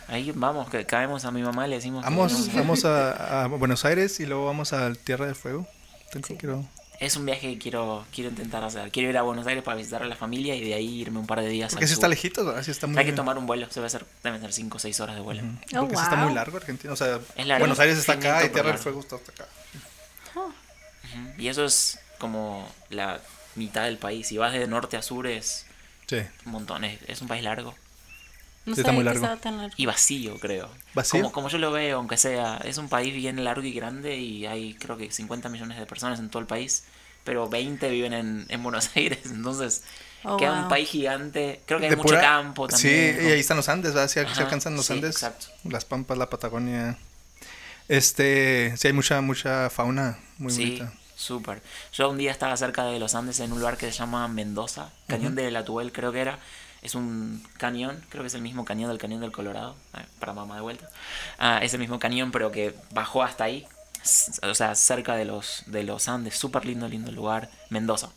Speaker 3: Ahí vamos, que caemos a mi mamá, le decimos que
Speaker 1: Vamos,
Speaker 3: no.
Speaker 1: vamos a, a Buenos Aires y luego vamos a Tierra del Fuego. Tengo-
Speaker 2: Sí.
Speaker 1: quiero-
Speaker 3: Es un viaje que quiero, quiero intentar hacer. Quiero ir a Buenos Aires para visitar a la familia y de ahí irme un par de días.
Speaker 1: Porque
Speaker 3: al
Speaker 1: sí
Speaker 3: sur.
Speaker 1: está lejitos, ¿verdad? Sí está muy
Speaker 3: Hay que tomar un vuelo, se va a hacer, deben ser 5 o 6 horas de vuelo.
Speaker 2: Oh,
Speaker 1: Porque sí está
Speaker 2: wow.
Speaker 1: muy largo Argentina. O sea,
Speaker 3: Es largo.
Speaker 1: Buenos Aires está acá
Speaker 3: Infinito,
Speaker 1: y Tierra del
Speaker 3: pero
Speaker 1: Fuego está hasta acá.
Speaker 2: Ah,
Speaker 3: Ujú. Y eso es como la mitad del país. Si vas de norte a sur es
Speaker 1: Sí.
Speaker 3: un montón, es, es un país largo.
Speaker 2: No
Speaker 1: Sí, está
Speaker 2: sabía
Speaker 1: muy
Speaker 2: que
Speaker 1: largo.
Speaker 2: estaba tan largo.
Speaker 3: Y vacío, creo.
Speaker 1: ¿Vacío?
Speaker 3: Como, como yo lo veo, aunque sea, es un país bien largo y grande y hay creo que 50 millones de personas en todo el país, pero 20 viven en, en Buenos <laughs> Aires, entonces
Speaker 2: Oh,
Speaker 3: queda un
Speaker 2: wow.
Speaker 3: país gigante. Creo que hay
Speaker 1: De
Speaker 3: mucho
Speaker 1: pura-
Speaker 3: campo también.
Speaker 1: Sí,
Speaker 3: como-
Speaker 1: y ahí están los Andes, ¿verdad? Si, si
Speaker 3: Ajá,
Speaker 1: alcanzan los
Speaker 3: sí,
Speaker 1: Andes,
Speaker 3: exacto.
Speaker 1: las Pampas, la Patagonia. Este, sí hay mucha, mucha fauna muy
Speaker 3: Sí,
Speaker 1: bonita.
Speaker 3: súper. Yo un día estaba cerca de los Andes en un lugar que se llama Mendoza, Cañón de la Tuel creo que era. Es un cañón, creo que es el mismo cañón del Cañón del Colorado, Ah, para mamá de vuelta. Ah, es el mismo cañón, pero que bajó hasta ahí, s- o sea, cerca de los, de los Andes. Súper lindo, lindo lugar, Mendoza.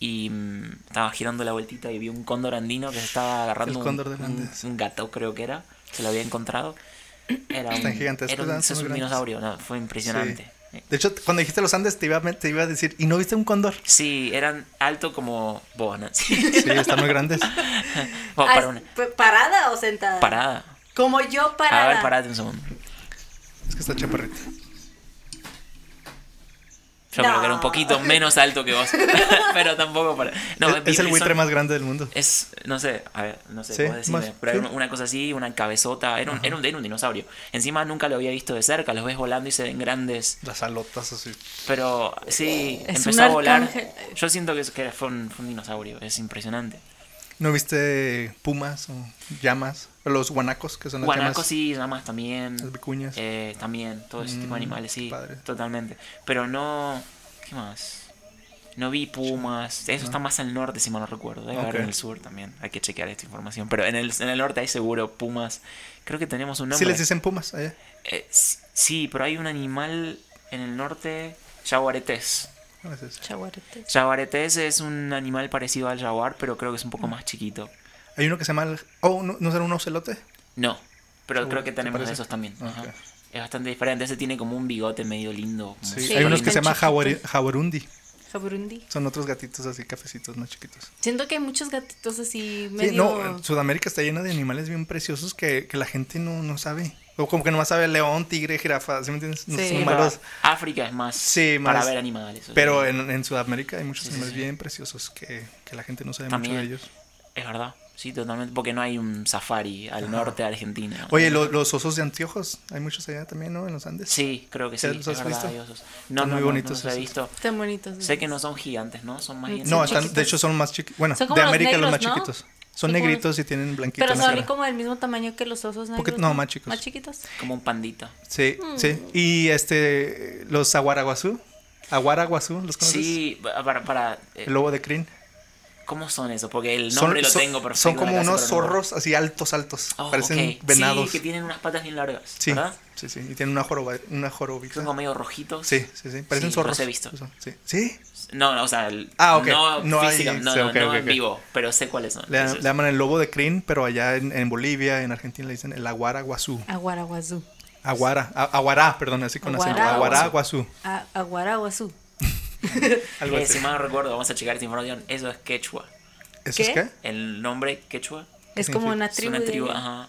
Speaker 3: Y mm, estaba girando la vueltita y vi un cóndor andino que se estaba agarrando
Speaker 1: El
Speaker 3: un-
Speaker 1: cóndor del
Speaker 3: un,
Speaker 1: Andes.
Speaker 3: un gato, creo que era, se lo había encontrado. Era
Speaker 1: Están
Speaker 3: un,
Speaker 1: gigantescos,
Speaker 3: era un-
Speaker 1: ¿verdad? Son muy
Speaker 3: es un
Speaker 1: grandes.
Speaker 3: dinosaurio, no, fue impresionante. Eh,
Speaker 1: Sí. De hecho, cuando dijiste los Andes te iba, a- te iba a decir, ¿y no viste un
Speaker 3: <laughs>
Speaker 1: cóndor?
Speaker 3: Sí, eran alto como
Speaker 2: <laughs>
Speaker 3: vos, Nancy.
Speaker 1: Sí, están muy grandes.
Speaker 3: O
Speaker 2: Ah,
Speaker 3: para una
Speaker 2: ¿pa- ¿Parada o sentada?
Speaker 3: parada.
Speaker 2: Como yo
Speaker 3: A
Speaker 2: parada.
Speaker 3: ver, parate un segundo.
Speaker 1: Es que está chaparrito.
Speaker 3: Yo creo que era un
Speaker 2: No.
Speaker 3: poquito menos alto que
Speaker 2: <laughs>
Speaker 3: vos. <laughs> pero tampoco para. No,
Speaker 1: es, es el
Speaker 3: son-
Speaker 1: buitre más grande del mundo.
Speaker 3: Es, no sé, a ver, no sé,
Speaker 1: Sí,
Speaker 3: vos decime,
Speaker 1: más-
Speaker 3: pero era
Speaker 1: sí.
Speaker 3: una- una cosa así, una cabezota, era un, era, un, era un dinosaurio. Encima nunca lo había visto de cerca, los ves volando y se ven grandes,
Speaker 1: Las alotas así.
Speaker 3: pero sí,
Speaker 2: Es
Speaker 3: empezó
Speaker 2: un
Speaker 3: a volar.
Speaker 2: arcángel.
Speaker 3: Yo siento que, es- que era- fue, un, fue un dinosaurio, es impresionante.
Speaker 1: ¿No viste pumas o llamas? O los guanacos, que son las
Speaker 3: Guanacos
Speaker 1: llamas.
Speaker 3: y llamas también.
Speaker 1: Las vicuñas.
Speaker 3: Eh, también, todo ese tipo de
Speaker 1: Mm,
Speaker 3: animales, sí,
Speaker 1: padre.
Speaker 3: totalmente. Pero no. ¿Qué más? No vi pumas. Eso está más al norte, si mal no recuerdo. Debe haber
Speaker 1: Ah. Ok.
Speaker 3: en el sur también. Hay que chequear esta información. Pero en el, en el norte hay seguro pumas. Creo que tenemos un nombre.
Speaker 1: Sí les dicen pumas allá.
Speaker 3: Eh, s- sí, pero hay un animal en el norte. Jaguaretés.
Speaker 1: ¿Cuál es ese?
Speaker 2: Chaguaretes.
Speaker 3: Jaguaretés es un animal parecido al jaguar, pero creo que es un
Speaker 1: Mm.
Speaker 3: poco más chiquito.
Speaker 1: Hay uno que se llama... el- Oh, ¿no, ¿no será un ocelote?
Speaker 3: No, pero
Speaker 1: Seguro,
Speaker 3: creo que
Speaker 1: ¿te
Speaker 3: tenemos de
Speaker 1: parece?
Speaker 3: esos también.
Speaker 1: Ah,
Speaker 3: ajá.
Speaker 1: ok.
Speaker 3: Es bastante diferente. Ese tiene como un bigote medio lindo. como
Speaker 1: Sí.
Speaker 2: Sí,
Speaker 1: Hay unos que
Speaker 3: lindo.
Speaker 1: se llama
Speaker 2: están
Speaker 1: jaguari-
Speaker 2: chiquitos.
Speaker 1: jaguarundi.
Speaker 2: Jaburundi.
Speaker 1: Son otros gatitos así, cafecitos más chiquitos.
Speaker 2: Siento que hay muchos gatitos así
Speaker 1: Sí,
Speaker 2: medio...
Speaker 3: eh,
Speaker 1: no, Sudamérica está llena de animales bien preciosos que, que la gente no, no sabe. O como que nomás sabe león, tigre, jirafa, ¿sí me entiendes? No
Speaker 2: Sí.
Speaker 1: son
Speaker 3: Sí,
Speaker 1: malos.
Speaker 3: para- África es más,
Speaker 1: Sí,
Speaker 3: para
Speaker 1: más-
Speaker 3: ver animales. o
Speaker 1: Pero eh,
Speaker 3: sea,
Speaker 1: en, en Sudamérica hay muchos
Speaker 3: Sí, sí,
Speaker 1: animales
Speaker 3: sí.
Speaker 1: bien preciosos que, que la gente no sabe
Speaker 3: También.
Speaker 1: mucho de ellos.
Speaker 3: es verdad. Sí, totalmente. Porque no hay un safari al norte de Argentina.
Speaker 1: Oye, lo- los osos de anteojos, hay muchos allá también, ¿no? En los Andes.
Speaker 3: Sí, creo que sí.
Speaker 1: ¿Ya los
Speaker 3: es
Speaker 1: has
Speaker 3: verdad,
Speaker 1: visto?
Speaker 3: hay osos. No,
Speaker 1: Están
Speaker 3: no,
Speaker 1: muy
Speaker 3: no,
Speaker 1: bonitos
Speaker 3: no los he
Speaker 1: esos.
Speaker 3: visto.
Speaker 2: Están bonitos.
Speaker 3: Sé que no son gigantes, ¿no? Son más bien.
Speaker 1: No,
Speaker 2: Son
Speaker 1: están, de
Speaker 2: chiquitos.
Speaker 1: hecho son más chiquitos. Bueno,
Speaker 2: Son como
Speaker 1: de
Speaker 2: los
Speaker 1: América los, más
Speaker 2: negros, ¿no?
Speaker 1: chiquitos. Son
Speaker 2: Son como-
Speaker 1: negritos y tienen blanquito
Speaker 2: Pero
Speaker 1: en la
Speaker 2: son
Speaker 1: cara.
Speaker 2: como del mismo tamaño que los osos negros.
Speaker 1: Poquito- no, más chicos.
Speaker 2: Más chiquitos.
Speaker 3: Como un pandita.
Speaker 1: Sí,
Speaker 3: Hmm.
Speaker 1: sí. Y este, los aguaraguazú. Aguaraguazú, ¿los conoces?
Speaker 3: Sí, pa- para. para eh,
Speaker 1: El lobo de crin.
Speaker 3: ¿Cómo son eso? Porque el nombre lo tengo perfecto.
Speaker 1: Son
Speaker 3: en la
Speaker 1: como
Speaker 3: cabeza,
Speaker 1: unos
Speaker 3: pero no me acuerdo.
Speaker 1: zorros así altos, altos.
Speaker 3: Oh,
Speaker 1: parecen
Speaker 3: ok.
Speaker 1: venados.
Speaker 3: Sí, que tienen unas patas bien largas.
Speaker 1: Sí,
Speaker 3: ¿Verdad?
Speaker 1: sí, sí, Y tienen una, joroba, una jorobita.
Speaker 3: Son como medio rojitos.
Speaker 1: Sí, sí, sí. Parecen
Speaker 3: Sí,
Speaker 1: zorros.
Speaker 3: los he visto.
Speaker 1: Son- Sí. ¿Sí?
Speaker 3: No, no, o sea, el-
Speaker 1: Ah, ok.
Speaker 3: no,
Speaker 1: No hay-
Speaker 3: física, no,
Speaker 1: sí,
Speaker 3: no,
Speaker 1: ok,
Speaker 3: no
Speaker 1: ok,
Speaker 3: en
Speaker 1: ok.
Speaker 3: vivo, pero sé cuáles son.
Speaker 1: Le,
Speaker 3: Eso
Speaker 1: le
Speaker 3: es.
Speaker 1: llaman el lobo de crin, pero allá en, en Bolivia, en Argentina le dicen el aguaraguazú.
Speaker 2: Aguaraguazú.
Speaker 1: Aguara, a- aguará, perdón, así con acento.
Speaker 2: Aguaraguazú.
Speaker 1: Aguaraguazú.
Speaker 2: A- Ah, Aguaraguazú.
Speaker 1: Algo
Speaker 3: Eh,
Speaker 1: así.
Speaker 3: si mal no recuerdo, vamos a checar esta información. Eso es quechua.
Speaker 1: ¿Eso es
Speaker 2: ¿Qué?
Speaker 1: qué?
Speaker 3: El nombre quechua
Speaker 2: Es como
Speaker 1: significa?
Speaker 2: una
Speaker 3: es
Speaker 2: tribu.
Speaker 3: una
Speaker 2: de-
Speaker 3: tribu, ajá.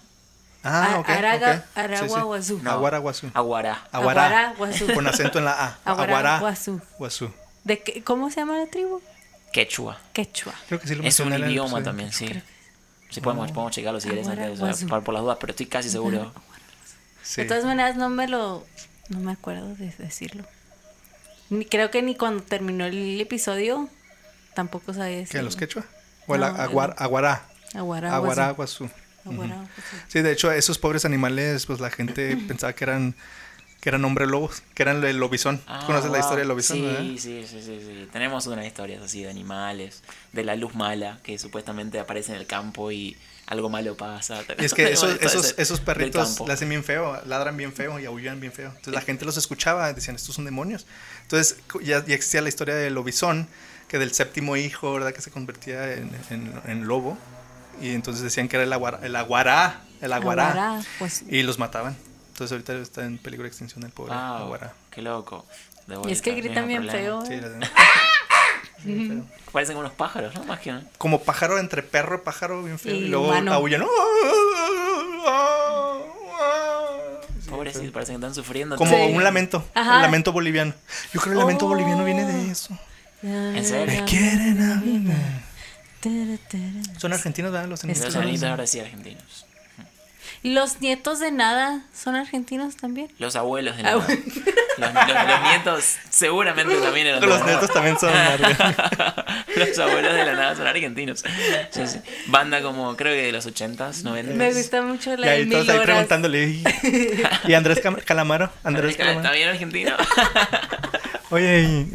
Speaker 1: Ah,
Speaker 2: A-
Speaker 1: ok.
Speaker 2: Araga-
Speaker 1: ok. Sí, sí.
Speaker 2: Araguaguazú.
Speaker 3: No.
Speaker 1: Aguaraguazú. Ah.
Speaker 3: Aguará.
Speaker 1: Aguará.
Speaker 2: Aguaraguazú.
Speaker 1: Con acento en la
Speaker 2: <laughs>
Speaker 1: A.
Speaker 2: Aguaraguazú.
Speaker 1: Guazú.
Speaker 2: ¿De qué- ¿Cómo se llama la tribu?
Speaker 3: Quechua.
Speaker 2: Quechua.
Speaker 1: Creo que sí lo
Speaker 3: Es un
Speaker 1: mencioné en el
Speaker 3: idioma
Speaker 1: episodio.
Speaker 3: también, sí. Sí, podemos, podemos checarlo si quieres
Speaker 2: Aguará,
Speaker 3: antes, o sea,
Speaker 2: guazú.
Speaker 3: por, por las dudas, pero estoy casi seguro.
Speaker 1: Sí.
Speaker 2: De todas maneras, no me lo. No me acuerdo de decirlo. Ni- creo que ni cuando terminó el episodio tampoco sabía
Speaker 1: ¿Qué?
Speaker 2: decirlo.
Speaker 1: ¿Los quechua? O el
Speaker 2: No,
Speaker 1: aguar- aguará.
Speaker 2: Aguaraguazú.
Speaker 1: Aguaraguazú.
Speaker 2: Ah, Aguaraguazú.
Speaker 1: Sí, de hecho, esos pobres animales, pues la
Speaker 2: <clears throat>
Speaker 1: gente pensaba que eran que eran hombre lobos, que eran el lobizón.
Speaker 3: Ah,
Speaker 1: ¿Conoces la
Speaker 3: wow.
Speaker 1: historia del lobizón?
Speaker 3: Sí,
Speaker 1: verdad?
Speaker 3: sí, sí, sí, sí. Tenemos unas historias así de animales, de la luz mala, que supuestamente aparece en el campo y algo malo pasa. <laughs>
Speaker 1: Y es que esos,
Speaker 3: Todo
Speaker 1: esos,
Speaker 3: ese-
Speaker 1: esos
Speaker 3: del
Speaker 1: perritos
Speaker 3: campo.
Speaker 1: la hacen bien feo, ladran bien feo y aullan bien feo. Entonces la gente los escuchaba, decían, estos son demonios. Entonces cu- ya, ya existía la historia del lobizón, que del séptimo hijo, ¿verdad? Que se convertía en, en- en lobo. Y entonces decían que era el aguará, el aguará, el aguará.
Speaker 2: Aguaraguazú.
Speaker 3: Ah,
Speaker 1: Y los mataban. Entonces ahorita está en peligro de extinción el pobre
Speaker 3: Wow,
Speaker 1: aguará.
Speaker 3: qué loco. de
Speaker 2: Y es
Speaker 3: vuelta,
Speaker 2: que gritan
Speaker 3: mismo
Speaker 2: bien
Speaker 3: problema.
Speaker 2: feo.
Speaker 1: Sí,
Speaker 2: eh.
Speaker 1: la tengo.
Speaker 3: Parecen unos pájaros, ¿no? Más que un-
Speaker 1: Como pájaro entre perro y pájaro, bien feo. Y,
Speaker 2: Y
Speaker 1: luego
Speaker 2: humano.
Speaker 1: aullan. <laughs> Ah, ah. Sí,
Speaker 3: Pobrecitos,
Speaker 1: feo.
Speaker 3: parecen que están sufriendo.
Speaker 1: Como
Speaker 3: Sí.
Speaker 1: un lamento.
Speaker 2: Ajá.
Speaker 1: Un lamento boliviano. Yo creo que el lamento
Speaker 2: Oh.
Speaker 1: boliviano viene de eso.
Speaker 2: ¿En
Speaker 3: serio?
Speaker 1: Me quieren a mí. Son argentinos, ¿verdad? Los
Speaker 2: Es
Speaker 3: Los
Speaker 2: que son-
Speaker 3: abuelitos ahora sí argentinos.
Speaker 2: Los nietos de nada son argentinos también.
Speaker 3: Los abuelos de
Speaker 2: Ah,
Speaker 3: la los,
Speaker 2: bueno.
Speaker 3: los- los nietos seguramente también eran de
Speaker 1: Los
Speaker 3: la
Speaker 1: netos también son argentinos.
Speaker 3: nada. <laughs> Los abuelos de la nada son argentinos. Sí, sí. Banda como creo que de los 80s, 90s.
Speaker 2: Me gusta mucho
Speaker 1: Y
Speaker 2: la de
Speaker 1: ahí todos
Speaker 2: mil
Speaker 1: ahí
Speaker 2: horas.
Speaker 1: preguntándole. Y, y Andrés Cam- Calamaro. Andrés
Speaker 3: ¿Está
Speaker 1: Calamaro.
Speaker 3: bien argentino?
Speaker 1: Oye, y,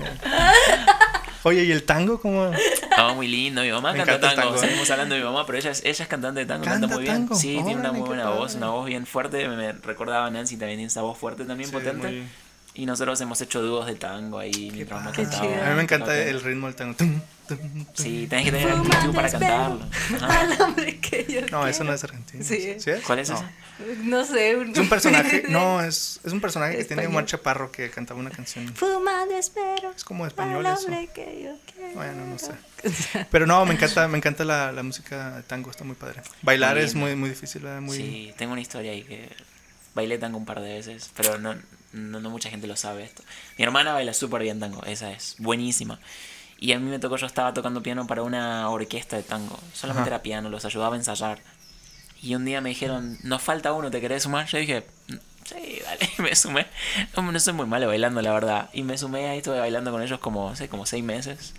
Speaker 1: oye, ¿y el tango? ¿Cómo?
Speaker 3: No, muy lindo. Mi mamá
Speaker 1: Me
Speaker 3: canta
Speaker 1: encanta el
Speaker 3: tango.
Speaker 1: tango, ¿eh?
Speaker 3: Seguimos hablando de mi mamá, pero ella es, ella es cantante de tango. Canta
Speaker 1: ¿Canta
Speaker 3: muy bien.
Speaker 1: tango?
Speaker 3: Sí, tiene una
Speaker 1: Órale,
Speaker 3: muy
Speaker 1: qué
Speaker 3: buena voz,
Speaker 1: padre.
Speaker 3: una voz bien fuerte. Me recordaba a Nancy también, tiene esa voz fuerte también,
Speaker 1: Sí,
Speaker 3: potente.
Speaker 1: muy-
Speaker 3: Y nosotros hemos hecho dúos de tango ahí mientras mamá
Speaker 1: padre.
Speaker 3: cantaba.
Speaker 2: chido.
Speaker 1: Ah, A mí me encanta
Speaker 3: Ok.
Speaker 1: el ritmo del tango. Tum, tum, tum.
Speaker 3: Sí, tenés que tener
Speaker 2: Fumando
Speaker 3: actitud para
Speaker 2: espero
Speaker 3: cantarlo.
Speaker 2: <laughs>
Speaker 3: Ah,
Speaker 2: Al hombre que yo
Speaker 1: No, eso
Speaker 2: quiero.
Speaker 1: no es argentino.
Speaker 2: Sí.
Speaker 3: ¿Cuál es
Speaker 1: No.
Speaker 3: esa?
Speaker 2: No sé.
Speaker 1: Es un
Speaker 2: <laughs>
Speaker 1: personaje, no, es, es un personaje que tiene
Speaker 2: Español.
Speaker 1: Omar Chaparro que cantaba una canción.
Speaker 2: Fumando espero.
Speaker 1: Es como español
Speaker 2: Al
Speaker 1: eso.
Speaker 2: hombre que yo quiero.
Speaker 1: Bueno, no sé.
Speaker 2: <laughs> sé.
Speaker 1: Pero no, me encanta, me encanta la, la música de tango, está muy padre. Bailar
Speaker 3: Muy
Speaker 1: es
Speaker 3: lindo.
Speaker 1: muy, muy difícil, ¿verdad? muy
Speaker 3: Sí, tengo una historia ahí que bailé tango un par de veces, pero no, no, no mucha gente lo sabe esto. Mi hermana baila súper bien tango, esa es, buenísima. Y a mí me tocó, yo estaba tocando piano para una orquesta de tango, solamente
Speaker 1: Ajá.
Speaker 3: era piano, los ayudaba a ensayar. Y un día me dijeron, nos falta uno, ¿te querés sumar? Yo dije, sí, dale, <laughs> y me sumé. No, no soy muy malo bailando, la verdad. Y me sumé ahí, estuve bailando con ellos como, no sé, como seis meses.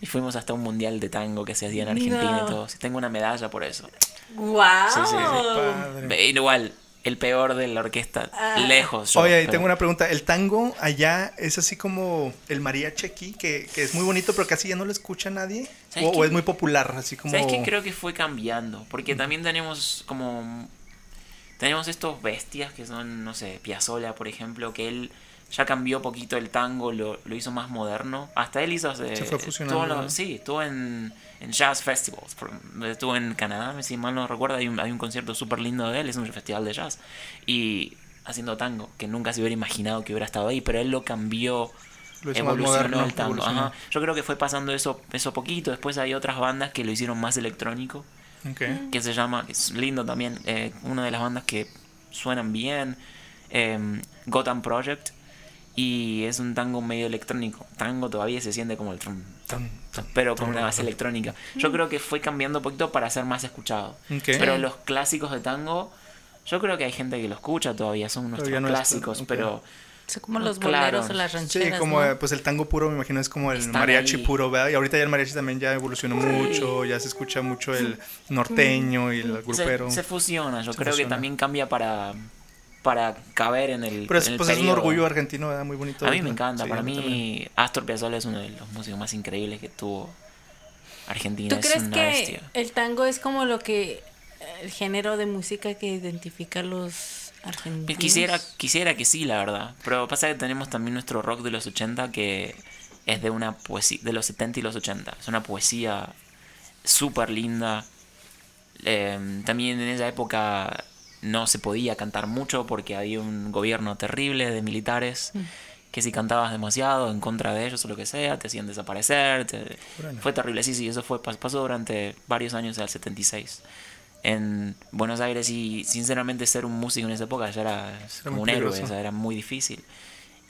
Speaker 3: Y fuimos hasta un mundial de tango que se hacía en Argentina
Speaker 2: No.
Speaker 3: y todo. Sí, Tengo una medalla por eso.
Speaker 2: ¡Wow!
Speaker 3: Sí, sí, sí.
Speaker 2: Oh.
Speaker 1: padre.
Speaker 3: Ve, Igual, el peor de la orquesta.
Speaker 2: Ah.
Speaker 3: Lejos. yo,
Speaker 1: Oye, y
Speaker 3: pero-
Speaker 1: tengo una pregunta. El tango allá es así como el mariachi aquí, que, que es muy bonito, pero casi ya no lo escucha nadie. O,
Speaker 3: ¿Sabes
Speaker 1: o
Speaker 3: qué?
Speaker 1: es muy popular, así como.
Speaker 3: ¿Sabes qué? Creo que fue cambiando. Porque también tenemos como. Tenemos estos bestias que son, no sé, Piazzolla, por ejemplo, que él ya cambió poquito el tango, lo, lo hizo más moderno. Hasta él hizo. eh,
Speaker 1: Se fue fusionando,
Speaker 3: estuvo en los-
Speaker 1: ¿no?
Speaker 3: sí, estuvo en, en jazz festivals. por- Estuvo en Canadá, si mal no recuerdo, hay un, hay un concierto súper lindo de él, es un festival de jazz. Y haciendo tango, que nunca se hubiera imaginado que hubiera estado ahí, pero él lo cambió.
Speaker 1: Lo hizo más
Speaker 3: evolucionó
Speaker 1: moderno,
Speaker 3: el tango.
Speaker 1: evolucionó.
Speaker 3: ajá. Yo creo que fue pasando eso, eso poquito. Después hay otras bandas que lo hicieron más electrónico,
Speaker 1: Ok.
Speaker 3: que se llama, que es lindo también, eh, una de las bandas que suenan bien, eh, Gotham Project, y es un tango medio electrónico. Tango todavía se siente como el trum,
Speaker 1: Tan, tan,
Speaker 3: pero con
Speaker 1: tan,
Speaker 3: una base
Speaker 1: tan.
Speaker 3: electrónica. Yo creo que fue cambiando poquito para ser más escuchado.
Speaker 1: Ok.
Speaker 3: Pero los clásicos de tango, yo creo que hay gente que lo escucha todavía, son nuestros
Speaker 1: Todavía no es-
Speaker 3: clásicos,
Speaker 1: ok.
Speaker 3: pero...
Speaker 2: Son como los
Speaker 3: Claro.
Speaker 2: boleros o las rancheras.
Speaker 1: Sí, como
Speaker 2: ¿no?
Speaker 1: eh, pues el tango puro, me imagino, es como el
Speaker 3: Están
Speaker 1: mariachi
Speaker 3: ahí.
Speaker 1: puro, ¿verdad? Y ahorita ya el mariachi también ya evolucionó mucho, ya se escucha mucho el norteño y el
Speaker 3: se-
Speaker 1: grupero.
Speaker 3: Se, fusiona, yo
Speaker 1: Se
Speaker 3: creo que
Speaker 1: fusiona.
Speaker 3: también cambia para, para caber en el.
Speaker 1: Pero es,
Speaker 3: en el
Speaker 1: pues es un
Speaker 3: periodo.
Speaker 1: orgullo argentino, ¿verdad? Muy bonito.
Speaker 3: A mí me
Speaker 1: ¿verdad?
Speaker 3: encanta,
Speaker 1: Sí,
Speaker 3: para
Speaker 1: a
Speaker 3: mí
Speaker 1: también.
Speaker 3: Astor Piazzolla es uno de los músicos más increíbles que tuvo Argentina.
Speaker 2: ¿Tú
Speaker 3: es
Speaker 2: crees
Speaker 3: una
Speaker 2: que
Speaker 3: bestia.
Speaker 2: el tango es como lo que. el género de música que identifica a los argentinos?
Speaker 3: Pues Quisiera, quisiera que sí, la verdad. Pero pasa que tenemos también nuestro rock de los 80 que es de una poesía, de los 70 y los 80. Es una poesía súper linda. Eh, también en esa época no se podía cantar mucho porque había un gobierno terrible de militares
Speaker 1: Mm.
Speaker 3: que si cantabas demasiado en contra de ellos o lo que sea, te hacían desaparecer. te-
Speaker 1: Órale.
Speaker 3: Fue terrible, sí, sí, eso fue, pas- pasó durante varios años del 76 en Buenos Aires y sinceramente ser un músico en esa época ya era como
Speaker 1: muy
Speaker 3: un héroe,
Speaker 1: peligroso.
Speaker 3: o sea, era muy difícil.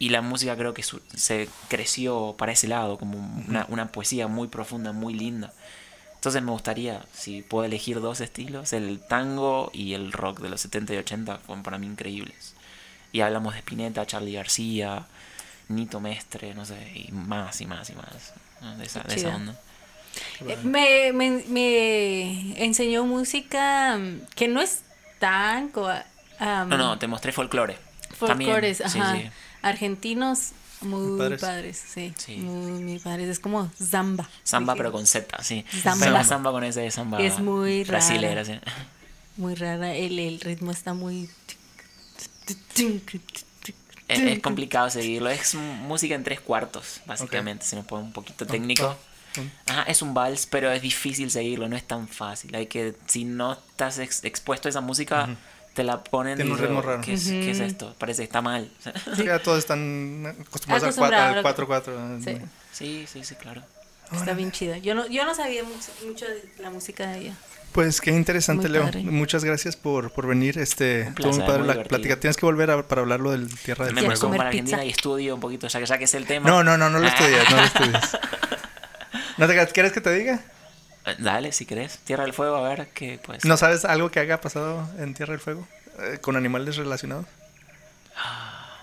Speaker 3: Y la música creo que su- se creció para ese lado, como una, una poesía muy profunda, muy linda. Entonces me gustaría, si puedo elegir dos estilos, el tango y el rock de los 70 y 80 fueron para mí increíbles. Y hablamos de Spinetta, Charlie García, Nito Mestre, no sé, y más y más y más ¿no? de esa, de esa
Speaker 2: Chido.
Speaker 3: onda.
Speaker 2: Eh, Me, me, me enseñó música mm, que no es tango. ah, am,
Speaker 3: No, no, te mostré folclore. También,
Speaker 2: folclores,
Speaker 3: sí,
Speaker 2: ajá.
Speaker 3: sí.
Speaker 2: Argentinos muy
Speaker 1: Padres.
Speaker 2: padres, sí,
Speaker 3: Sí.
Speaker 2: Muy, muy padres. Es como zamba.
Speaker 3: Samba,
Speaker 2: Así que
Speaker 3: pero con Z, sí.
Speaker 2: Samba.
Speaker 3: Samba. Samba con ese de samba.
Speaker 2: Es muy rara.
Speaker 3: Brasilera, sí.
Speaker 2: Muy rara. El, el ritmo está muy.
Speaker 3: Es, Eh, es complicado seguirlo. Es m- música en tres cuartos, básicamente. Se nos pone un poquito técnico. Ajá, es un vals, pero es difícil seguirlo. No es tan fácil. Hay que, si no estás ex- expuesto a esa música, te la ponen
Speaker 1: Tiene
Speaker 3: y
Speaker 1: un
Speaker 3: digo,
Speaker 1: ritmo raro.
Speaker 3: ¿qué, es, qué es esto? Parece que está mal. <laughs>
Speaker 1: Ya todos están acostumbrados al cua-
Speaker 2: Acostumbrados,
Speaker 1: al
Speaker 2: lo-
Speaker 1: 4-4.
Speaker 2: Sí,
Speaker 3: sí, sí, sí, claro.
Speaker 2: está bien chida. Yo no, yo no sabía mucho, mucho de la música de ella.
Speaker 1: Pues qué interesante,
Speaker 2: Muy
Speaker 1: Leo.
Speaker 2: padre.
Speaker 1: Muchas gracias por, por venir. Este,
Speaker 3: Un
Speaker 1: estuvo
Speaker 3: placer,
Speaker 1: muy padre
Speaker 3: muy
Speaker 1: la
Speaker 3: divertido.
Speaker 1: plática. Tienes que volver a- para hablarlo del Tierra del
Speaker 3: Me
Speaker 2: Quiero
Speaker 1: Fuego.
Speaker 3: marco
Speaker 2: comer
Speaker 3: para Argentina
Speaker 2: pizza.
Speaker 3: y estudio un poquito, ya que saques el tema.
Speaker 1: No, no, no, no lo estudies, no lo estudies.
Speaker 3: <laughs>
Speaker 1: ¿No te creas, quieres que te diga?
Speaker 3: Eh, Dale, si querés. Tierra del Fuego, a ver qué pues.
Speaker 1: ¿No sabes algo que haya pasado en Tierra del Fuego? Eh, ¿Con animales
Speaker 3: <gasps>
Speaker 1: relacionados?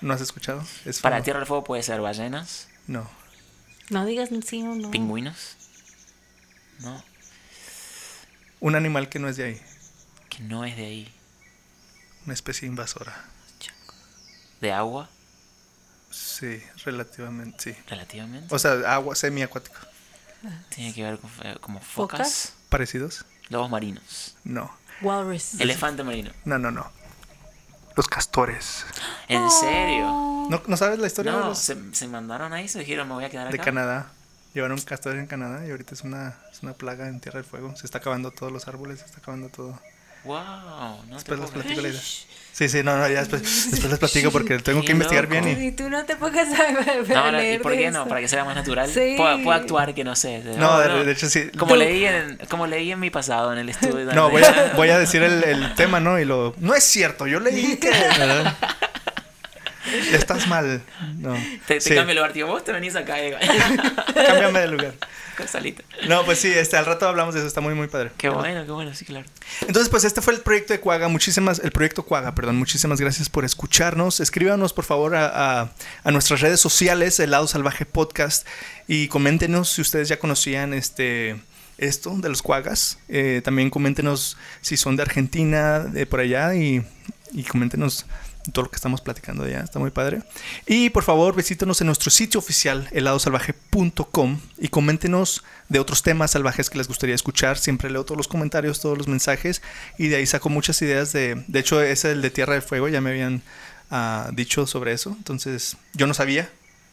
Speaker 1: ¿No has escuchado? Es
Speaker 3: Para
Speaker 1: famo-
Speaker 3: Tierra del Fuego puede ser ballenas,
Speaker 1: No.
Speaker 2: No digas sí o no.
Speaker 1: Mm.
Speaker 3: pingüinos. No,
Speaker 1: Un animal que no es de ahí.
Speaker 3: que no es de ahí.
Speaker 1: Una especie invasora.
Speaker 3: De agua,
Speaker 1: Sí, relativamente, sí.
Speaker 3: relativamente.
Speaker 1: O sea, agua semiacuático.
Speaker 3: Tiene que ver con eh, como
Speaker 2: ¿Focas?
Speaker 3: focas,
Speaker 1: ¿Parecidos?
Speaker 3: lobos marinos,
Speaker 1: No.
Speaker 2: Walrus.
Speaker 3: elefante marino.
Speaker 1: No, no, no. Los castores.
Speaker 3: ¿En serio?
Speaker 1: ¿No, no sabes la historia de
Speaker 3: No,
Speaker 1: los
Speaker 3: se, se mandaron ahí, se dijeron, me voy a quedar
Speaker 1: de
Speaker 3: acá.
Speaker 1: Canadá? Llevaron castor en Canadá y ahorita es una, es una plaga en Tierra del Fuego. Se está acabando todos los árboles, se está acabando todo.
Speaker 3: Wow, no te
Speaker 1: Después
Speaker 3: puedo
Speaker 1: les
Speaker 3: creer.
Speaker 1: platico la idea. Sí, sí, no, no, ya después, después les platico porque tengo
Speaker 3: Qué
Speaker 1: que investigar
Speaker 3: loco.
Speaker 1: bien y...
Speaker 2: Y tú no te pongas a, <laughs>
Speaker 3: No,
Speaker 2: a
Speaker 3: no, ¿y
Speaker 2: leer
Speaker 3: por
Speaker 2: de
Speaker 3: qué no?
Speaker 2: eso.
Speaker 3: Para que sea más natural.
Speaker 2: Sí.
Speaker 3: Puedo, puedo actuar que no sé. de-
Speaker 1: No,
Speaker 3: oh,
Speaker 1: de- de hecho sí.
Speaker 3: Como
Speaker 1: Tú-
Speaker 3: leí, en, como leí en mi pasado, en el estudio.
Speaker 1: No,
Speaker 3: donde-
Speaker 1: voy
Speaker 3: <laughs>
Speaker 1: a, voy a decir el, el tema, ¿no? Y lo... No es cierto, yo leí que... ¿verdad? Ya estás mal. No.
Speaker 3: Te, te
Speaker 1: Sí,
Speaker 3: cambio el lugar, tío. Vos te venís acá <laughs> y
Speaker 1: cámbiame de lugar.
Speaker 3: Salita.
Speaker 1: No, pues sí, este, al rato hablamos de eso, está muy, muy padre.
Speaker 3: Qué bueno, qué bueno, sí, claro.
Speaker 1: Entonces, pues este fue el proyecto de Cuaga. Muchísimas, el proyecto Cuaga, perdón. Muchísimas gracias por escucharnos. Escríbanos, por favor, a, a- a nuestras redes sociales, El Lado Salvaje Podcast, y coméntenos si ustedes ya conocían este esto de los Cuagas. Eh, también coméntenos si son de Argentina, de por allá, y, y coméntenos todo lo que estamos platicando ya, está muy padre. Y por favor, visítenos en nuestro sitio oficial, heladosalvaje.com, y coméntenos de otros temas salvajes que les gustaría escuchar. Siempre leo todos los comentarios, todos los mensajes, y de ahí saco muchas ideas de... De hecho, ese el de Tierra del Fuego, ya me habían ah, dicho sobre eso, entonces yo no sabía.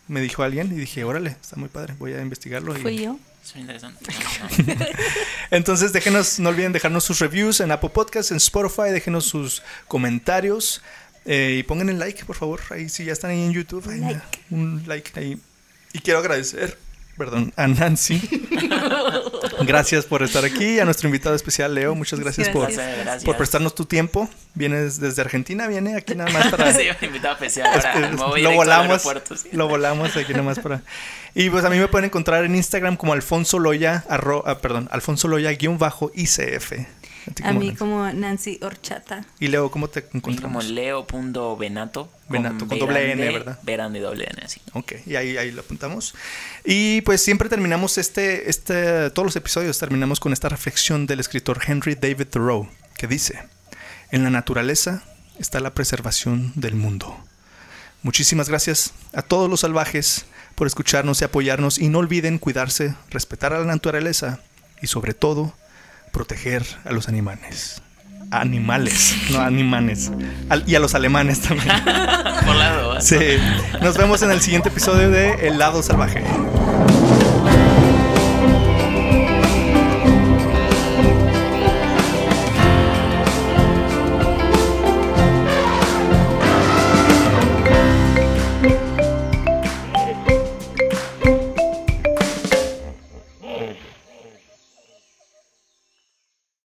Speaker 1: Me dijo alguien y dije, órale, está muy padre, voy a investigarlo. y-
Speaker 2: Fui yo.
Speaker 3: Es muy interesante. No, no, no.
Speaker 1: entonces, déjenos, no olviden dejarnos sus reviews en Apple Podcasts, en Spotify, déjenos sus comentarios eh, y pongan el like, por favor. Ahí si ya están ahí en YouTube, ahí,
Speaker 2: Like.
Speaker 1: un like ahí. Y quiero agradecer, perdón, a
Speaker 3: <laughs>
Speaker 1: Nancy. gracias por estar aquí, a nuestro invitado especial Leo, muchas gracias, por,
Speaker 3: Gracias, gracias.
Speaker 1: por prestarnos tu tiempo. Vienes desde Argentina, viene aquí nada <laughs> más para
Speaker 3: <laughs> Sí, un invitado especial. Ahora,
Speaker 1: es-
Speaker 3: me voy
Speaker 1: lo
Speaker 3: directo al
Speaker 1: volamos.
Speaker 3: aeropuerto, sí.
Speaker 1: Lo volamos aquí nomás para. Y pues a mí me pueden encontrar en Instagram como Alfonso Loya, arro- ah, perdón, Alfonso Loya guión bajo ICF. A ti
Speaker 2: A
Speaker 1: como
Speaker 2: mí
Speaker 1: Nancy.
Speaker 2: como Nancy Horchata.
Speaker 1: Y Leo, ¿cómo te
Speaker 3: Y como
Speaker 1: encontramos?
Speaker 3: leo.venato.
Speaker 1: Venato, con doble
Speaker 3: verande-
Speaker 1: N, ¿verdad?
Speaker 3: Verande y doble N, sí.
Speaker 1: Ok, y ahí, ahí lo apuntamos. Y pues siempre terminamos este, este, todos los episodios terminamos con esta reflexión del escritor Henry David Thoreau, que dice, en la naturaleza está la preservación del mundo. Muchísimas gracias a todos los salvajes por escucharnos y apoyarnos y no olviden cuidarse, respetar a la naturaleza y sobre todo proteger a los animales. Animales, no animales. Al- y a los alemanes también.
Speaker 3: Por la duda.
Speaker 1: Sí. Nos vemos en el siguiente episodio de El lado salvaje.